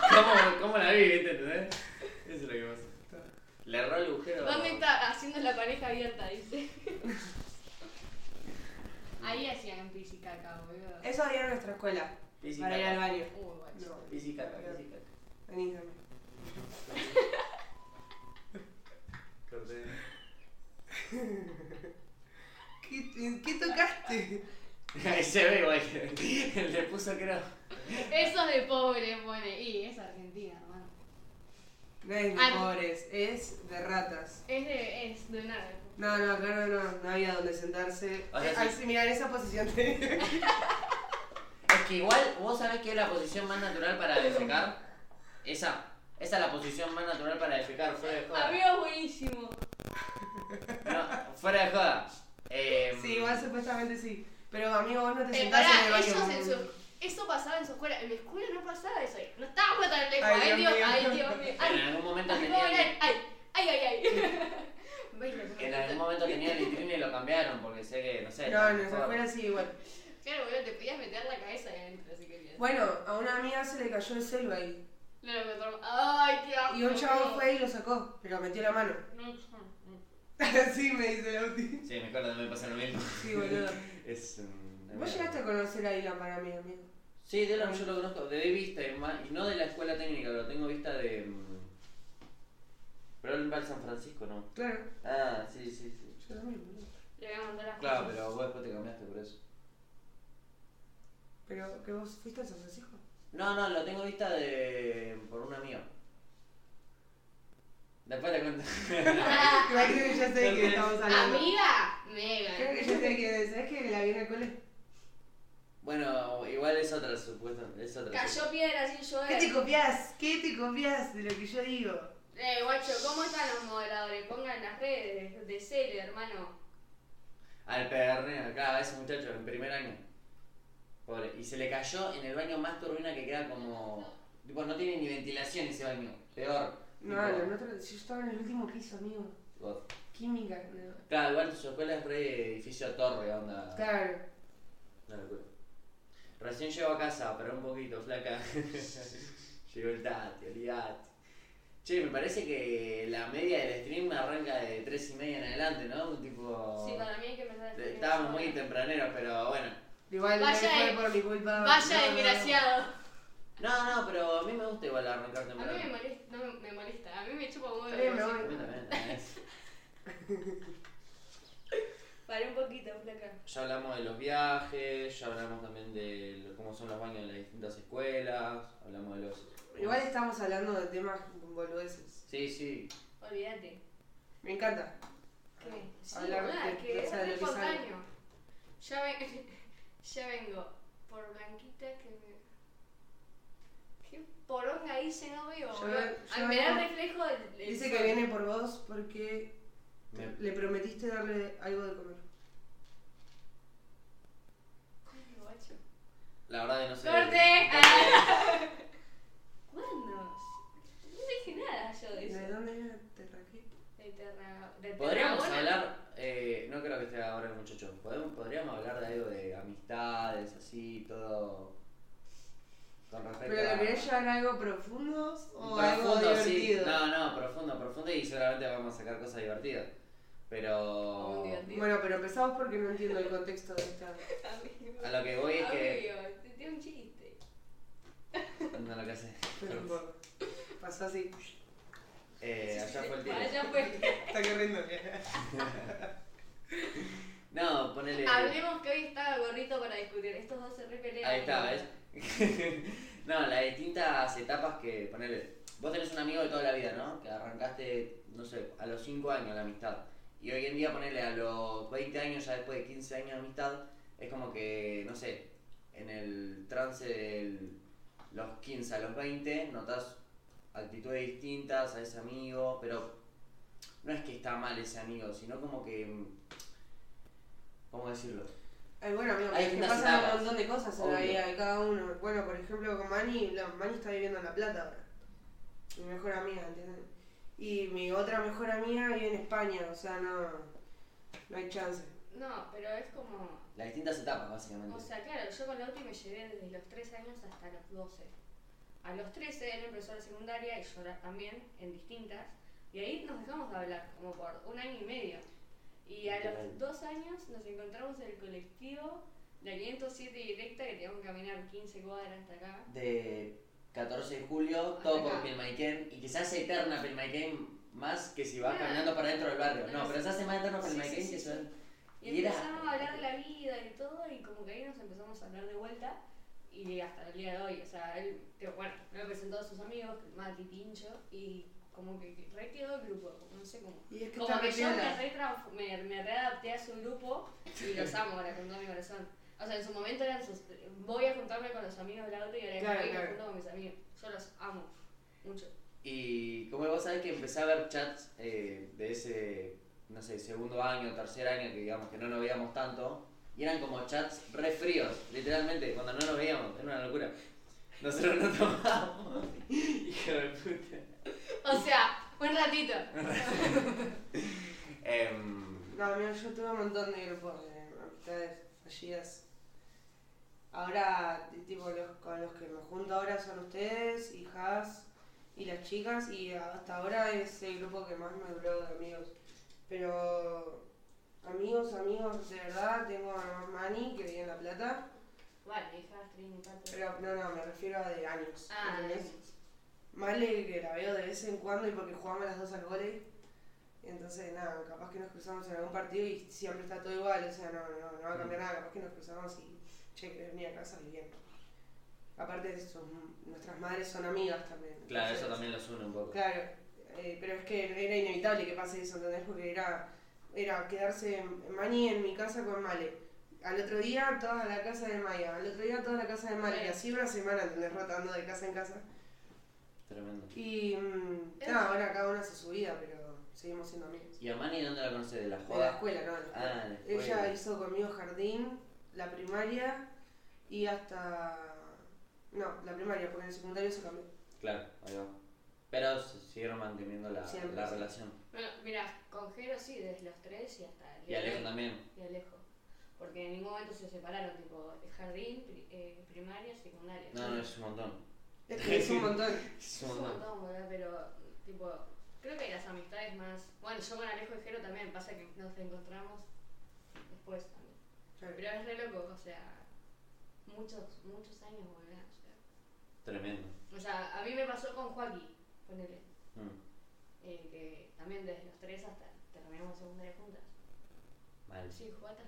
[SPEAKER 1] ¿Cómo, ¿Cómo la vi, viste? ¿Entendés? Eso es lo que pasa. Le erró el agujero.
[SPEAKER 3] ¿Dónde está haciendo la pareja abierta? Dice. Ahí hacían pis y caca, boludo.
[SPEAKER 5] Eso había en nuestra escuela.
[SPEAKER 1] Física.
[SPEAKER 5] Para ir al baño.
[SPEAKER 3] Uy, guacho.
[SPEAKER 5] No.
[SPEAKER 1] Física, física.
[SPEAKER 5] Vení, dame.
[SPEAKER 1] Corté.
[SPEAKER 5] ¿Qué, ¿Qué tocaste?
[SPEAKER 1] Ahí se ve igual que le puso creo.
[SPEAKER 3] Eso es de pobre, pone. Y es Argentina, hermano.
[SPEAKER 5] No es de
[SPEAKER 3] Ah, no.
[SPEAKER 5] pobres, es de ratas.
[SPEAKER 3] Es de, es de una.
[SPEAKER 5] No, no, claro, no. No había donde sentarse.
[SPEAKER 1] O sea,
[SPEAKER 5] Eh,
[SPEAKER 1] sí.
[SPEAKER 5] Ay, sí, mirá, en esa posición te.
[SPEAKER 1] Es que igual, vos sabés que es la posición más natural para defecar. Esa, esa es la posición más natural para defecar, fuera de joda.
[SPEAKER 3] Amigo, buenísimo.
[SPEAKER 1] No, fuera de joda. Eh,
[SPEAKER 5] Sí, igual supuestamente sí. Pero amigo, vos no te
[SPEAKER 3] Eh,
[SPEAKER 5] sentás en
[SPEAKER 3] pará,
[SPEAKER 5] el baño.
[SPEAKER 3] ellos en su, eso pasaba en su escuela. En mi escuela no pasaba eso. No estábamos tan lejos.
[SPEAKER 5] Ay,
[SPEAKER 3] Ay,
[SPEAKER 5] Dios
[SPEAKER 3] Dios,
[SPEAKER 5] mío.
[SPEAKER 3] ay, Dios mío.
[SPEAKER 1] En
[SPEAKER 3] Ay,
[SPEAKER 1] algún momento
[SPEAKER 3] ay,
[SPEAKER 1] tenían,
[SPEAKER 3] ay, ay, ay, ay, ay. Baila,
[SPEAKER 1] en algún momento tenían litrina y lo cambiaron porque sé que, no sé.
[SPEAKER 5] No, en
[SPEAKER 1] joda.
[SPEAKER 5] nuestra escuela sí, igual.
[SPEAKER 3] Claro, boludo, te podías meter la cabeza ahí adentro si querías.
[SPEAKER 5] Bueno, a una amiga se le cayó el celu ahí.
[SPEAKER 3] No lo encontramos. Ay, qué asco.
[SPEAKER 5] Y un
[SPEAKER 3] no.
[SPEAKER 5] chavo fue y lo sacó, pero metió la mano.
[SPEAKER 3] No, no, no.
[SPEAKER 5] Así me dice Lauti.
[SPEAKER 1] Sí, me acuerdo también pasa lo mismo.
[SPEAKER 5] Sí, boludo.
[SPEAKER 1] Es. mm,
[SPEAKER 5] Vos llegaste a conocer a Dylan para mí, amigo.
[SPEAKER 1] Sí, de la yo lo conozco, de vista y más- y no de la escuela técnica, lo tengo vista de. mm, Pero él va al San Francisco, ¿no?
[SPEAKER 5] Claro,
[SPEAKER 1] Ah, sí, sí, sí.
[SPEAKER 5] yo también, boludo.
[SPEAKER 3] Le voy a mandar las
[SPEAKER 1] Claro,
[SPEAKER 3] cosas.
[SPEAKER 1] pero vos después te cambiaste por eso.
[SPEAKER 5] Pero que vos fuiste a San Francisco.
[SPEAKER 1] No, no, lo tengo vista de. por un amigo. Después te cuento.
[SPEAKER 5] Creo que ya sé de qué estamos hablando.
[SPEAKER 3] Amiga,
[SPEAKER 5] Creo
[SPEAKER 3] mega.
[SPEAKER 5] que ya sé de qué. ¿Sabés que la vi en el cole?
[SPEAKER 1] bueno, igual es otra supuesta, es otra.
[SPEAKER 3] Cayó piedra sin llover.
[SPEAKER 5] ¿Qué te copias? ¿Qué te copias de lo que yo digo?
[SPEAKER 3] Eh, guacho, ¿cómo están los moderadores? Pongan las redes de Cele, hermano.
[SPEAKER 1] Al pedernero, acá, a ese muchacho, en primer año. Pobre. Y se le cayó en el baño más turbina que queda como. Tipo, no tiene ni ventilación ese baño. Peor.
[SPEAKER 5] No,
[SPEAKER 1] Tipo,
[SPEAKER 5] no, no, yo estaba en el último piso, amigo.
[SPEAKER 1] vos.
[SPEAKER 5] Química, no.
[SPEAKER 1] Claro, igual su escuela es re edificio torre, onda.
[SPEAKER 5] Claro.
[SPEAKER 1] Una locura. Recién llego a casa, pero un poquito, flaca. Llegó el tati, olvidate. Che, me parece que la media del stream arranca de 3 y media en adelante, ¿no? Un tipo.
[SPEAKER 3] Sí, para mí hay que empezar a hacer
[SPEAKER 1] de- Oh. Estábamos
[SPEAKER 3] eso.
[SPEAKER 1] muy tempraneros, pero bueno.
[SPEAKER 5] Igual no
[SPEAKER 3] Vaya
[SPEAKER 5] fue
[SPEAKER 3] el-
[SPEAKER 5] por mi culpa.
[SPEAKER 3] Vaya
[SPEAKER 5] No, no, no.
[SPEAKER 3] desgraciado.
[SPEAKER 1] No, no, pero a mí me gusta igual arrancar
[SPEAKER 3] A mí
[SPEAKER 1] temprano.
[SPEAKER 3] me molesta, no me, me molesta, a mí me chupa un huevo.
[SPEAKER 5] Está bien, me
[SPEAKER 3] decir,
[SPEAKER 5] voy.
[SPEAKER 1] A mí también, también.
[SPEAKER 3] Paré un poquito, flaca.
[SPEAKER 1] Ya hablamos de los viajes, ya hablamos también de lo- cómo son los baños de las distintas escuelas, hablamos de los.
[SPEAKER 5] Igual estamos hablando de temas boludeces.
[SPEAKER 1] Sí, sí.
[SPEAKER 3] Olvídate.
[SPEAKER 5] Me encanta. Ah,
[SPEAKER 3] ¿Qué? Sí,
[SPEAKER 5] Hablar
[SPEAKER 3] verdad,
[SPEAKER 5] de-
[SPEAKER 3] que
[SPEAKER 5] o
[SPEAKER 3] es
[SPEAKER 5] sea, de
[SPEAKER 3] re
[SPEAKER 5] lo que sale.
[SPEAKER 3] espontáneo. Ya, ven- ya vengo por Blanquita que me... ¿Qué poronga hice? No veo.
[SPEAKER 5] Yo
[SPEAKER 3] boludo.
[SPEAKER 5] veo- yo
[SPEAKER 3] Ay, me da
[SPEAKER 5] veo-
[SPEAKER 3] el reflejo del. del
[SPEAKER 5] Dice
[SPEAKER 3] sol.
[SPEAKER 5] que viene por vos porque
[SPEAKER 1] Me-
[SPEAKER 5] le prometiste darle algo de comer.
[SPEAKER 3] Ay, guacho.
[SPEAKER 1] La verdad que no sé.
[SPEAKER 3] ¡Corte! Ah. ¿Cuándo? No dije nada yo de
[SPEAKER 5] ¿De
[SPEAKER 3] eso.
[SPEAKER 5] dónde era? ¿Te raqué?
[SPEAKER 3] De Terra- de
[SPEAKER 1] Podríamos
[SPEAKER 3] Tarragona.
[SPEAKER 1] hablar, eh, no creo que esté ahora el muchacho, podemos- podríamos hablar de algo de amistades, así, todo con respecto
[SPEAKER 5] ¿Pero
[SPEAKER 1] a...
[SPEAKER 5] lo querés llevar a algo profundo o algo
[SPEAKER 1] Profundo, sí.
[SPEAKER 5] divertido?
[SPEAKER 1] No, no, profundo, profundo y seguramente vamos a sacar cosas divertidas. Pero
[SPEAKER 3] Muy divertido.
[SPEAKER 5] Bueno, pero empezamos porque no entiendo el contexto de esta.
[SPEAKER 1] a lo que voy es que...
[SPEAKER 3] Amigo, te tiene un chiste.
[SPEAKER 1] No lo que hace.
[SPEAKER 5] Pero un poco. Pasó así.
[SPEAKER 1] Eh, allá fue el tiro.
[SPEAKER 3] Allá fue.
[SPEAKER 5] Está corriendo.
[SPEAKER 1] No, ponele...
[SPEAKER 3] Hablemos que hoy está gorrito para discutir. Estos dos se repelean.
[SPEAKER 1] Ahí está, ¿ves? no, las distintas etapas que, ponele, vos tenés un amigo de toda la vida, ¿no? Que arrancaste, no sé, a los 5 años la amistad. Y hoy en día, ponele, a los 20 años, ya después de 15 años de amistad, es como que, no sé, en el trance de los 15 a los 20, notas actitudes distintas a ese amigo, pero no es que está mal ese amigo, sino como que... mm, ¿Cómo decirlo?
[SPEAKER 5] Ay, bueno, amigo,
[SPEAKER 1] Hay
[SPEAKER 5] es que
[SPEAKER 1] unas
[SPEAKER 5] pasan un
[SPEAKER 1] etapas.
[SPEAKER 5] montón de cosas en la
[SPEAKER 1] Obvio.
[SPEAKER 5] vida de cada uno. Bueno, por ejemplo, con Mani, la- Mani está viviendo en La Plata ahora. Mi mejor amiga, ¿entienden? Y mi otra mejor amiga vive en España, o sea, no, no hay chance.
[SPEAKER 3] No, pero es como.
[SPEAKER 1] Las distintas etapas, básicamente.
[SPEAKER 3] O sea, claro, yo con Lauti me llevé desde los 3 años hasta los 12. A los 13 él empezó la secundaria y yo la- también, en distintas. Y ahí nos dejamos de hablar, como por un año y medio. Y a
[SPEAKER 1] Literal.
[SPEAKER 3] los 2 años nos encontramos en el colectivo de 507 directa, que teníamos que caminar 15 cuadras hasta acá.
[SPEAKER 1] de 14 de julio,
[SPEAKER 3] Hasta
[SPEAKER 1] todo por
[SPEAKER 3] acá.
[SPEAKER 1] Pilmaiquén, y que se hace eterna Pilmaiquén más que si vas
[SPEAKER 3] Claro.
[SPEAKER 1] caminando para dentro del barrio. No,
[SPEAKER 3] No,
[SPEAKER 1] pero se hace más eterno
[SPEAKER 3] Ah. sí,
[SPEAKER 1] Pilmaiquén
[SPEAKER 3] sí,
[SPEAKER 1] que
[SPEAKER 3] sí,
[SPEAKER 1] se-
[SPEAKER 3] sí. Y,
[SPEAKER 1] Y era-
[SPEAKER 3] empezamos a hablar de la vida y todo, y como que ahí nos empezamos a hablar de vuelta, y hasta el día de hoy, o sea, él, que, bueno, me presentó a sus amigos, Mati, Pincho, y como que re quedó el grupo, no sé cómo.
[SPEAKER 5] Y es que
[SPEAKER 3] Como
[SPEAKER 5] está
[SPEAKER 3] que yo me,
[SPEAKER 5] peleada.
[SPEAKER 3] re transf- me, me readapté a su grupo y los amo ahora con todo mi corazón. O sea, en su momento eran sus, voy a juntarme con los amigos de Lauti y ahora
[SPEAKER 5] Claro,
[SPEAKER 3] voy y me
[SPEAKER 5] claro.
[SPEAKER 3] junto con mis amigos. Yo los amo mucho.
[SPEAKER 1] Y como vos sabés que empecé a ver chats eh, de ese, no sé, segundo año, tercer año, que digamos que no nos veíamos tanto, y eran como chats re fríos, literalmente, cuando no nos veíamos, era una locura. Nosotros no tomábamos, hijo de puta.
[SPEAKER 3] O sea, un ratito.
[SPEAKER 1] Em,
[SPEAKER 5] No, amigo, yo tuve un montón de grupos de amistades fallidas. Ahora, t- tipo, los, con los que me junto ahora son ustedes, hijas y las chicas, y hasta ahora es el grupo que más me duró de amigos. Pero amigos, amigos, de verdad, tengo a Mani, que vive en La Plata,
[SPEAKER 3] Vale, hija, Trini, Pato.
[SPEAKER 5] pero no, no, me refiero a de años.
[SPEAKER 3] Ah,
[SPEAKER 5] ¿entendés? Male, que la veo de vez en cuando y porque jugamos las dos al volei. Entonces, nada, capaz que nos cruzamos en algún partido y siempre está todo igual, o sea, no, no, no va a cambiar
[SPEAKER 1] Mm.
[SPEAKER 5] nada, capaz que nos cruzamos y, che, querés venir a casa, bien. Aparte de eso, mm, nuestras madres son amigas también.
[SPEAKER 1] claro, eso
[SPEAKER 5] entonces-
[SPEAKER 1] también los une un poco.
[SPEAKER 5] Claro, eh, pero es que era inevitable que pase eso, ¿entendés? Porque era, era quedarse en- en Mani en mi casa con Male. Al otro día toda la casa de Maya, al otro día toda la casa de Male, y así una semana, ¿entendés? Rotando de casa en casa.
[SPEAKER 1] Tremendo.
[SPEAKER 5] Y mm, nada, ahora cada una se su vida, pero seguimos siendo amigos.
[SPEAKER 1] ¿Y a Mani dónde la conoces? ¿De la
[SPEAKER 5] De la
[SPEAKER 1] joda?
[SPEAKER 5] escuela, ¿no? De la escuela.
[SPEAKER 1] Ah, de la escuela.
[SPEAKER 5] Ella hizo conmigo jardín, la primaria y hasta... No, la primaria, porque en el secundario se cambió.
[SPEAKER 1] Claro, ahí va. Pero s- siguieron manteniendo la,
[SPEAKER 5] Siempre,
[SPEAKER 1] la
[SPEAKER 5] sí.
[SPEAKER 1] relación.
[SPEAKER 3] Bueno, mira, con Jero sí, desde los tres y hasta el
[SPEAKER 1] Y
[SPEAKER 3] día de
[SPEAKER 1] Alejo
[SPEAKER 3] hoy.
[SPEAKER 1] también.
[SPEAKER 3] Y Alejo. Porque en ningún momento se separaron, tipo, jardín, pri- eh, primaria, secundaria.
[SPEAKER 1] No, no, es un montón.
[SPEAKER 5] Es que es un montón.
[SPEAKER 1] Es
[SPEAKER 3] Es
[SPEAKER 1] un
[SPEAKER 3] un
[SPEAKER 1] montón.
[SPEAKER 3] montón, boluda, pero tipo, creo que las amistades más. Bueno, yo con Alejo y Jero también, pasa que nos encontramos después también. Pero es re loco, o sea, muchos, muchos años, boludo.
[SPEAKER 1] Tremendo.
[SPEAKER 3] O sea, o sea, a mí me pasó con Joaquín, ponele,
[SPEAKER 1] Mm,
[SPEAKER 3] eh, que también desde los tres hasta terminamos secundaria juntas.
[SPEAKER 1] mal.
[SPEAKER 3] Sí, Juatas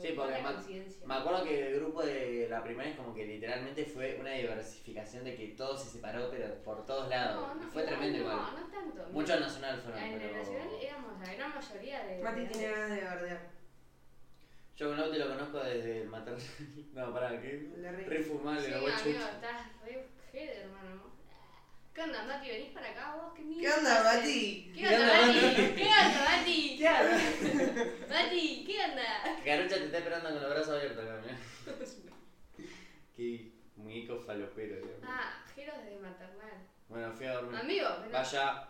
[SPEAKER 1] Sí, porque ma-
[SPEAKER 3] coincidencia.
[SPEAKER 1] Me acuerdo que el grupo de la primaria es como que literalmente fue una diversificación de que todo se separó, pero por todos lados.
[SPEAKER 3] no, no,
[SPEAKER 1] fue
[SPEAKER 3] no,
[SPEAKER 1] tremendo
[SPEAKER 3] no,
[SPEAKER 1] igual.
[SPEAKER 3] No, tanto.
[SPEAKER 1] Muchos nacional fueron,
[SPEAKER 3] En el Nacional
[SPEAKER 1] pero.
[SPEAKER 3] éramos la gran mayoría de.
[SPEAKER 5] Mati
[SPEAKER 3] de-
[SPEAKER 5] tiene ganas de bardear.
[SPEAKER 1] Yo con Lauti lo conozco desde el maternal. no, pará, que.
[SPEAKER 5] Le re-
[SPEAKER 1] Re fumable,
[SPEAKER 3] Sí,
[SPEAKER 1] la
[SPEAKER 3] amigo,
[SPEAKER 1] guachucha.
[SPEAKER 3] estás re Head, hermano. ¿Qué onda, Mati? ¿Venís para acá vos? ¿Qué,
[SPEAKER 5] ¿Qué
[SPEAKER 3] mierda
[SPEAKER 5] onda,
[SPEAKER 3] haces?
[SPEAKER 5] Mati?
[SPEAKER 3] ¿Qué onda,
[SPEAKER 1] ¿Qué onda, Mati?
[SPEAKER 3] Mati? ¿Qué onda, Mati?
[SPEAKER 5] ¿Qué onda?
[SPEAKER 3] Mati, ¿qué onda?
[SPEAKER 1] Garucha te está esperando con los brazos abiertos, también. Qué muñeco falopero, Dios mío.
[SPEAKER 3] Ah, Jero desde maternal.
[SPEAKER 1] Bueno, fui a dormir.
[SPEAKER 3] Amigo, vení.
[SPEAKER 1] Vaya.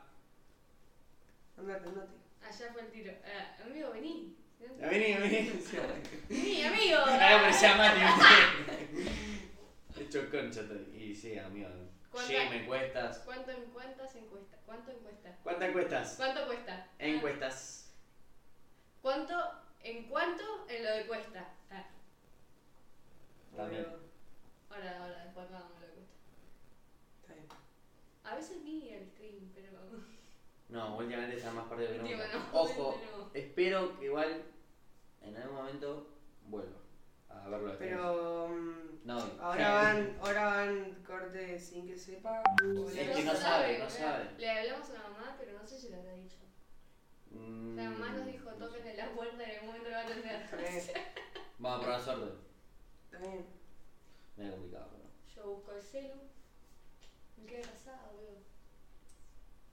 [SPEAKER 5] Andate, andate.
[SPEAKER 3] Allá fue el tiro. Ah, amigo, vení.
[SPEAKER 1] Vení, vení.
[SPEAKER 3] Vení, amigo.
[SPEAKER 1] Ahora parecía Mati. Hecho concha. te- Y sí, amigo.
[SPEAKER 3] ¿Cuánta-
[SPEAKER 1] Che, me cuestas.
[SPEAKER 3] ¿Cuánto en cuántas encuestas? ¿Cuánto encuesta?
[SPEAKER 1] ¿Cuántas cuestas?
[SPEAKER 3] ¿Cuánto cuesta? Ah,
[SPEAKER 1] Encuestas.
[SPEAKER 3] ¿Cuánto en cuánto en lo de cuesta? Ah,
[SPEAKER 1] También.
[SPEAKER 5] Bueno,
[SPEAKER 3] ahora, ahora, después vamos a lo de cuesta.
[SPEAKER 5] Está bien.
[SPEAKER 3] A veces vi el stream, pero.
[SPEAKER 1] No, últimamente está más perdido que
[SPEAKER 3] Digo,
[SPEAKER 1] nunca.
[SPEAKER 3] no,
[SPEAKER 1] Ojo,
[SPEAKER 3] no.
[SPEAKER 1] espero que igual en algún momento vuelva a verlo. de nuevo.
[SPEAKER 5] Pero. mm,
[SPEAKER 1] No, eh,
[SPEAKER 5] Ahora van, ahora van cortes sin que sepa. o
[SPEAKER 1] Es
[SPEAKER 5] la-
[SPEAKER 1] que no sabe, no
[SPEAKER 3] boludo.
[SPEAKER 1] sabe.
[SPEAKER 3] Le hablamos a la mamá, pero no sé si lo habrá dicho.
[SPEAKER 1] Mm,
[SPEAKER 3] La mamá nos dijo, toquen la puerta y en algún momento lo van a
[SPEAKER 5] Está
[SPEAKER 3] atender.
[SPEAKER 5] bien,
[SPEAKER 1] Vamos a probar suerte.
[SPEAKER 5] está bien.
[SPEAKER 1] Me da complicado, pero.
[SPEAKER 3] Yo busco el celu. Me quedé casada, boludo.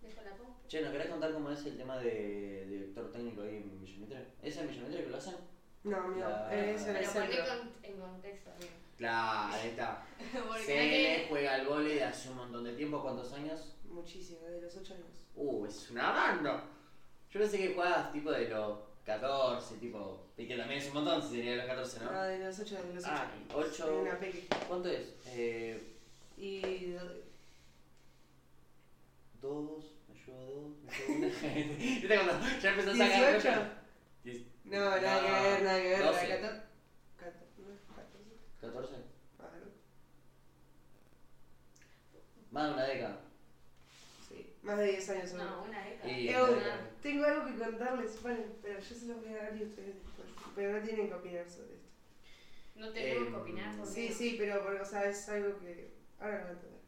[SPEAKER 3] Dejo la compu.
[SPEAKER 1] Che, ¿nos querés contar cómo es el tema de director técnico ahí en Millometría? ¿Es en Millometría que lo hacen?
[SPEAKER 5] No, amigo,
[SPEAKER 1] Ah.
[SPEAKER 5] es en el
[SPEAKER 3] Pero poné
[SPEAKER 5] centro.
[SPEAKER 3] con- en contexto, amigo.
[SPEAKER 1] Claro, ahí está.
[SPEAKER 3] Porque
[SPEAKER 1] CL juega al vóley de hace un montón de tiempo, ¿cuántos años?
[SPEAKER 5] Muchísimo, de los 8 años.
[SPEAKER 1] Uh, es una banda. Yo pensé que jugabas tipo de los 14, tipo. Y que también es un montón, si sería de los 14,
[SPEAKER 5] No,
[SPEAKER 1] ¿no?
[SPEAKER 5] de los 8, de los 8.
[SPEAKER 1] Ah, ocho.
[SPEAKER 5] Una peque.
[SPEAKER 1] ¿Cuánto es? Eh.
[SPEAKER 5] Y.
[SPEAKER 1] Dos, me llevo dos, me llevo una. ¿Viste cuando ya empezás a sacar.
[SPEAKER 5] 18.
[SPEAKER 1] Diez-
[SPEAKER 5] No, nada que ver, nada que ver.
[SPEAKER 1] doce.
[SPEAKER 5] La cator- cator- no, 14.
[SPEAKER 1] 14.
[SPEAKER 5] Ah, ¿no?
[SPEAKER 1] Más de una década.
[SPEAKER 5] Sí, más de 10 años. seguro.
[SPEAKER 3] No, una década.
[SPEAKER 1] Y-
[SPEAKER 5] Eh,
[SPEAKER 1] no.
[SPEAKER 5] bueno, tengo algo que contarles, bueno, pero yo se los voy a dar y ustedes después. Pero no tienen que opinar sobre esto.
[SPEAKER 3] No tenemos que
[SPEAKER 1] Eh,
[SPEAKER 3] opinar sobre
[SPEAKER 5] Sí,
[SPEAKER 3] eso.
[SPEAKER 5] sí, pero porque, o sea, es algo que ahora lo van a entender.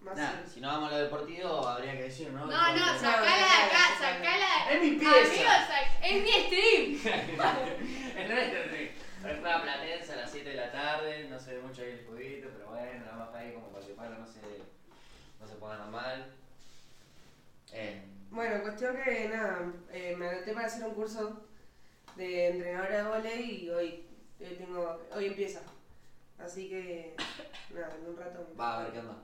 [SPEAKER 5] Más
[SPEAKER 1] Nah,
[SPEAKER 5] o menos.
[SPEAKER 1] si no vamos a lo deportivo, habría que decir, ¿no?
[SPEAKER 3] No, no,
[SPEAKER 1] Porque-
[SPEAKER 3] sacala de acá, sacala de
[SPEAKER 1] Es mi
[SPEAKER 3] Amigos,
[SPEAKER 1] pieza.
[SPEAKER 3] sac- es mi stream.
[SPEAKER 1] Es nuestro stream. Es una platense a las 7 de la tarde, no se ve mucho ahí el juguito, pero bueno, nada más ahí como para que para no se, no se pongan mal. Eh,
[SPEAKER 5] Bueno, cuestión que nada, eh, me anoté para hacer un curso de entrenadora de volei y hoy, hoy tengo, hoy empieza. Así que nada, en un rato.
[SPEAKER 1] va a ver qué onda.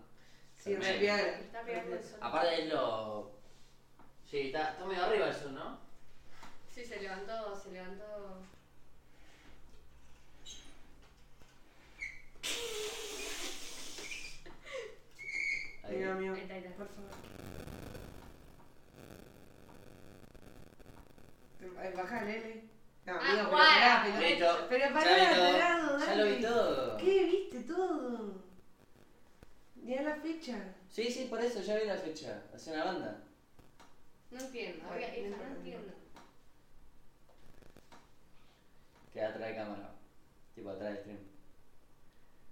[SPEAKER 5] Sí,
[SPEAKER 1] Tremendo.
[SPEAKER 5] repiada.
[SPEAKER 3] Está pegando el sol.
[SPEAKER 1] Aparte es lo. Sí, está, está medio arriba el sur, ¿no?
[SPEAKER 3] Sí, se levantó, se levantó.
[SPEAKER 1] Ahí.
[SPEAKER 5] Mira, amigo,
[SPEAKER 3] Ahí está, ahí está.
[SPEAKER 5] por favor. Eh, Baja el L. No,
[SPEAKER 3] Ah,
[SPEAKER 5] amigo, pero
[SPEAKER 3] guarda.
[SPEAKER 5] pará, pero-
[SPEAKER 1] Listo.
[SPEAKER 5] Pero
[SPEAKER 1] Ya
[SPEAKER 5] pará,
[SPEAKER 1] vi todo.
[SPEAKER 5] tarado,
[SPEAKER 1] Ya lo vi
[SPEAKER 5] dale.
[SPEAKER 1] todo.
[SPEAKER 5] ¿Qué viste todo? Ya la fecha.
[SPEAKER 1] Sí, sí, por eso, ya vi la fecha. Hace una banda.
[SPEAKER 3] No entiendo,
[SPEAKER 5] Bueno,
[SPEAKER 3] oiga, hija,
[SPEAKER 5] no
[SPEAKER 3] no entiendo.
[SPEAKER 1] Queda atrás de cámara. Tipo, atrás del stream.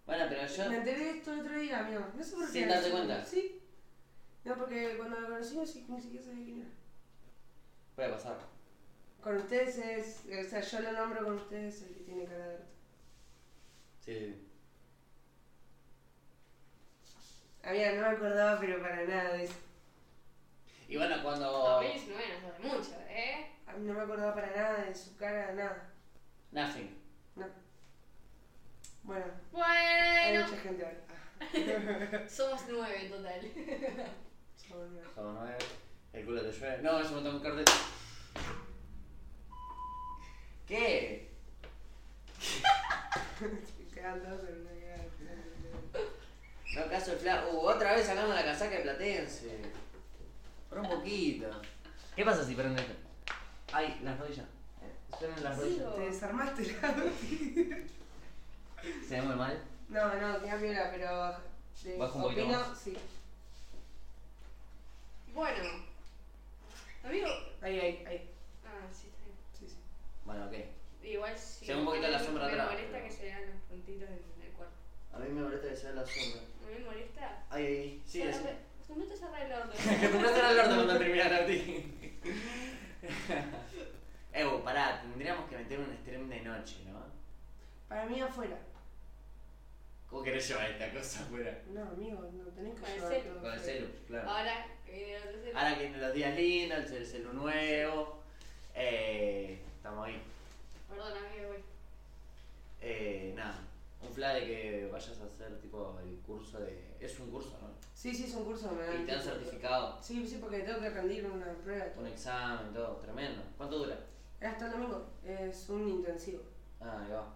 [SPEAKER 1] Bueno, pero yo.
[SPEAKER 5] Me enteré de esto el otro día, amigo. No sé por qué.
[SPEAKER 1] Sin darte cuenta.
[SPEAKER 5] Sí. No, porque cuando lo conocimos sí, ni siquiera sabía quién era.
[SPEAKER 1] Puede pasar.
[SPEAKER 5] Con ustedes es. O sea, yo lo nombro con ustedes el que tiene cara de orto.
[SPEAKER 1] Sí, sí.
[SPEAKER 5] Amiga, no me acordaba, pero para nada de eso.
[SPEAKER 1] Y bueno, cuando.
[SPEAKER 3] 2019 nos hace mucho, ¿eh?
[SPEAKER 5] A mí No me acordaba para nada de su cara, de nada.
[SPEAKER 1] Nothing.
[SPEAKER 5] No. Bueno, hay
[SPEAKER 3] Bueno,
[SPEAKER 5] mucha gente ahora. Ah,
[SPEAKER 3] somos nueve en total.
[SPEAKER 5] somos nueve.
[SPEAKER 1] Como no es. El culo te llueve. No, yo me tengo un cartel. ¿Qué?
[SPEAKER 5] Quedan dos, pero no quedan-
[SPEAKER 1] No caso el fla. Uh, otra vez sacando la casaca de Platense. Por un poquito. ¿Qué pasa si prende esto? Ay, las rodillas. Eh, Suenan las rodillas.
[SPEAKER 5] Te desarmaste la
[SPEAKER 1] Se ve muy mal.
[SPEAKER 5] No, no, queda piola, pero baja. De-
[SPEAKER 1] Baja un poquito
[SPEAKER 5] opino,
[SPEAKER 1] más.
[SPEAKER 5] sí.
[SPEAKER 3] Bueno. Amigo.
[SPEAKER 5] Ahí, ahí, ahí.
[SPEAKER 3] Ah, sí, está bien.
[SPEAKER 5] Sí, sí.
[SPEAKER 1] Bueno, ok.
[SPEAKER 3] Igual sí.
[SPEAKER 1] Se ve un poquito la sombra
[SPEAKER 3] me
[SPEAKER 1] atrás,
[SPEAKER 3] molesta
[SPEAKER 1] pero-
[SPEAKER 3] que se vean los puntitos en el cuerpo.
[SPEAKER 1] A mí me molesta que se vea la sombra.
[SPEAKER 3] ¿No me molesta?
[SPEAKER 1] Ay, ay, sí,
[SPEAKER 3] Cerra-
[SPEAKER 1] sí.
[SPEAKER 3] Tú no te cerras el orto.
[SPEAKER 1] Que te placer al orto cuando terminar a ti. Evo, pará, tendríamos que meter un stream de noche, ¿no?
[SPEAKER 5] Para mí afuera.
[SPEAKER 1] ¿Cómo querés llevar esta cosa afuera?
[SPEAKER 5] No, amigo, no tenés que
[SPEAKER 3] Con el
[SPEAKER 5] llevar
[SPEAKER 3] celu.
[SPEAKER 5] todo.
[SPEAKER 1] Con el celu, claro.
[SPEAKER 3] Ahora eh, que viene otro celu.
[SPEAKER 1] Ahora que vienen los días lindos, el celu- celu nuevo. eh, estamos ahí.
[SPEAKER 3] Perdón, amigo, güey.
[SPEAKER 1] Eh, nada, un fla de que vayas a hacer tipo el curso de. Es un curso, ¿no?
[SPEAKER 5] Sí, sí, es un curso. Me dan
[SPEAKER 1] Y te dan
[SPEAKER 5] tipo-
[SPEAKER 1] certificado,
[SPEAKER 5] Sí, sí, porque tengo que rendir una prueba.
[SPEAKER 1] un examen, todo, tremendo. ¿Cuánto dura?
[SPEAKER 5] Hasta el domingo. Es un intensivo.
[SPEAKER 1] Ah, ahí va.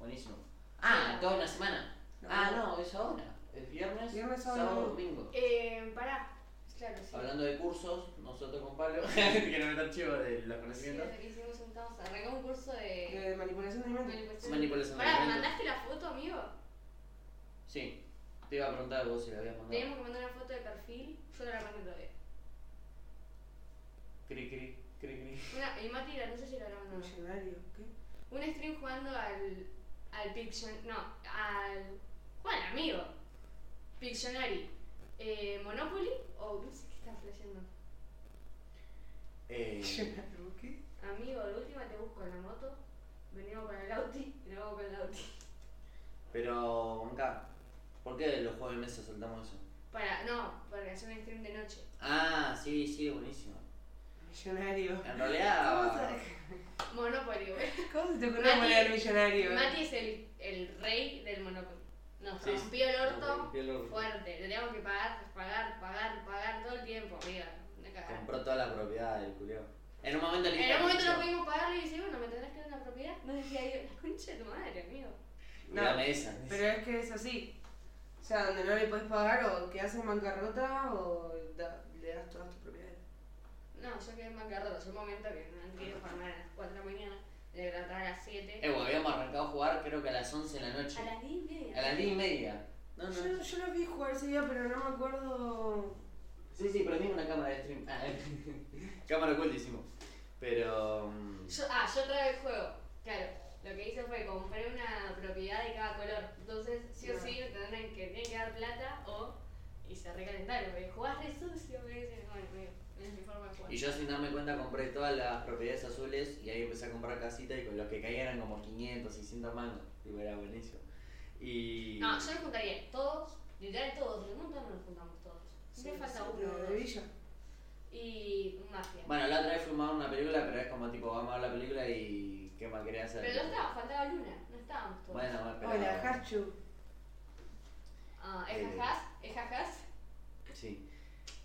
[SPEAKER 1] Buenísimo. Ah, toda una semana.
[SPEAKER 5] No.
[SPEAKER 1] Ah, no, es ahora. Es viernes,
[SPEAKER 5] Viernes, sábado,
[SPEAKER 1] sábado,
[SPEAKER 5] domingo.
[SPEAKER 1] domingo.
[SPEAKER 3] Eh, pará. Claro, sí.
[SPEAKER 1] Hablando de cursos, nosotros con Pablo, que no me tan chivo de los
[SPEAKER 3] Sí,
[SPEAKER 1] conocimientos.
[SPEAKER 3] desde que hicimos un estamos arrancamos un curso de
[SPEAKER 5] De Eh, manipulación de alimentos.
[SPEAKER 3] manipulación.
[SPEAKER 1] Manipulación de
[SPEAKER 3] Pará,
[SPEAKER 1] alimentos.
[SPEAKER 3] ¿mandaste la foto, amigo?
[SPEAKER 1] Sí, te iba a preguntar vos si la habías mandado.
[SPEAKER 3] Teníamos que mandar una foto de perfil. Yo no la mandé todavía.
[SPEAKER 1] Cri, cri, cri, cri.
[SPEAKER 3] Una, y Mati, la- no sé si la habrá mandado.
[SPEAKER 5] Millonario, ¿qué?
[SPEAKER 3] Un stream jugando al. al Pictionary. No, al. ¿Cuál, amigo? Pictionary. Eh, ¿Monopoly? O no sé qué estás flasheando.
[SPEAKER 1] Eh,
[SPEAKER 5] Millonario, ¿qué?
[SPEAKER 3] Amigo, de última te busco en la moto. Venimos con el Audi y nos vamos con el Audi.
[SPEAKER 1] pero, acá, ¿por qué de los juegos de mesa saltamos eso?
[SPEAKER 3] Para, no, para hacer un stream de noche.
[SPEAKER 1] Ah, sí, sí, buenísimo.
[SPEAKER 5] Millonario.
[SPEAKER 1] En
[SPEAKER 5] ¿Cómo
[SPEAKER 1] realidad,
[SPEAKER 5] se-
[SPEAKER 3] Monopoly, güey.
[SPEAKER 5] ¿Cómo se te ocurrió
[SPEAKER 3] Mati-
[SPEAKER 5] poner millonario? eh.
[SPEAKER 3] Mati es el, el rey del Monopoly. Nos
[SPEAKER 1] Sí, sí.
[SPEAKER 3] rompió el
[SPEAKER 1] Nos
[SPEAKER 3] orto
[SPEAKER 1] rompió el orto.
[SPEAKER 3] fuerte. Teníamos que pagar, pagar, pagar, pagar todo el tiempo, amiga. Una cagada.
[SPEAKER 1] compró toda la propiedad del culiao. En un momento le
[SPEAKER 3] En un momento
[SPEAKER 1] dije,
[SPEAKER 3] no pudimos pagarlo y dice, bueno, ¿me tendrás que dar una propiedad? No decía yo, la concha de tu madre, amigo.
[SPEAKER 1] "Mirá la mesa.
[SPEAKER 5] Pero es que es así. O sea, donde no le puedes pagar o quedas en bancarrota o da- le das todas tus propiedades.
[SPEAKER 3] No, yo quedé en bancarrota. Fue un momento que no entré a jugar a las 4 de la mañana, de levantar a las 7.
[SPEAKER 1] Eh, bueno, habíamos arrancado a jugar creo que a las 11 de la noche.
[SPEAKER 3] A las 10 y media.
[SPEAKER 1] Em- A las 10 y media. No, no.
[SPEAKER 5] Yo, yo lo vi jugar ese día, pero no me acuerdo.
[SPEAKER 1] Sí, sí, prendimos una cámara de stream. Ah, cámara oculta hicimos. Pero. mm,
[SPEAKER 3] Yo, ah, yo trae el juego. Claro, lo que hice fue comprar una propiedad de cada color. Entonces, sí o
[SPEAKER 5] Claro.
[SPEAKER 3] sí, me tendrán que, tienen que dar plata o. y se recalentaron. Porque jugás re sucio, me dicen, bueno, amigo, es mi forma de jugar.
[SPEAKER 1] Y yo sin darme cuenta compré todas las propiedades azules y ahí empecé a comprar casita y con los que caían eran como 500, 600 mangos. Tipo, era buenísimo. Y.
[SPEAKER 3] No, yo me juntaría todos, literal todos, en un montón no nos juntamos todos. Me falta uno.
[SPEAKER 5] Lo
[SPEAKER 3] o
[SPEAKER 5] de
[SPEAKER 3] dos.
[SPEAKER 5] Villa.
[SPEAKER 3] Y mafia.
[SPEAKER 1] Bueno, la otra vez fuimos a ver una película, pero es como tipo, vamos a ver la película y. ¿Qué más querés hacer?
[SPEAKER 3] Pero no estaba, faltaba Luna, no estábamos todos.
[SPEAKER 1] Bueno, bueno, pero.
[SPEAKER 5] Hola, Harchu.
[SPEAKER 3] Ah, es
[SPEAKER 1] Eh.
[SPEAKER 3] jajás, es jajás.
[SPEAKER 1] Sí.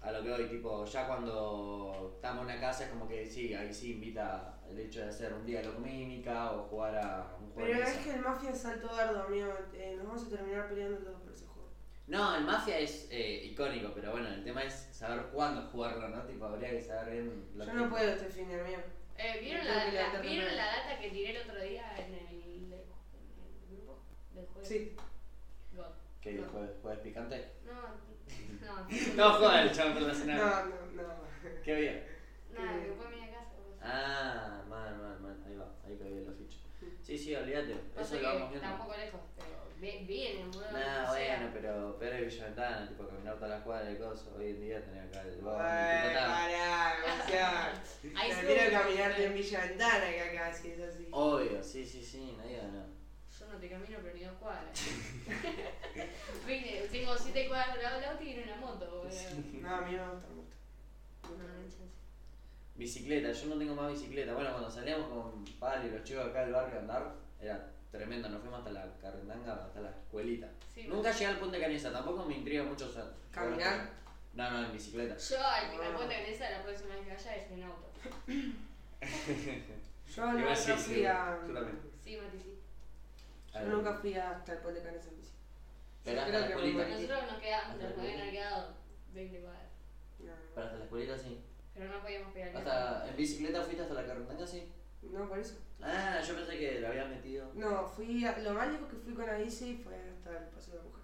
[SPEAKER 1] A lo que hoy, tipo, ya cuando estamos en una casa es como que sí, ahí sí invita el hecho de hacer un diálogo mímica o jugar a un juego de
[SPEAKER 5] Pero es
[SPEAKER 1] mesa.
[SPEAKER 5] que el Mafia es salto bardo, amigo. Eh, nos vamos a terminar peleando todos por ese juego.
[SPEAKER 1] No, el Mafia es eh, icónico, pero bueno, el tema es saber cuándo jugarlo, ¿no? Tipo, habría que saber bien lo
[SPEAKER 5] Yo
[SPEAKER 1] que-
[SPEAKER 5] no puedo este fin de amigo.
[SPEAKER 3] Eh, ¿Vieron,
[SPEAKER 5] Me
[SPEAKER 3] la,
[SPEAKER 5] tengo que
[SPEAKER 3] la-
[SPEAKER 5] levantar
[SPEAKER 3] ¿vieron la
[SPEAKER 5] temprano.
[SPEAKER 3] data que tiré el otro día en el, en el grupo del juego?
[SPEAKER 5] Sí.
[SPEAKER 3] God.
[SPEAKER 1] ¿Qué
[SPEAKER 3] No.
[SPEAKER 1] jueves, jueves picante?
[SPEAKER 3] No, no.
[SPEAKER 1] No, joder, el chabón con la
[SPEAKER 5] No,
[SPEAKER 1] cena.
[SPEAKER 5] no, no.
[SPEAKER 1] ¿Qué bien?
[SPEAKER 3] Nada, que después me vine a casa. pues.
[SPEAKER 1] Ah, mal, mal, mal. Ahí va, ahí pegué los fichos. Sí, sí, olvídate. Eso
[SPEAKER 3] Pasa
[SPEAKER 1] lo
[SPEAKER 3] que
[SPEAKER 1] vamos viendo.
[SPEAKER 3] Tampoco lejos, pero vi- viene, boludo.
[SPEAKER 1] No,
[SPEAKER 3] o sea,
[SPEAKER 1] bueno, pero pero es Villa Ventana, tipo caminar toda la cuadra y cosas. Hoy en día tener acá el bobo,
[SPEAKER 5] Ay, pará, Marcial.
[SPEAKER 3] ahí sí
[SPEAKER 5] Prefiero
[SPEAKER 3] hubo-
[SPEAKER 5] caminarte en Villa Ventana que acá, si es así.
[SPEAKER 1] Obvio, sí, sí, sí, nadie ganó.
[SPEAKER 3] Yo no te camino, pero ni dos cuadras. Vine, tengo siete cuadras al lado del auto y viene una moto, boludo.
[SPEAKER 5] No, a mí me gusta mucho.
[SPEAKER 3] No, no hay chance.
[SPEAKER 1] Bicicleta, yo no tengo más bicicleta. Bueno, cuando salíamos con Pablo y los chicos acá del barrio a andar, era tremendo. Nos fuimos hasta la carretanga, hasta la escuelita.
[SPEAKER 3] Sí,
[SPEAKER 1] Nunca llegué al puente Canesa, tampoco me intriga mucho. o sea,
[SPEAKER 5] ¿Caminar?
[SPEAKER 1] No, no, en bicicleta.
[SPEAKER 3] Yo al que me apunta en esa, la próxima vez que vaya es en auto.
[SPEAKER 5] Yo
[SPEAKER 1] Igual
[SPEAKER 5] nunca
[SPEAKER 1] sí,
[SPEAKER 5] fui
[SPEAKER 1] sí,
[SPEAKER 5] a.
[SPEAKER 1] yo también.
[SPEAKER 3] Sí, Mati, sí.
[SPEAKER 1] A
[SPEAKER 5] Yo
[SPEAKER 1] ver.
[SPEAKER 5] nunca fui hasta el puente de Canes en bici.
[SPEAKER 1] Pero
[SPEAKER 5] yo
[SPEAKER 1] hasta
[SPEAKER 5] creo
[SPEAKER 1] la
[SPEAKER 5] que
[SPEAKER 1] escuelita.
[SPEAKER 5] me-
[SPEAKER 3] Nosotros nos quedamos, nos habían quedado 20 cuadras.
[SPEAKER 5] No,
[SPEAKER 1] Pero hasta la escuelita sí.
[SPEAKER 3] Pero no podíamos pegar nada.
[SPEAKER 1] Hasta, ¿En bicicleta fuiste hasta la carretanga sí?
[SPEAKER 5] no, no, por eso.
[SPEAKER 1] Ah, yo pensé que la habías metido.
[SPEAKER 5] No, fui a- lo más lejos que fui con la bici fue hasta el Paseo de la Mujer.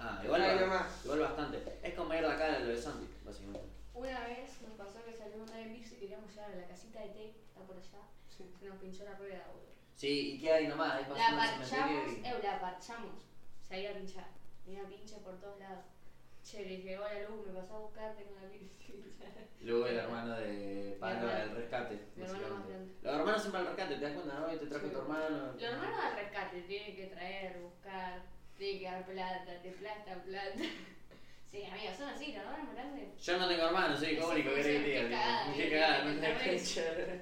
[SPEAKER 1] Ah, igual,
[SPEAKER 5] Ahí
[SPEAKER 1] ba-
[SPEAKER 5] nomás.
[SPEAKER 1] igual bastante. Es como ir de acá a lo de Santi, básicamente.
[SPEAKER 3] Una vez nos pasó que salimos a andar en bici y queríamos llegar a la casita de té, que está por allá.
[SPEAKER 5] Sí.
[SPEAKER 3] Se nos pinchó la rueda, boludo.
[SPEAKER 1] Ah, Sí, ¿y qué hay nomás? Es
[SPEAKER 3] La
[SPEAKER 1] pasando el
[SPEAKER 3] parchamos,
[SPEAKER 1] cementerio y...
[SPEAKER 3] eh, la parchamos. Se iba a pinchar. Tenía pinche por todos lados. Che, le llegó la luz, me pasó a buscar, tengo la bici.
[SPEAKER 1] Luego el hermano de Pablo
[SPEAKER 3] Mi hermano.
[SPEAKER 1] del rescate.
[SPEAKER 3] Mi hermano más
[SPEAKER 1] básicamente.
[SPEAKER 3] grande.
[SPEAKER 1] Los hermanos hacen para el rescate, te das cuenta, ¿no? Y te trajo
[SPEAKER 5] Sí.
[SPEAKER 1] tu hermano.
[SPEAKER 3] Los hermanos al rescate tienen que traer, buscar, tienen que dar plata, te plata, plata. Sí, amigos, son así, los hermanos grandes.
[SPEAKER 1] Yo no tengo hermanos, soy
[SPEAKER 3] Ese
[SPEAKER 1] cómico,
[SPEAKER 3] fue
[SPEAKER 1] ¿qué querés que te
[SPEAKER 3] ese,
[SPEAKER 1] diga?
[SPEAKER 3] qué cagada,
[SPEAKER 1] Qué
[SPEAKER 3] qué
[SPEAKER 1] cagada,
[SPEAKER 3] cagada,
[SPEAKER 1] no te la
[SPEAKER 3] qué
[SPEAKER 1] concha.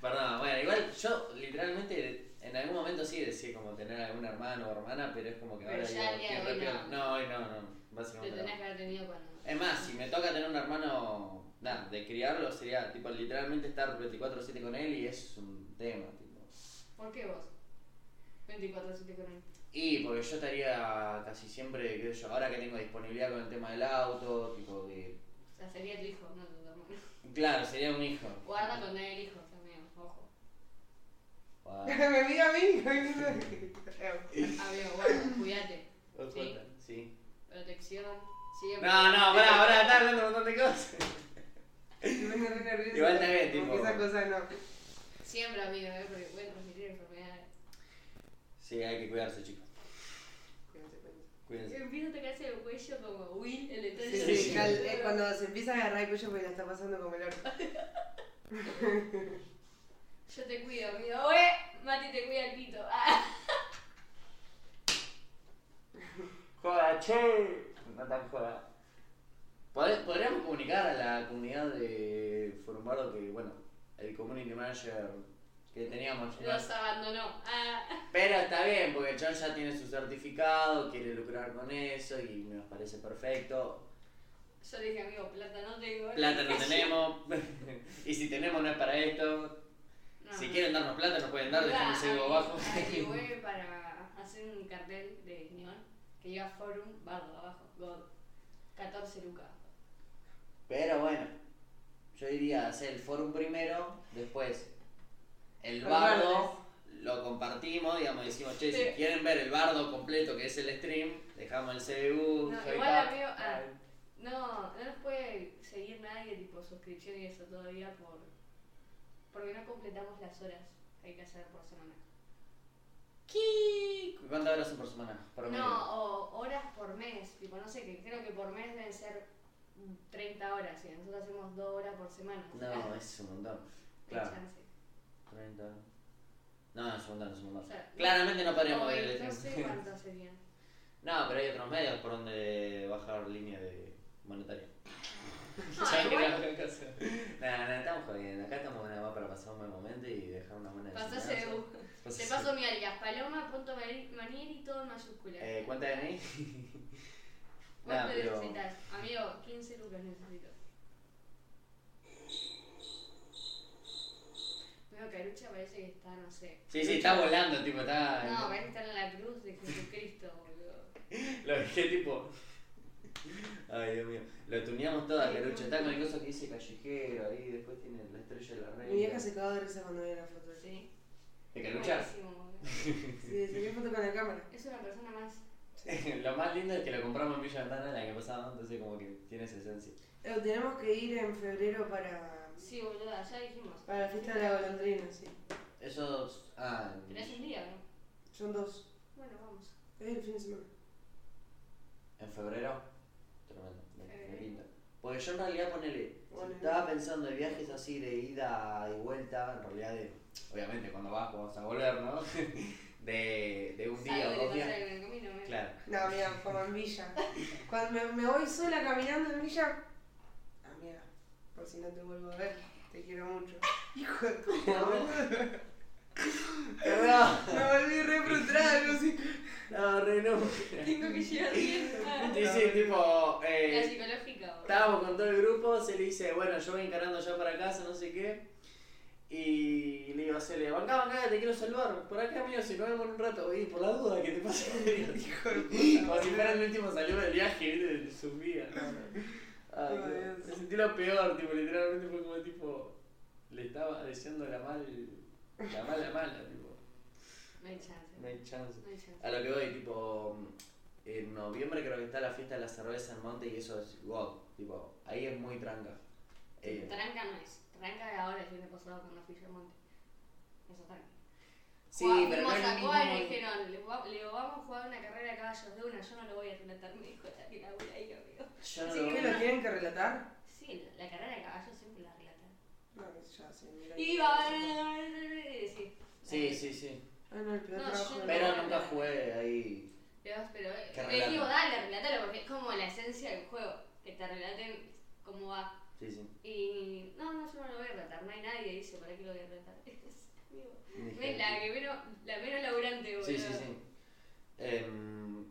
[SPEAKER 1] Perdón, bueno, igual yo literalmente en algún momento sí decía como tener algún hermano o hermana, pero es como que
[SPEAKER 3] Pero
[SPEAKER 1] ahora
[SPEAKER 3] ya al día
[SPEAKER 1] qué
[SPEAKER 3] de hoy
[SPEAKER 1] rápido-
[SPEAKER 3] no.
[SPEAKER 1] No, hoy no, no,
[SPEAKER 3] Lo
[SPEAKER 1] básicamente. no.
[SPEAKER 3] tenés que haber tenido cuando.
[SPEAKER 1] Es más, si me toca tener un hermano, nada, de criarlo sería tipo literalmente estar 24/7 con él y es un tema, tipo.
[SPEAKER 3] ¿Por qué vos? 24 7 con él.
[SPEAKER 1] Y porque yo estaría casi siempre, qué sé yo, ahora que tengo disponibilidad con el tema del auto, tipo que...
[SPEAKER 3] O sea, sería tu hijo, no tu hermano.
[SPEAKER 1] Claro, sería un hijo.
[SPEAKER 3] Guarda con tener hijos también, ojo.
[SPEAKER 1] Guau.
[SPEAKER 5] Me vi a mí.
[SPEAKER 3] Amigo, guarda, cuídate. Sí.
[SPEAKER 1] Sí.
[SPEAKER 3] Protección. Siempre.
[SPEAKER 1] No, no, pará, pará, estás hablando un montón de cosas.
[SPEAKER 5] Me pone re nerviosa.
[SPEAKER 1] Igual está bien,
[SPEAKER 5] Como
[SPEAKER 1] tipo-
[SPEAKER 5] que Esa cosa no.
[SPEAKER 3] Siempre, amigo, ¿eh? porque pueden transmitir enfermedades.
[SPEAKER 1] Sí, hay que cuidarse, chicos.
[SPEAKER 5] Cuídense, cuídense.
[SPEAKER 1] Cuídense.
[SPEAKER 3] Empieza a tocarse el cuello como Will, el detalle.
[SPEAKER 5] Sí,
[SPEAKER 1] Sí,
[SPEAKER 5] sí,
[SPEAKER 1] sí.
[SPEAKER 5] ya el- eh, cuando se empieza a agarrar el cuello porque la está pasando como el orto.
[SPEAKER 3] Yo te cuido, amigo. Oye, Mati te cuida el pito. Ah.
[SPEAKER 1] Joda, che. No tan joda. Pod- Podríamos comunicar a la comunidad de Forumbardo que, bueno, el community manager que teníamos. ¿no?
[SPEAKER 3] Los abandonó. Ah.
[SPEAKER 1] Pero está bien, porque el chabón ya tiene su certificado, quiere lucrar con eso y nos parece perfecto.
[SPEAKER 3] Yo dije, amigo, plata no tengo.
[SPEAKER 1] Plata no tenemos. y si tenemos no es para esto.
[SPEAKER 3] No.
[SPEAKER 1] Si quieren darnos plata nos pueden dar, dejamos
[SPEAKER 3] Iba
[SPEAKER 1] algo
[SPEAKER 3] a-
[SPEAKER 1] abajo.
[SPEAKER 3] averigüé para hacer un cartel de neón que diga Forum Bardo abajo, God. 14 lucas.
[SPEAKER 1] Pero bueno, yo diría hacer el forum primero, después el
[SPEAKER 5] Los
[SPEAKER 1] bardo, lo compartimos, digamos, decimos, che, si
[SPEAKER 3] Sí.
[SPEAKER 1] quieren ver el bardo completo que es el stream, dejamos el CBU,
[SPEAKER 3] No,
[SPEAKER 1] Joy
[SPEAKER 3] igual
[SPEAKER 1] Cup.
[SPEAKER 3] amigo, ah, No, no nos puede seguir nadie, tipo suscripción y eso todavía por porque no completamos las horas que hay que hacer por semana.
[SPEAKER 1] ¿Qué? ¿Cuántas horas son por semana? Por medio?
[SPEAKER 3] No, o horas por mes, tipo, no sé, que creo que por mes deben ser mm, 30 horas y nosotros hacemos 2 horas por semana. o sea,
[SPEAKER 1] No, es un montón.
[SPEAKER 3] hay
[SPEAKER 1] Claro.
[SPEAKER 3] chance.
[SPEAKER 1] 30. No, es un montón, es un montón.
[SPEAKER 3] O sea,
[SPEAKER 1] Claramente no podríamos ver
[SPEAKER 3] Hoy,
[SPEAKER 1] el
[SPEAKER 3] no sé
[SPEAKER 1] stream.
[SPEAKER 3] cuántas serían.
[SPEAKER 1] No, pero hay otros medios por donde bajar línea de monetaria.
[SPEAKER 3] No,
[SPEAKER 1] Ya
[SPEAKER 3] Ah, igual-
[SPEAKER 1] que no, cosa. Nah, nah, estamos jodiendo. Acá estamos nada más para pasar un buen momento y dejar una buena
[SPEAKER 3] Pasás
[SPEAKER 1] enseñanza.
[SPEAKER 3] CBU.
[SPEAKER 1] Pasás
[SPEAKER 3] uh, Te
[SPEAKER 1] CBU.
[SPEAKER 3] paso mi alias, paloma.manieri, todo en mayúsculas.
[SPEAKER 1] Eh, ¿Cuánta de ahí?
[SPEAKER 3] ¿Cuánto
[SPEAKER 1] nah, pero-
[SPEAKER 3] necesitas? Amigo, 15 lucas necesito. Veo Carucha parece que está, no sé.
[SPEAKER 1] Sí, sí, está volando, tipo, está.
[SPEAKER 3] No, parece que está en la cruz de Jesucristo, boludo.
[SPEAKER 1] Lo dejé tipo. Ay, Dios mío. Lo tuneamos toda, Carucha. Está con el coso que dice callejero ahí, después tiene la estrella de la reina.
[SPEAKER 5] Mi vieja se cagó de risa cuando vio la foto. Sí,
[SPEAKER 3] Sí.
[SPEAKER 1] ¿De Carucha?
[SPEAKER 3] Buenísimo, boludo.
[SPEAKER 5] se vio foto con la cámara.
[SPEAKER 3] Es una persona más.
[SPEAKER 1] lo más lindo es que lo compramos en Villa Ventana la que pasaba, entonces como que tiene esa esencia.
[SPEAKER 5] Eh, tenemos que ir en febrero para,
[SPEAKER 3] Sí, boludo, ya dijimos.
[SPEAKER 5] para la fiesta de la golondrina, sí.
[SPEAKER 1] Esos. Ah.
[SPEAKER 3] Tenés un día, ¿no?
[SPEAKER 5] Son dos.
[SPEAKER 3] Bueno, vamos.
[SPEAKER 5] Es el fin de semana.
[SPEAKER 1] En febrero. Tremendo. me- me
[SPEAKER 3] Febrero.
[SPEAKER 1] pinta. Porque yo en realidad ponele. si
[SPEAKER 5] Ponele.
[SPEAKER 1] estaba pensando en viajes así de ida y vuelta, en realidad de. Obviamente cuando vas vamos a volver, ¿no? De, de un día
[SPEAKER 3] Salgo
[SPEAKER 1] o
[SPEAKER 3] de
[SPEAKER 1] dos
[SPEAKER 3] pasar
[SPEAKER 1] días.
[SPEAKER 3] en el camino, ¿eh?
[SPEAKER 1] Claro.
[SPEAKER 5] No, mira, como en Villa. Cuando me, me voy sola caminando en Villa. Amiga, por si no te vuelvo a ver, te quiero mucho. Hijo de puta, boludo.
[SPEAKER 1] No,
[SPEAKER 5] Me volví re frustrada, no sé.
[SPEAKER 1] no, re no.
[SPEAKER 3] Tengo que llegar bien.
[SPEAKER 1] Sí, sí, tipo.
[SPEAKER 3] La
[SPEAKER 1] Eh,
[SPEAKER 3] psicológica, boludo.
[SPEAKER 1] Estábamos con todo el grupo, se le dice, bueno, yo voy encarando ya para casa, no sé qué. Y le digo a Cele, bancá, bancá, te quiero salvar. Por acá, amigo, si nos vemos en un rato, y por la duda que te pasa. Hijo de puta. Como si fuera el último saludo del viaje, viste, de su vida. Ay,
[SPEAKER 5] Ay,
[SPEAKER 1] Dios.
[SPEAKER 5] Dios.
[SPEAKER 1] me sentí lo peor, tipo, literalmente fue como tipo, le estaba diciendo la mal, la mala, mala, tipo,
[SPEAKER 3] No hay chance.
[SPEAKER 1] no hay chance.
[SPEAKER 3] No hay chance.
[SPEAKER 1] A lo que voy, tipo, en noviembre creo que está la fiesta de la cerveza en Monte y eso es wow, tipo, ahí es muy tranca. Eh,
[SPEAKER 3] Tranca no es. Tranca de ahora, el año pasado cuando fui yo al monte. Eso es tranca.
[SPEAKER 1] sí,
[SPEAKER 3] Jugá-
[SPEAKER 1] pero no
[SPEAKER 3] fuimos
[SPEAKER 1] es
[SPEAKER 3] a
[SPEAKER 1] lo mismo.
[SPEAKER 3] jugar y dijeron, le, jugá- le digo, vamos a jugar una carrera de caballos de una, yo no lo voy a relatar, me dijo la tira ahí, amigo.
[SPEAKER 1] Yo no
[SPEAKER 3] Así
[SPEAKER 1] lo
[SPEAKER 3] que
[SPEAKER 5] ¿Qué
[SPEAKER 1] veo.
[SPEAKER 5] lo tienen que relatar?
[SPEAKER 3] Sí, la, la carrera de caballos siempre la relatan.
[SPEAKER 5] No, qué sé yo, se miraron.
[SPEAKER 3] Y va a ver. Sí.
[SPEAKER 1] Sí, sí, sí.
[SPEAKER 5] Ah, no, el peor
[SPEAKER 3] No,
[SPEAKER 5] trabajo
[SPEAKER 3] yo-
[SPEAKER 5] de-
[SPEAKER 1] Pero nunca jugué ahí.
[SPEAKER 3] Pero, pero
[SPEAKER 1] Que
[SPEAKER 3] le
[SPEAKER 1] relate.
[SPEAKER 3] digo, dale, relátalo porque es como la esencia del juego. Que te relaten cómo va.
[SPEAKER 1] Sí, sí.
[SPEAKER 3] Y no, no, yo no lo voy a relatar. No hay nadie dice, ¿para qué lo voy a relatar? Es amigo.
[SPEAKER 1] Dije,
[SPEAKER 3] Es la que menos, la menos laburante, boludo.
[SPEAKER 1] Sí, sí, sí. Em,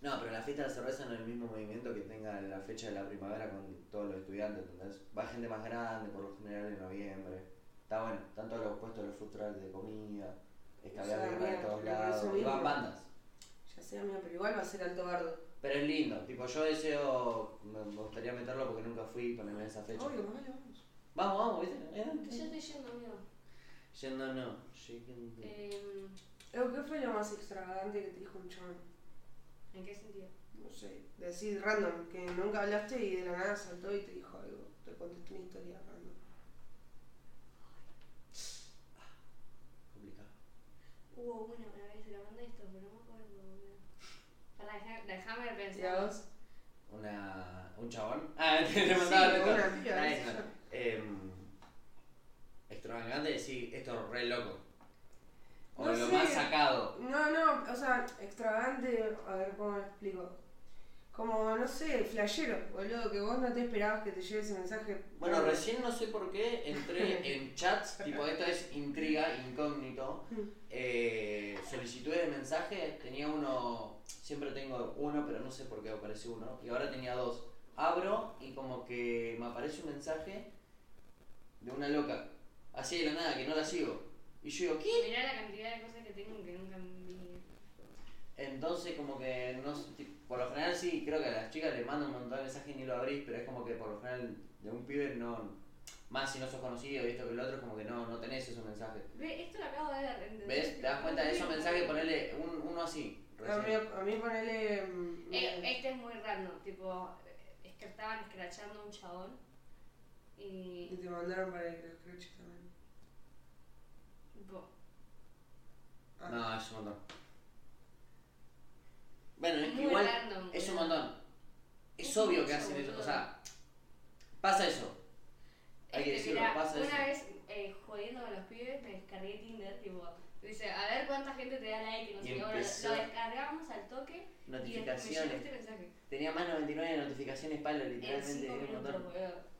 [SPEAKER 1] no, pero la fiesta de la cerveza no es el mismo movimiento que tenga la fecha de la primavera con todos los estudiantes, ¿entendés? Va gente más grande, por lo general en noviembre. Está bueno, están todos los puestos de los food trucks de comida, está
[SPEAKER 5] O sea,
[SPEAKER 1] la birra de
[SPEAKER 5] mira,
[SPEAKER 1] todos
[SPEAKER 5] pero por eso
[SPEAKER 1] lados, y
[SPEAKER 5] mismo.
[SPEAKER 1] van bandas.
[SPEAKER 5] Ya sea mía, pero igual va a ser alto bardo.
[SPEAKER 1] Pero es lindo, tipo yo deseo, me gustaría meterlo porque nunca fui, ponerme esa fecha.
[SPEAKER 5] Obvio, mamá, le vamos.
[SPEAKER 1] Vamos, vamos, ¿viste? Eh,
[SPEAKER 3] Yo estoy yendo, amigo.
[SPEAKER 1] Yendo no, llegando.
[SPEAKER 3] Eh,
[SPEAKER 5] Evo, ¿Qué fue lo más extravagante que te dijo un chabón?
[SPEAKER 3] ¿En qué sentido?
[SPEAKER 5] No sé, decir random, que nunca hablaste y de la nada saltó y te dijo algo. Te contaste una historia random.
[SPEAKER 1] complicado.
[SPEAKER 3] Hubo una, una vez, se la mandé esto, pero no me acuerdo, boludo. Para dejar, déjame
[SPEAKER 5] ¿Y a
[SPEAKER 3] pensar.
[SPEAKER 5] vos?
[SPEAKER 1] Una, un chabón. Ah, le mandaba
[SPEAKER 5] Sí,
[SPEAKER 1] el reto.
[SPEAKER 5] una tía,
[SPEAKER 1] Ah,
[SPEAKER 5] qué
[SPEAKER 1] eso.
[SPEAKER 5] sé yo.
[SPEAKER 1] Em, extravagante, sí, esto es re loco. O
[SPEAKER 5] No
[SPEAKER 1] lo
[SPEAKER 5] sé.
[SPEAKER 1] más sacado.
[SPEAKER 5] No, no, o sea, extravagante, a ver cómo lo explico. Como, no sé, flashero, boludo, que vos no te esperabas que te llegue ese mensaje.
[SPEAKER 1] Bueno, recién no sé por qué entré en chats, tipo esto es intriga, incógnito. Eh, solicitudes de mensaje, tenía uno, siempre tengo uno, pero no sé por qué aparece uno. Y ahora tenía dos. Abro y como que me aparece un mensaje de una loca. Así de la nada, que no la sigo. Y yo digo, ¿qué?
[SPEAKER 3] Mirá la cantidad de cosas que tengo que nunca vi.
[SPEAKER 1] Entonces, como que no s- ti- por lo general sí, creo que a las chicas les mandan un montón de mensajes y ni lo abrís, pero es como que por lo general de un pibe no, más si no sos conocido y esto que lo otro, es como que no, no tenés esos mensajes.
[SPEAKER 3] Ve, esto lo acabo de ver, ¿entendés?
[SPEAKER 1] ¿Ves? ¿Te das cuenta de esos mensajes? Ponele un- uno así.
[SPEAKER 5] A mí,
[SPEAKER 1] recién.
[SPEAKER 5] a mí ponele. mm,
[SPEAKER 3] Eh, este es muy random, tipo, eh, es que estaban escrachando a un chabón.
[SPEAKER 5] Y
[SPEAKER 3] Y.
[SPEAKER 5] te mandaron para el escruche también.
[SPEAKER 3] tipo,
[SPEAKER 5] Ah,
[SPEAKER 1] No, es un montón. Bueno, es que
[SPEAKER 3] muy
[SPEAKER 1] igual
[SPEAKER 3] random.
[SPEAKER 1] es un
[SPEAKER 3] boludo.
[SPEAKER 1] montón. Es,
[SPEAKER 3] Es
[SPEAKER 1] obvio
[SPEAKER 3] mucho,
[SPEAKER 1] que hacen eso, o
[SPEAKER 3] boludo.
[SPEAKER 1] sea, pasa eso. Hay que
[SPEAKER 3] Este,
[SPEAKER 1] decirlo,
[SPEAKER 3] mirá,
[SPEAKER 1] pasa
[SPEAKER 3] Una
[SPEAKER 1] eso.
[SPEAKER 3] vez eh, jodiendo con los pibes, me descargué Tinder, tipo, dice, a ver cuánta gente te da like, no
[SPEAKER 1] Y
[SPEAKER 3] sé qué, bueno,
[SPEAKER 1] empezó-
[SPEAKER 3] lo descargamos al toque y después me llegó
[SPEAKER 1] Notificaciones.
[SPEAKER 3] este mensaje.
[SPEAKER 1] Tenía más 99 notificaciones, palo,
[SPEAKER 3] En
[SPEAKER 1] literalmente, eh,
[SPEAKER 3] cinco
[SPEAKER 1] era un
[SPEAKER 3] minutos,
[SPEAKER 1] montón.
[SPEAKER 3] weón.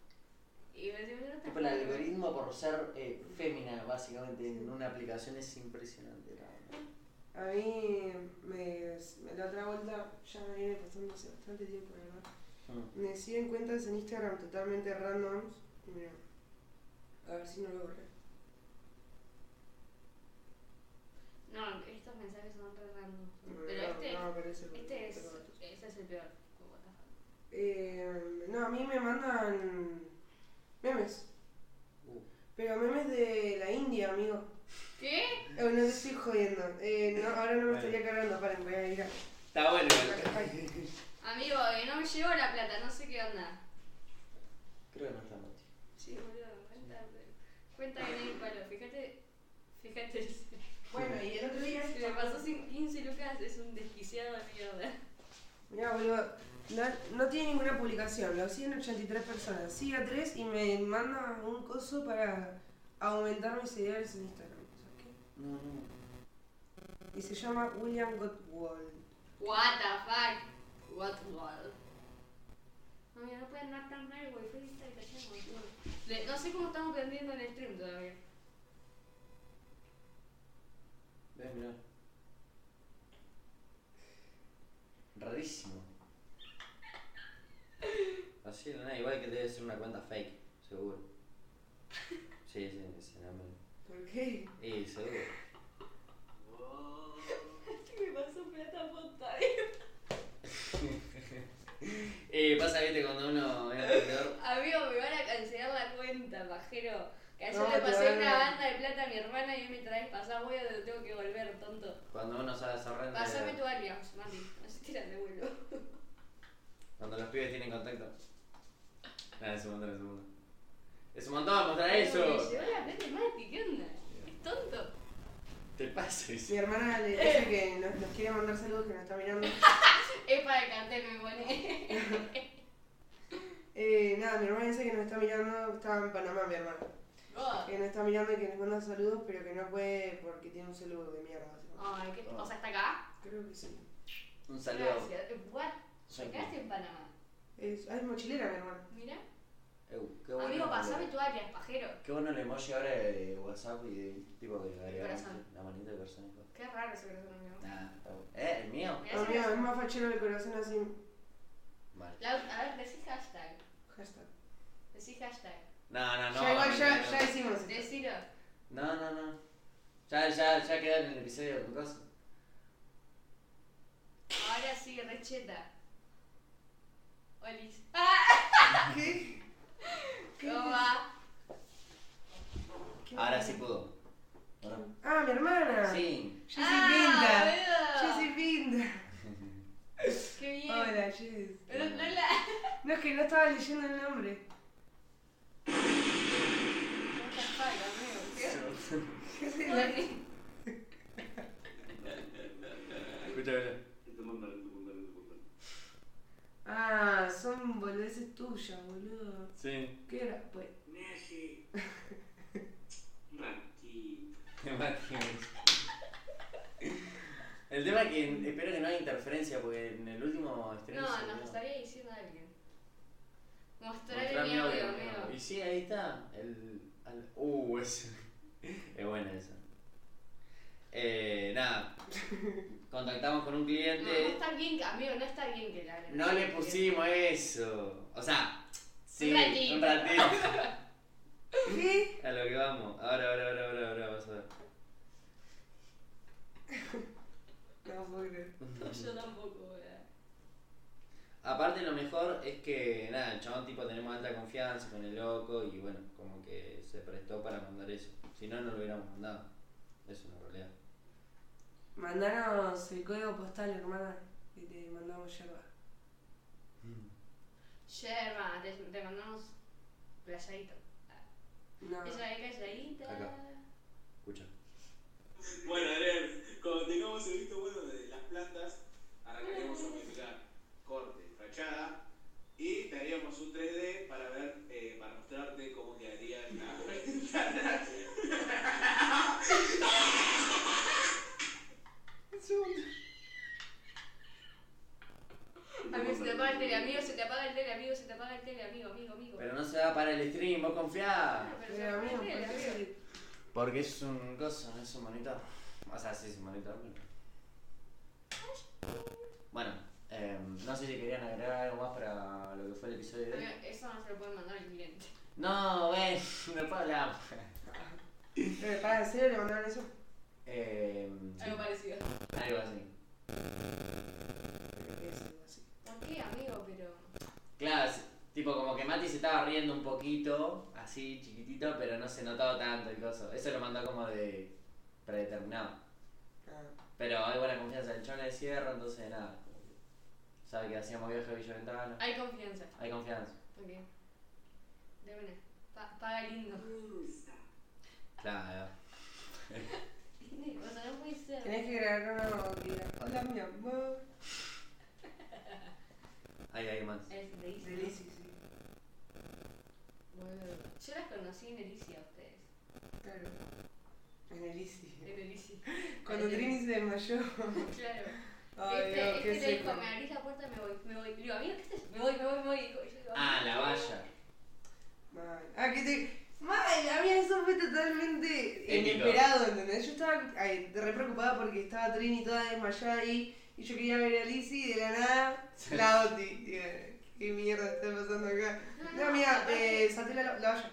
[SPEAKER 3] Y me decía, "Pero no
[SPEAKER 1] Tipo, el
[SPEAKER 3] estás
[SPEAKER 1] algoritmo por ser eh, fémina, básicamente, en una aplicación es impresionante. la verdad.
[SPEAKER 5] A mí, me, me- la otra vuelta, ya me viene pasando hace bastante tiempo, la verdad.
[SPEAKER 1] Mm.
[SPEAKER 5] Me siguen cuentas en Instagram totalmente randoms. Y mira, a ver si no lo borré.
[SPEAKER 3] No, estos mensajes son re random.
[SPEAKER 5] No,
[SPEAKER 3] Pero este,
[SPEAKER 5] no, pero ese-
[SPEAKER 3] este es,
[SPEAKER 5] pero-
[SPEAKER 3] ese es el peor. como what the fuck.
[SPEAKER 5] Eh, no, a mí me mandan memes.
[SPEAKER 1] Uh.
[SPEAKER 5] Pero memes de la India, amigo.
[SPEAKER 3] ¿Qué?
[SPEAKER 5] Eh, no te estoy jodiendo. Eh, no, ahora no me estaría cargando. Paren, voy a ir a...
[SPEAKER 1] Está bueno. igual.
[SPEAKER 5] Ay,
[SPEAKER 3] Amigo, eh, no me llegó la plata, no sé qué onda.
[SPEAKER 1] Creo que no está Mati.
[SPEAKER 3] Sí, boludo, cuenta, cuenta que no hay palo. Fíjate, fíjate.
[SPEAKER 5] Bueno, y el otro día...
[SPEAKER 3] Si me pasó sin 15 lucas, es un desquiciado de mierda.
[SPEAKER 5] Mirá, boludo. No, no tiene ninguna publicación. Lo siguen 83 personas. Sigue a 3 y me manda un coso para aumentar mis seguidores en Instagram. ¿Sabes qué?
[SPEAKER 1] No, no.
[SPEAKER 5] Y se llama William Gottwald.
[SPEAKER 3] What the fuck? What the world? No, mira, no pueden dar tan mal, güey. Fue esta habitación, boludo. Le- No sé cómo estamos vendiendo en el stream todavía.
[SPEAKER 1] Ves, mirá. Rarísimo. Así de la nada, igual que debe ser una cuenta fake, seguro. Sí, sí, sí, no me-
[SPEAKER 5] ¿Por qué?
[SPEAKER 1] Y seguro.
[SPEAKER 3] Es que me pasó plata puta.
[SPEAKER 1] Eh, pasa, viste, cuando uno es emprendedor.
[SPEAKER 3] Amigo, me van a cancelar la cuenta, pajero. Que ayer
[SPEAKER 5] No,
[SPEAKER 3] le
[SPEAKER 5] te
[SPEAKER 3] pasé
[SPEAKER 5] van
[SPEAKER 3] una
[SPEAKER 5] a-
[SPEAKER 3] banda de plata a mi hermana y hoy me traes pasar, voy a tengo que volver, tonto.
[SPEAKER 1] Cuando uno sabe hacer renta.
[SPEAKER 3] Pasame tu alias, mami. Así tiran de vuelo.
[SPEAKER 1] Cuando los pibes tienen contacto. Nada, es un montón, es un montón. Es un montón, mostrar
[SPEAKER 3] Me
[SPEAKER 1] eso.
[SPEAKER 3] llevó la plata de Mati, ¿qué onda? Es tonto.
[SPEAKER 1] Te pases.
[SPEAKER 5] Mi hermana le dice que nos, nos quiere mandar saludos, que nos está mirando.
[SPEAKER 3] Es para el cartel, me pone.
[SPEAKER 5] Eh, nada, mi hermana dice que nos está mirando, está en Panamá mi hermana,
[SPEAKER 3] God.
[SPEAKER 5] que nos está mirando y que nos manda saludos, pero que no puede porque tiene un celular de mierda. así que-
[SPEAKER 3] Ay, qué- O sea, está acá.
[SPEAKER 5] Creo que sí.
[SPEAKER 1] Un saludo.
[SPEAKER 3] Gracias. Eh, What?
[SPEAKER 1] Yankee.
[SPEAKER 3] Llegaste en Panamá.
[SPEAKER 5] Es, ah, es mochilera mi hermana.
[SPEAKER 3] Mira.
[SPEAKER 1] Eu, qué bueno.
[SPEAKER 3] Amigo,
[SPEAKER 1] le-
[SPEAKER 3] pasame tu área, pajero.
[SPEAKER 1] Qué bueno el emoji ahora de WhatsApp y de tipo de
[SPEAKER 3] corazón.
[SPEAKER 1] la manita de corazón. hijo.
[SPEAKER 3] Qué raro ese corazón, amigo.
[SPEAKER 1] Nah, está bueno. ¿Eh? ¿El mío?
[SPEAKER 3] Mirá ese
[SPEAKER 5] Amiga,
[SPEAKER 3] corazón.
[SPEAKER 5] Ah, es más fachero el corazón así,
[SPEAKER 1] Vale.
[SPEAKER 3] Lau- A ver, decí hashtag.
[SPEAKER 5] hashtag.
[SPEAKER 3] Decí hashtag.
[SPEAKER 1] No, no, no.
[SPEAKER 5] ya igual,
[SPEAKER 1] no,
[SPEAKER 5] ya,
[SPEAKER 1] no,
[SPEAKER 5] ya hicimos esto.
[SPEAKER 3] Decilo.
[SPEAKER 1] No, no, no. Ya, ya, ya queda en el episodio con cosa.
[SPEAKER 3] Ahora sí, recheta. Olis. ¡Ah!
[SPEAKER 5] ¿Qué?
[SPEAKER 3] ¿Cómo va?
[SPEAKER 5] ¿Qué?
[SPEAKER 1] Ahora sí pudo. ¿No?
[SPEAKER 5] Ah, mi hermana.
[SPEAKER 1] Sí.
[SPEAKER 5] Jessy
[SPEAKER 3] Ah,
[SPEAKER 5] Pinda.
[SPEAKER 3] boludo.
[SPEAKER 5] Jessy Pinda.
[SPEAKER 3] ¡Qué bien!
[SPEAKER 5] Hola, Jess.
[SPEAKER 3] Pero no la...
[SPEAKER 5] No, es que no estaba leyendo el nombre.
[SPEAKER 3] No está falta, amigo. ¿Qué?
[SPEAKER 5] Jessy
[SPEAKER 3] No,
[SPEAKER 5] la-
[SPEAKER 3] ni-
[SPEAKER 1] Escucha, escucha.
[SPEAKER 5] Ah, son boludeces tuyas, boludo.
[SPEAKER 1] Sí.
[SPEAKER 5] ¿Qué era? Pues.
[SPEAKER 4] Neji. Mati.
[SPEAKER 1] El tema es que espero que no haya interferencia porque en el último estreno.
[SPEAKER 3] No,
[SPEAKER 1] se
[SPEAKER 3] nos
[SPEAKER 1] vio.
[SPEAKER 3] estaría diciendo alguien. Mostrar
[SPEAKER 1] Mostrar
[SPEAKER 3] mi
[SPEAKER 1] mi
[SPEAKER 3] audio,
[SPEAKER 1] audio,
[SPEAKER 3] amigo.
[SPEAKER 1] Y sí, ahí está. El, al- uh, ese. Es buena esa. Eh, nada. Contactamos con un
[SPEAKER 3] No, no
[SPEAKER 1] cliente.
[SPEAKER 3] está bien, que- amigo, no está bien que la
[SPEAKER 1] No le pusimos eso. O sea, sí,
[SPEAKER 3] Un ratito.
[SPEAKER 1] un ratito.
[SPEAKER 5] ¿Qué?
[SPEAKER 1] A lo que vamos. Ahora, ahora, ahora, ahora, ahora, vas a ver.
[SPEAKER 5] No puedo creer.
[SPEAKER 3] Yo tampoco, ¿verdad?
[SPEAKER 1] Aparte lo mejor es que nada, el chabón tipo tenemos alta confianza con el loco y bueno, como que se prestó para mandar eso. Si no, no lo hubiéramos mandado. Eso es una realidad.
[SPEAKER 5] Mandanos el código postal, hermana. Que te mandamos yerba.
[SPEAKER 3] Yerma, te, te mandamos playadito.
[SPEAKER 5] No.
[SPEAKER 3] Ella es calladita.
[SPEAKER 1] Acá. Escucha.
[SPEAKER 7] Bueno, Eren, cuando tengamos el visto bueno de las plantas, arrancaríamos a modificar corte, fachada y te haríamos un 3D para ver, eh, para mostrarte cómo quedaría la ventana.
[SPEAKER 3] Amigo, se te apaga el tele, amigo, se te apaga el tele, amigo, se te apaga el tele, amigo, amigo, amigo.
[SPEAKER 1] Pero no se va para el stream, vos
[SPEAKER 3] Ah,
[SPEAKER 1] confiá.
[SPEAKER 3] pero se apaga
[SPEAKER 5] Pero amigo,
[SPEAKER 3] el
[SPEAKER 5] ¿por
[SPEAKER 3] tele,
[SPEAKER 5] qué
[SPEAKER 3] amigo.
[SPEAKER 5] se-
[SPEAKER 1] Porque es un coso, no es un monitor. O sea, sí es un monitor, pero- Bueno, eh, no sé si querían agregar algo más para lo que fue el episodio de hoy.
[SPEAKER 3] Amigo, Eso no se lo pueden mandar al cliente.
[SPEAKER 1] No, ven, no puedo hablar.
[SPEAKER 5] Eh, ¿Para en serio le mandaron eso?
[SPEAKER 1] Eh,
[SPEAKER 3] Algo parecido.
[SPEAKER 1] algo así.
[SPEAKER 5] Creo que es algo así.
[SPEAKER 3] ¿Por qué, amigo? Pero.
[SPEAKER 1] Claro, es- tipo como que Mati se estaba riendo un poquito, así chiquitito, pero no se notaba tanto el coso. Eso lo mandó como de predeterminado.
[SPEAKER 5] Ah,
[SPEAKER 1] Pero hay buena confianza, el chon le cierra, entonces nada. como que Sabe que hacíamos viaje a Villa Ventana.
[SPEAKER 3] Hay confianza.
[SPEAKER 1] Hay confianza.
[SPEAKER 3] Ok. De una. Pa- paga lindo.
[SPEAKER 4] Rusa.
[SPEAKER 1] Claro.
[SPEAKER 3] O sea, no puede ser.
[SPEAKER 5] Tenés que grabar una boquilla. Hola, mi amor.
[SPEAKER 1] Hay, hay más.
[SPEAKER 3] Es de
[SPEAKER 5] De
[SPEAKER 3] Isi, ¿no?
[SPEAKER 5] Lizzy, sí.
[SPEAKER 3] Boludo. Yo las conocí en Delicia a ustedes.
[SPEAKER 5] Claro. En el Lizzy.
[SPEAKER 3] En Delicia.
[SPEAKER 5] Cuando Trini se desmayó.
[SPEAKER 3] Claro.
[SPEAKER 5] Ay,
[SPEAKER 3] este,
[SPEAKER 5] Dios,
[SPEAKER 3] este
[SPEAKER 5] qué
[SPEAKER 3] le dijo,
[SPEAKER 5] seco.
[SPEAKER 3] me abrís la puerta, me voy, me voy. Le digo, amigo, ¿qué haces? Me voy, me voy, me voy. Y dijo, yo digo,
[SPEAKER 1] Ah, la valla.
[SPEAKER 5] Mal. Ah, que te. Mal, a mí eso fue totalmente
[SPEAKER 1] Épico.
[SPEAKER 5] inesperado, ¿entendés? Yo estaba ay, re preocupada porque estaba Trini toda desmayada ahí y yo quería ver a Lizzy y de la nada la Oti. Digo, ¿Qué mierda está pasando acá? No, mira,
[SPEAKER 3] Ah,
[SPEAKER 5] eh, salté la, la valla.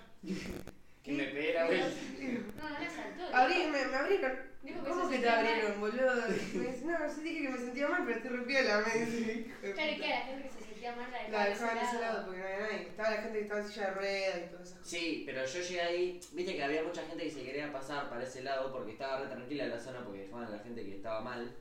[SPEAKER 1] Que me pegué la vuelta.
[SPEAKER 3] No, no la saltó.
[SPEAKER 5] Abrí, me, me abrieron.
[SPEAKER 3] Dijo que
[SPEAKER 5] ¿Cómo
[SPEAKER 3] se
[SPEAKER 5] que te
[SPEAKER 3] sentía
[SPEAKER 5] abrieron, boludo? Me dice, no, sí dije que me sentía mal, pero estoy re piola, me dice. hijo de
[SPEAKER 3] Claro, y que
[SPEAKER 5] puta.
[SPEAKER 3] la gente que se sentía mal la
[SPEAKER 5] La
[SPEAKER 3] dejaba
[SPEAKER 5] dejaban
[SPEAKER 3] de
[SPEAKER 5] a ese lado
[SPEAKER 3] lado.
[SPEAKER 5] porque no había nadie. Estaba la gente que estaba en silla de ruedas y todas esas cosas.
[SPEAKER 1] Sí, pero yo llegué ahí, viste que había mucha gente que se quería pasar para ese lado porque estaba re tranquila la zona porque dejaban a la gente que estaba mal.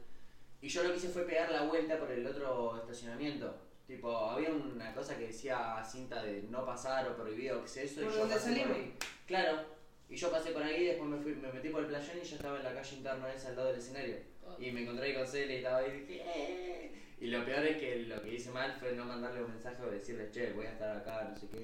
[SPEAKER 1] Y yo lo que hice fue pegar la vuelta por el otro estacionamiento. Tipo, había una cosa que decía cinta de no pasar o prohibido acceso. y
[SPEAKER 5] Por
[SPEAKER 1] yo
[SPEAKER 5] donde
[SPEAKER 1] pasé por
[SPEAKER 5] salimos.
[SPEAKER 1] ahí. Claro. Y yo pasé por ahí, después me, fui, me metí por el
[SPEAKER 5] pues.
[SPEAKER 1] playón y yo estaba en la calle interna esa al lado del escenario.
[SPEAKER 3] Oh.
[SPEAKER 1] Y me encontré ahí con Cele y estaba ahí y dije, ¡eh! Y lo peor es que lo que hice mal fue no mandarle un mensaje o decirle, che, voy a estar acá, no sé qué.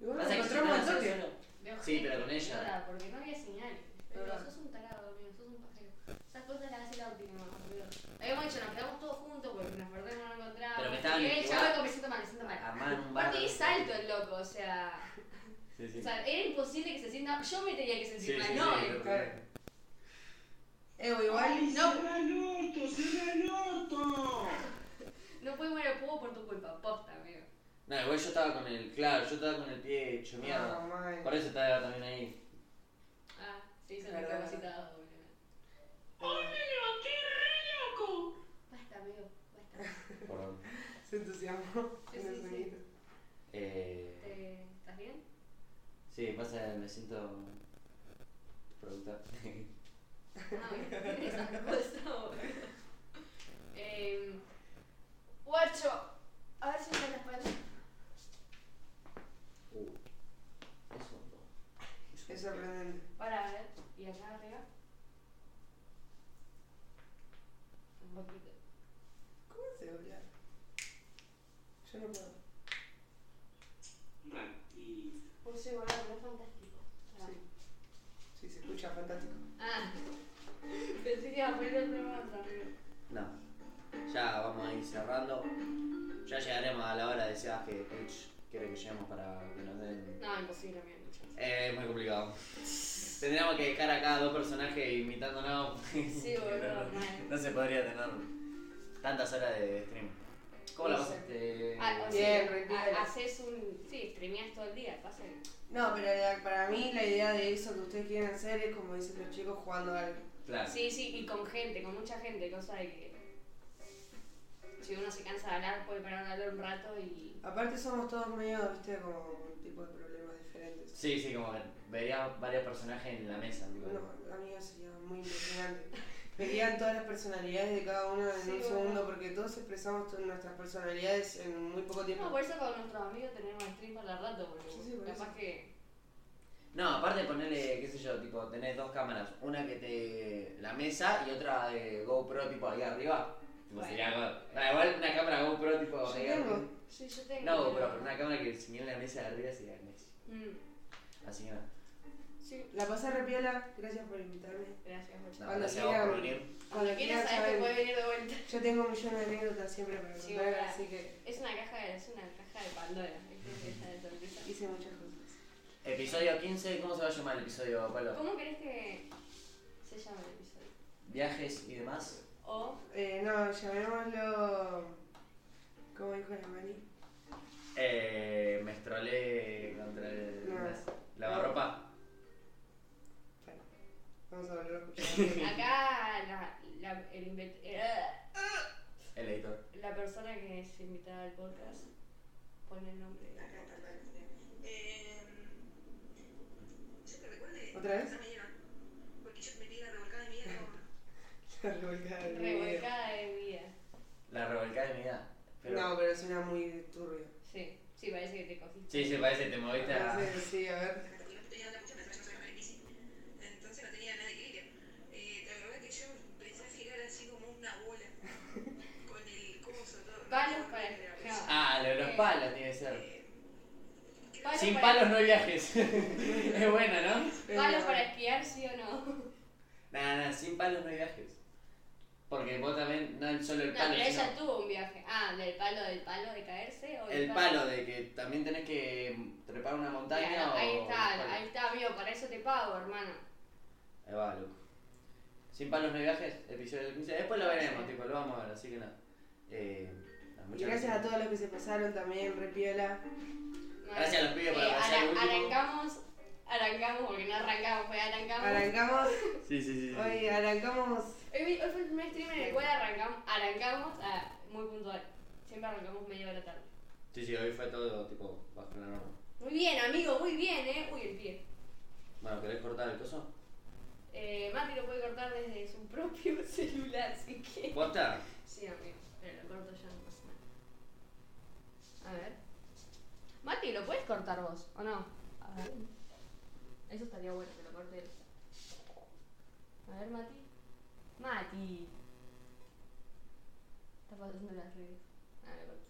[SPEAKER 5] Y bueno,
[SPEAKER 1] Pasa que
[SPEAKER 5] encontramos
[SPEAKER 1] yo
[SPEAKER 5] a
[SPEAKER 1] estaba
[SPEAKER 5] Tokio.
[SPEAKER 1] solo.
[SPEAKER 3] Veo
[SPEAKER 1] Sí,
[SPEAKER 3] gente
[SPEAKER 1] pero con ella.
[SPEAKER 3] llora Porque no había señal. Pero
[SPEAKER 5] Perdón.
[SPEAKER 3] sos un tarado, amigo, sos un pajero. Esas cosas las hace la última, amigo. Habíamos dicho, nos quedamos todos juntos porque nos perdemos, no nos encontramos.
[SPEAKER 1] Pero me estaban
[SPEAKER 3] Y el
[SPEAKER 1] igual- Ah,
[SPEAKER 3] chaval, como, me siento mal, me siento mal.
[SPEAKER 1] Armar un bar.
[SPEAKER 3] Aparte, es alto el loco, o sea,
[SPEAKER 1] Sí, sí.
[SPEAKER 3] o sea, era imposible que se sienta. Yo me tenía que
[SPEAKER 1] Sí,
[SPEAKER 3] sentir
[SPEAKER 1] sí,
[SPEAKER 3] mal,
[SPEAKER 1] sí,
[SPEAKER 3] no
[SPEAKER 1] sí,
[SPEAKER 3] él.
[SPEAKER 1] claro.
[SPEAKER 5] Eh, igual.
[SPEAKER 3] No.
[SPEAKER 7] ¡Se va el orto! ¡Se va el orto!
[SPEAKER 3] No pudimos ir al pueblo por tu culpa, posta, amigo.
[SPEAKER 1] No, igual yo estaba con el, claro, yo estaba con el pie hecho
[SPEAKER 5] Ah,
[SPEAKER 1] mierda.
[SPEAKER 5] mal.
[SPEAKER 1] Por eso estaba también ahí.
[SPEAKER 3] Ah, sí, se me
[SPEAKER 5] Verdad.
[SPEAKER 3] capacitado, boludo. Basta, amigo, basta.
[SPEAKER 1] Perdón.
[SPEAKER 5] Se entusiasmó.
[SPEAKER 3] Sí,
[SPEAKER 5] con el
[SPEAKER 3] sí, sí.
[SPEAKER 5] sonido.
[SPEAKER 1] Eh,
[SPEAKER 3] Eh, ¿Estás bien?
[SPEAKER 1] sí, pasa, que me siento productor.
[SPEAKER 3] No, esa cosa, boludo. Em, Guacho, a ver si me la espalda.
[SPEAKER 1] Uh, eso no.
[SPEAKER 5] Es sorprendente.
[SPEAKER 3] Para ver, y acá arriba. Un poquito.
[SPEAKER 5] ¿Cómo se dobla? Yo no puedo.
[SPEAKER 7] Y...
[SPEAKER 3] Un segundo, pero es fantástico.
[SPEAKER 5] Sí. Sí, se escucha fantástico.
[SPEAKER 3] Ah, pensé que iba a poner otra más, amigo.
[SPEAKER 1] No. Ya vamos a ir cerrando. Ya llegaremos a la hora de Sebas que Twitch quiere que lleguemos para que nos den.
[SPEAKER 3] No, imposible, amigo, no chance.
[SPEAKER 1] Eh, es muy complicado. Tendríamos que dejar acá dos personajes imitándonos.
[SPEAKER 3] Sí, boludo,
[SPEAKER 1] No
[SPEAKER 3] mal.
[SPEAKER 1] se podría tener tantas horas de stream. ¿Cómo la este? pasaste?
[SPEAKER 3] Ah, o
[SPEAKER 5] Bien,
[SPEAKER 3] sea,
[SPEAKER 5] retírate.
[SPEAKER 3] ha- haces un. Sí, streameas todo el día, pasa.
[SPEAKER 5] No, pero la- para mí la idea de eso que ustedes quieren hacer es como dicen los chicos jugando al.
[SPEAKER 1] Claro.
[SPEAKER 3] Sí, sí, y con gente, con mucha gente, cosa de que. Si uno se cansa de hablar, puede parar de hablar un rato y.
[SPEAKER 5] Aparte somos todos medio, viste, como un tipo de problemas diferentes.
[SPEAKER 1] Sí, sí, como que vería varios personajes en la mesa. tipo.
[SPEAKER 5] No, amigos sería muy impresionante. Verían todas las personalidades de cada uno en
[SPEAKER 3] Sí,
[SPEAKER 5] un
[SPEAKER 3] bueno.
[SPEAKER 5] segundo porque todos expresamos todas nuestras personalidades en muy poco tiempo.
[SPEAKER 3] No, por eso con nuestros amigos tenemos stream para rato, porque
[SPEAKER 5] Sí, sí, por
[SPEAKER 3] capaz
[SPEAKER 5] eso.
[SPEAKER 3] que.
[SPEAKER 1] No, aparte ponerle, qué sé yo, tipo, tenés dos cámaras, una que te. la mesa y otra de GoPro tipo ahí arriba. Tipo,
[SPEAKER 3] Bueno.
[SPEAKER 1] sería algo- no, igual una cámara GoPro tipo
[SPEAKER 5] Yo
[SPEAKER 1] ahí
[SPEAKER 5] tengo.
[SPEAKER 1] arriba.
[SPEAKER 3] Sí, yo tengo.
[SPEAKER 1] No GoPro, pero una cámara que si bien la mesa de arriba sería el Messi.
[SPEAKER 3] Mm,
[SPEAKER 1] Así que no.
[SPEAKER 3] Sí,
[SPEAKER 5] La pasé re piola, gracias por invitarme.
[SPEAKER 3] gracias, mucho.
[SPEAKER 1] No,
[SPEAKER 5] Cuando
[SPEAKER 1] gracias a vos por
[SPEAKER 5] sigan-
[SPEAKER 1] venir.
[SPEAKER 5] Cuando
[SPEAKER 3] Cuando quieras,
[SPEAKER 5] quieran,
[SPEAKER 3] sabes que
[SPEAKER 5] saben.
[SPEAKER 3] puede venir de vuelta.
[SPEAKER 5] Yo tengo un millón de anécdotas siempre para
[SPEAKER 3] Sí,
[SPEAKER 5] contar,
[SPEAKER 3] verdad.
[SPEAKER 5] así que
[SPEAKER 3] Es una caja de, es una caja de Pandora, ¿viste? Esa de sorpresa.
[SPEAKER 5] hice muchas cosas.
[SPEAKER 1] Episodio 15, ¿cómo se va a llamar el episodio, Pablo?
[SPEAKER 3] ¿Cómo crees que se llama el episodio?
[SPEAKER 1] Viajes y demás.
[SPEAKER 3] O
[SPEAKER 5] Eh, no, llamémoslo. ¿Cómo dijo la Mari?
[SPEAKER 1] Eh, me estrolé contra el.
[SPEAKER 5] No.
[SPEAKER 1] la lavarropa.
[SPEAKER 5] Bueno, vamos a volver a escuchar.
[SPEAKER 3] acá la, la, el invet- eh,
[SPEAKER 1] El editor.
[SPEAKER 3] la persona que es invitada al podcast pone el nombre.
[SPEAKER 6] Eh, yo que recuerde,
[SPEAKER 5] ¿Otra vez?
[SPEAKER 6] No me dieron. Porque yo me di la revolcada de mierda.
[SPEAKER 5] La revolcada del video.
[SPEAKER 3] Revolcada de vida.
[SPEAKER 1] La revolcada de mi edad. Pero-
[SPEAKER 5] No, pero suena muy turbio.
[SPEAKER 3] Sí, sí, parece que te cogiste.
[SPEAKER 1] Sí, sí, parece que te moviste a.
[SPEAKER 5] Sí, sí, a ver.
[SPEAKER 6] Porque no tenía tanta mucha pero yo no sabía manejar bici. Entonces no tenía nada que ir. Eh, la verdad que yo empecé a girar así como una bola. Con el coso todo.
[SPEAKER 3] Palos para- no.
[SPEAKER 1] Ah, lo de los
[SPEAKER 3] Eh,
[SPEAKER 1] palos tiene que ser.
[SPEAKER 6] Eh,
[SPEAKER 3] Palos
[SPEAKER 1] Sin
[SPEAKER 3] para-
[SPEAKER 1] palos no hay viajes. es bueno, ¿no?
[SPEAKER 5] Eh,
[SPEAKER 3] Palos para esquiar, sí o no. No,
[SPEAKER 1] Nada, nada, sin palos no hay viajes. Porque vos también, no es solo el palo,
[SPEAKER 3] pero
[SPEAKER 1] sino
[SPEAKER 3] ella tuvo un viaje. Ah, del palo, del palo de caerse o
[SPEAKER 1] el palo de que también tenés que trepar una montaña
[SPEAKER 3] Claro,
[SPEAKER 1] o.
[SPEAKER 3] ahí
[SPEAKER 1] el palo.
[SPEAKER 3] está, ahí está, amigo, para eso te pago, hermano.
[SPEAKER 1] Ahí va, loco. Sin palos no hay viajes, episodio 15. Después lo veremos, tipo, lo vamos a ver, así que nada. Eh, nada,
[SPEAKER 5] Y
[SPEAKER 1] muchas
[SPEAKER 5] gracias a todos los que se pasaron también, re piola.
[SPEAKER 3] No,
[SPEAKER 1] Gracias a los pibes por
[SPEAKER 3] eh,
[SPEAKER 1] pasar el
[SPEAKER 3] ara-
[SPEAKER 1] último.
[SPEAKER 3] Arrancamos, arrancamos, porque no arrancamos, fue arrancamos.
[SPEAKER 5] Arrancamos,
[SPEAKER 1] Sí, sí, sí. sí.
[SPEAKER 5] hoy arrancamos.
[SPEAKER 3] Hoy, vi- hoy fue el primer stream en el cual arrancamos, arrancamos a, muy puntual. Siempre arrancamos media hora tarde.
[SPEAKER 1] Sí, sí, hoy fue todo, tipo, bajo la norma.
[SPEAKER 3] Muy bien, amigo, muy bien, ¿eh? Uy, el pie.
[SPEAKER 1] Bueno, ¿querés cortar el coso?
[SPEAKER 3] Eh, Mati lo puede cortar desde su propio celular, así que...
[SPEAKER 1] ¿Posta?
[SPEAKER 3] Sí, amigo, pero lo corto yo, no pasa nada. A ver. Mati, ¿lo puedes cortar vos o no? A ver. Eso estaría bueno, que lo corte él. A ver, Mati. Mati. Está pasando las redes. Ah, no importa.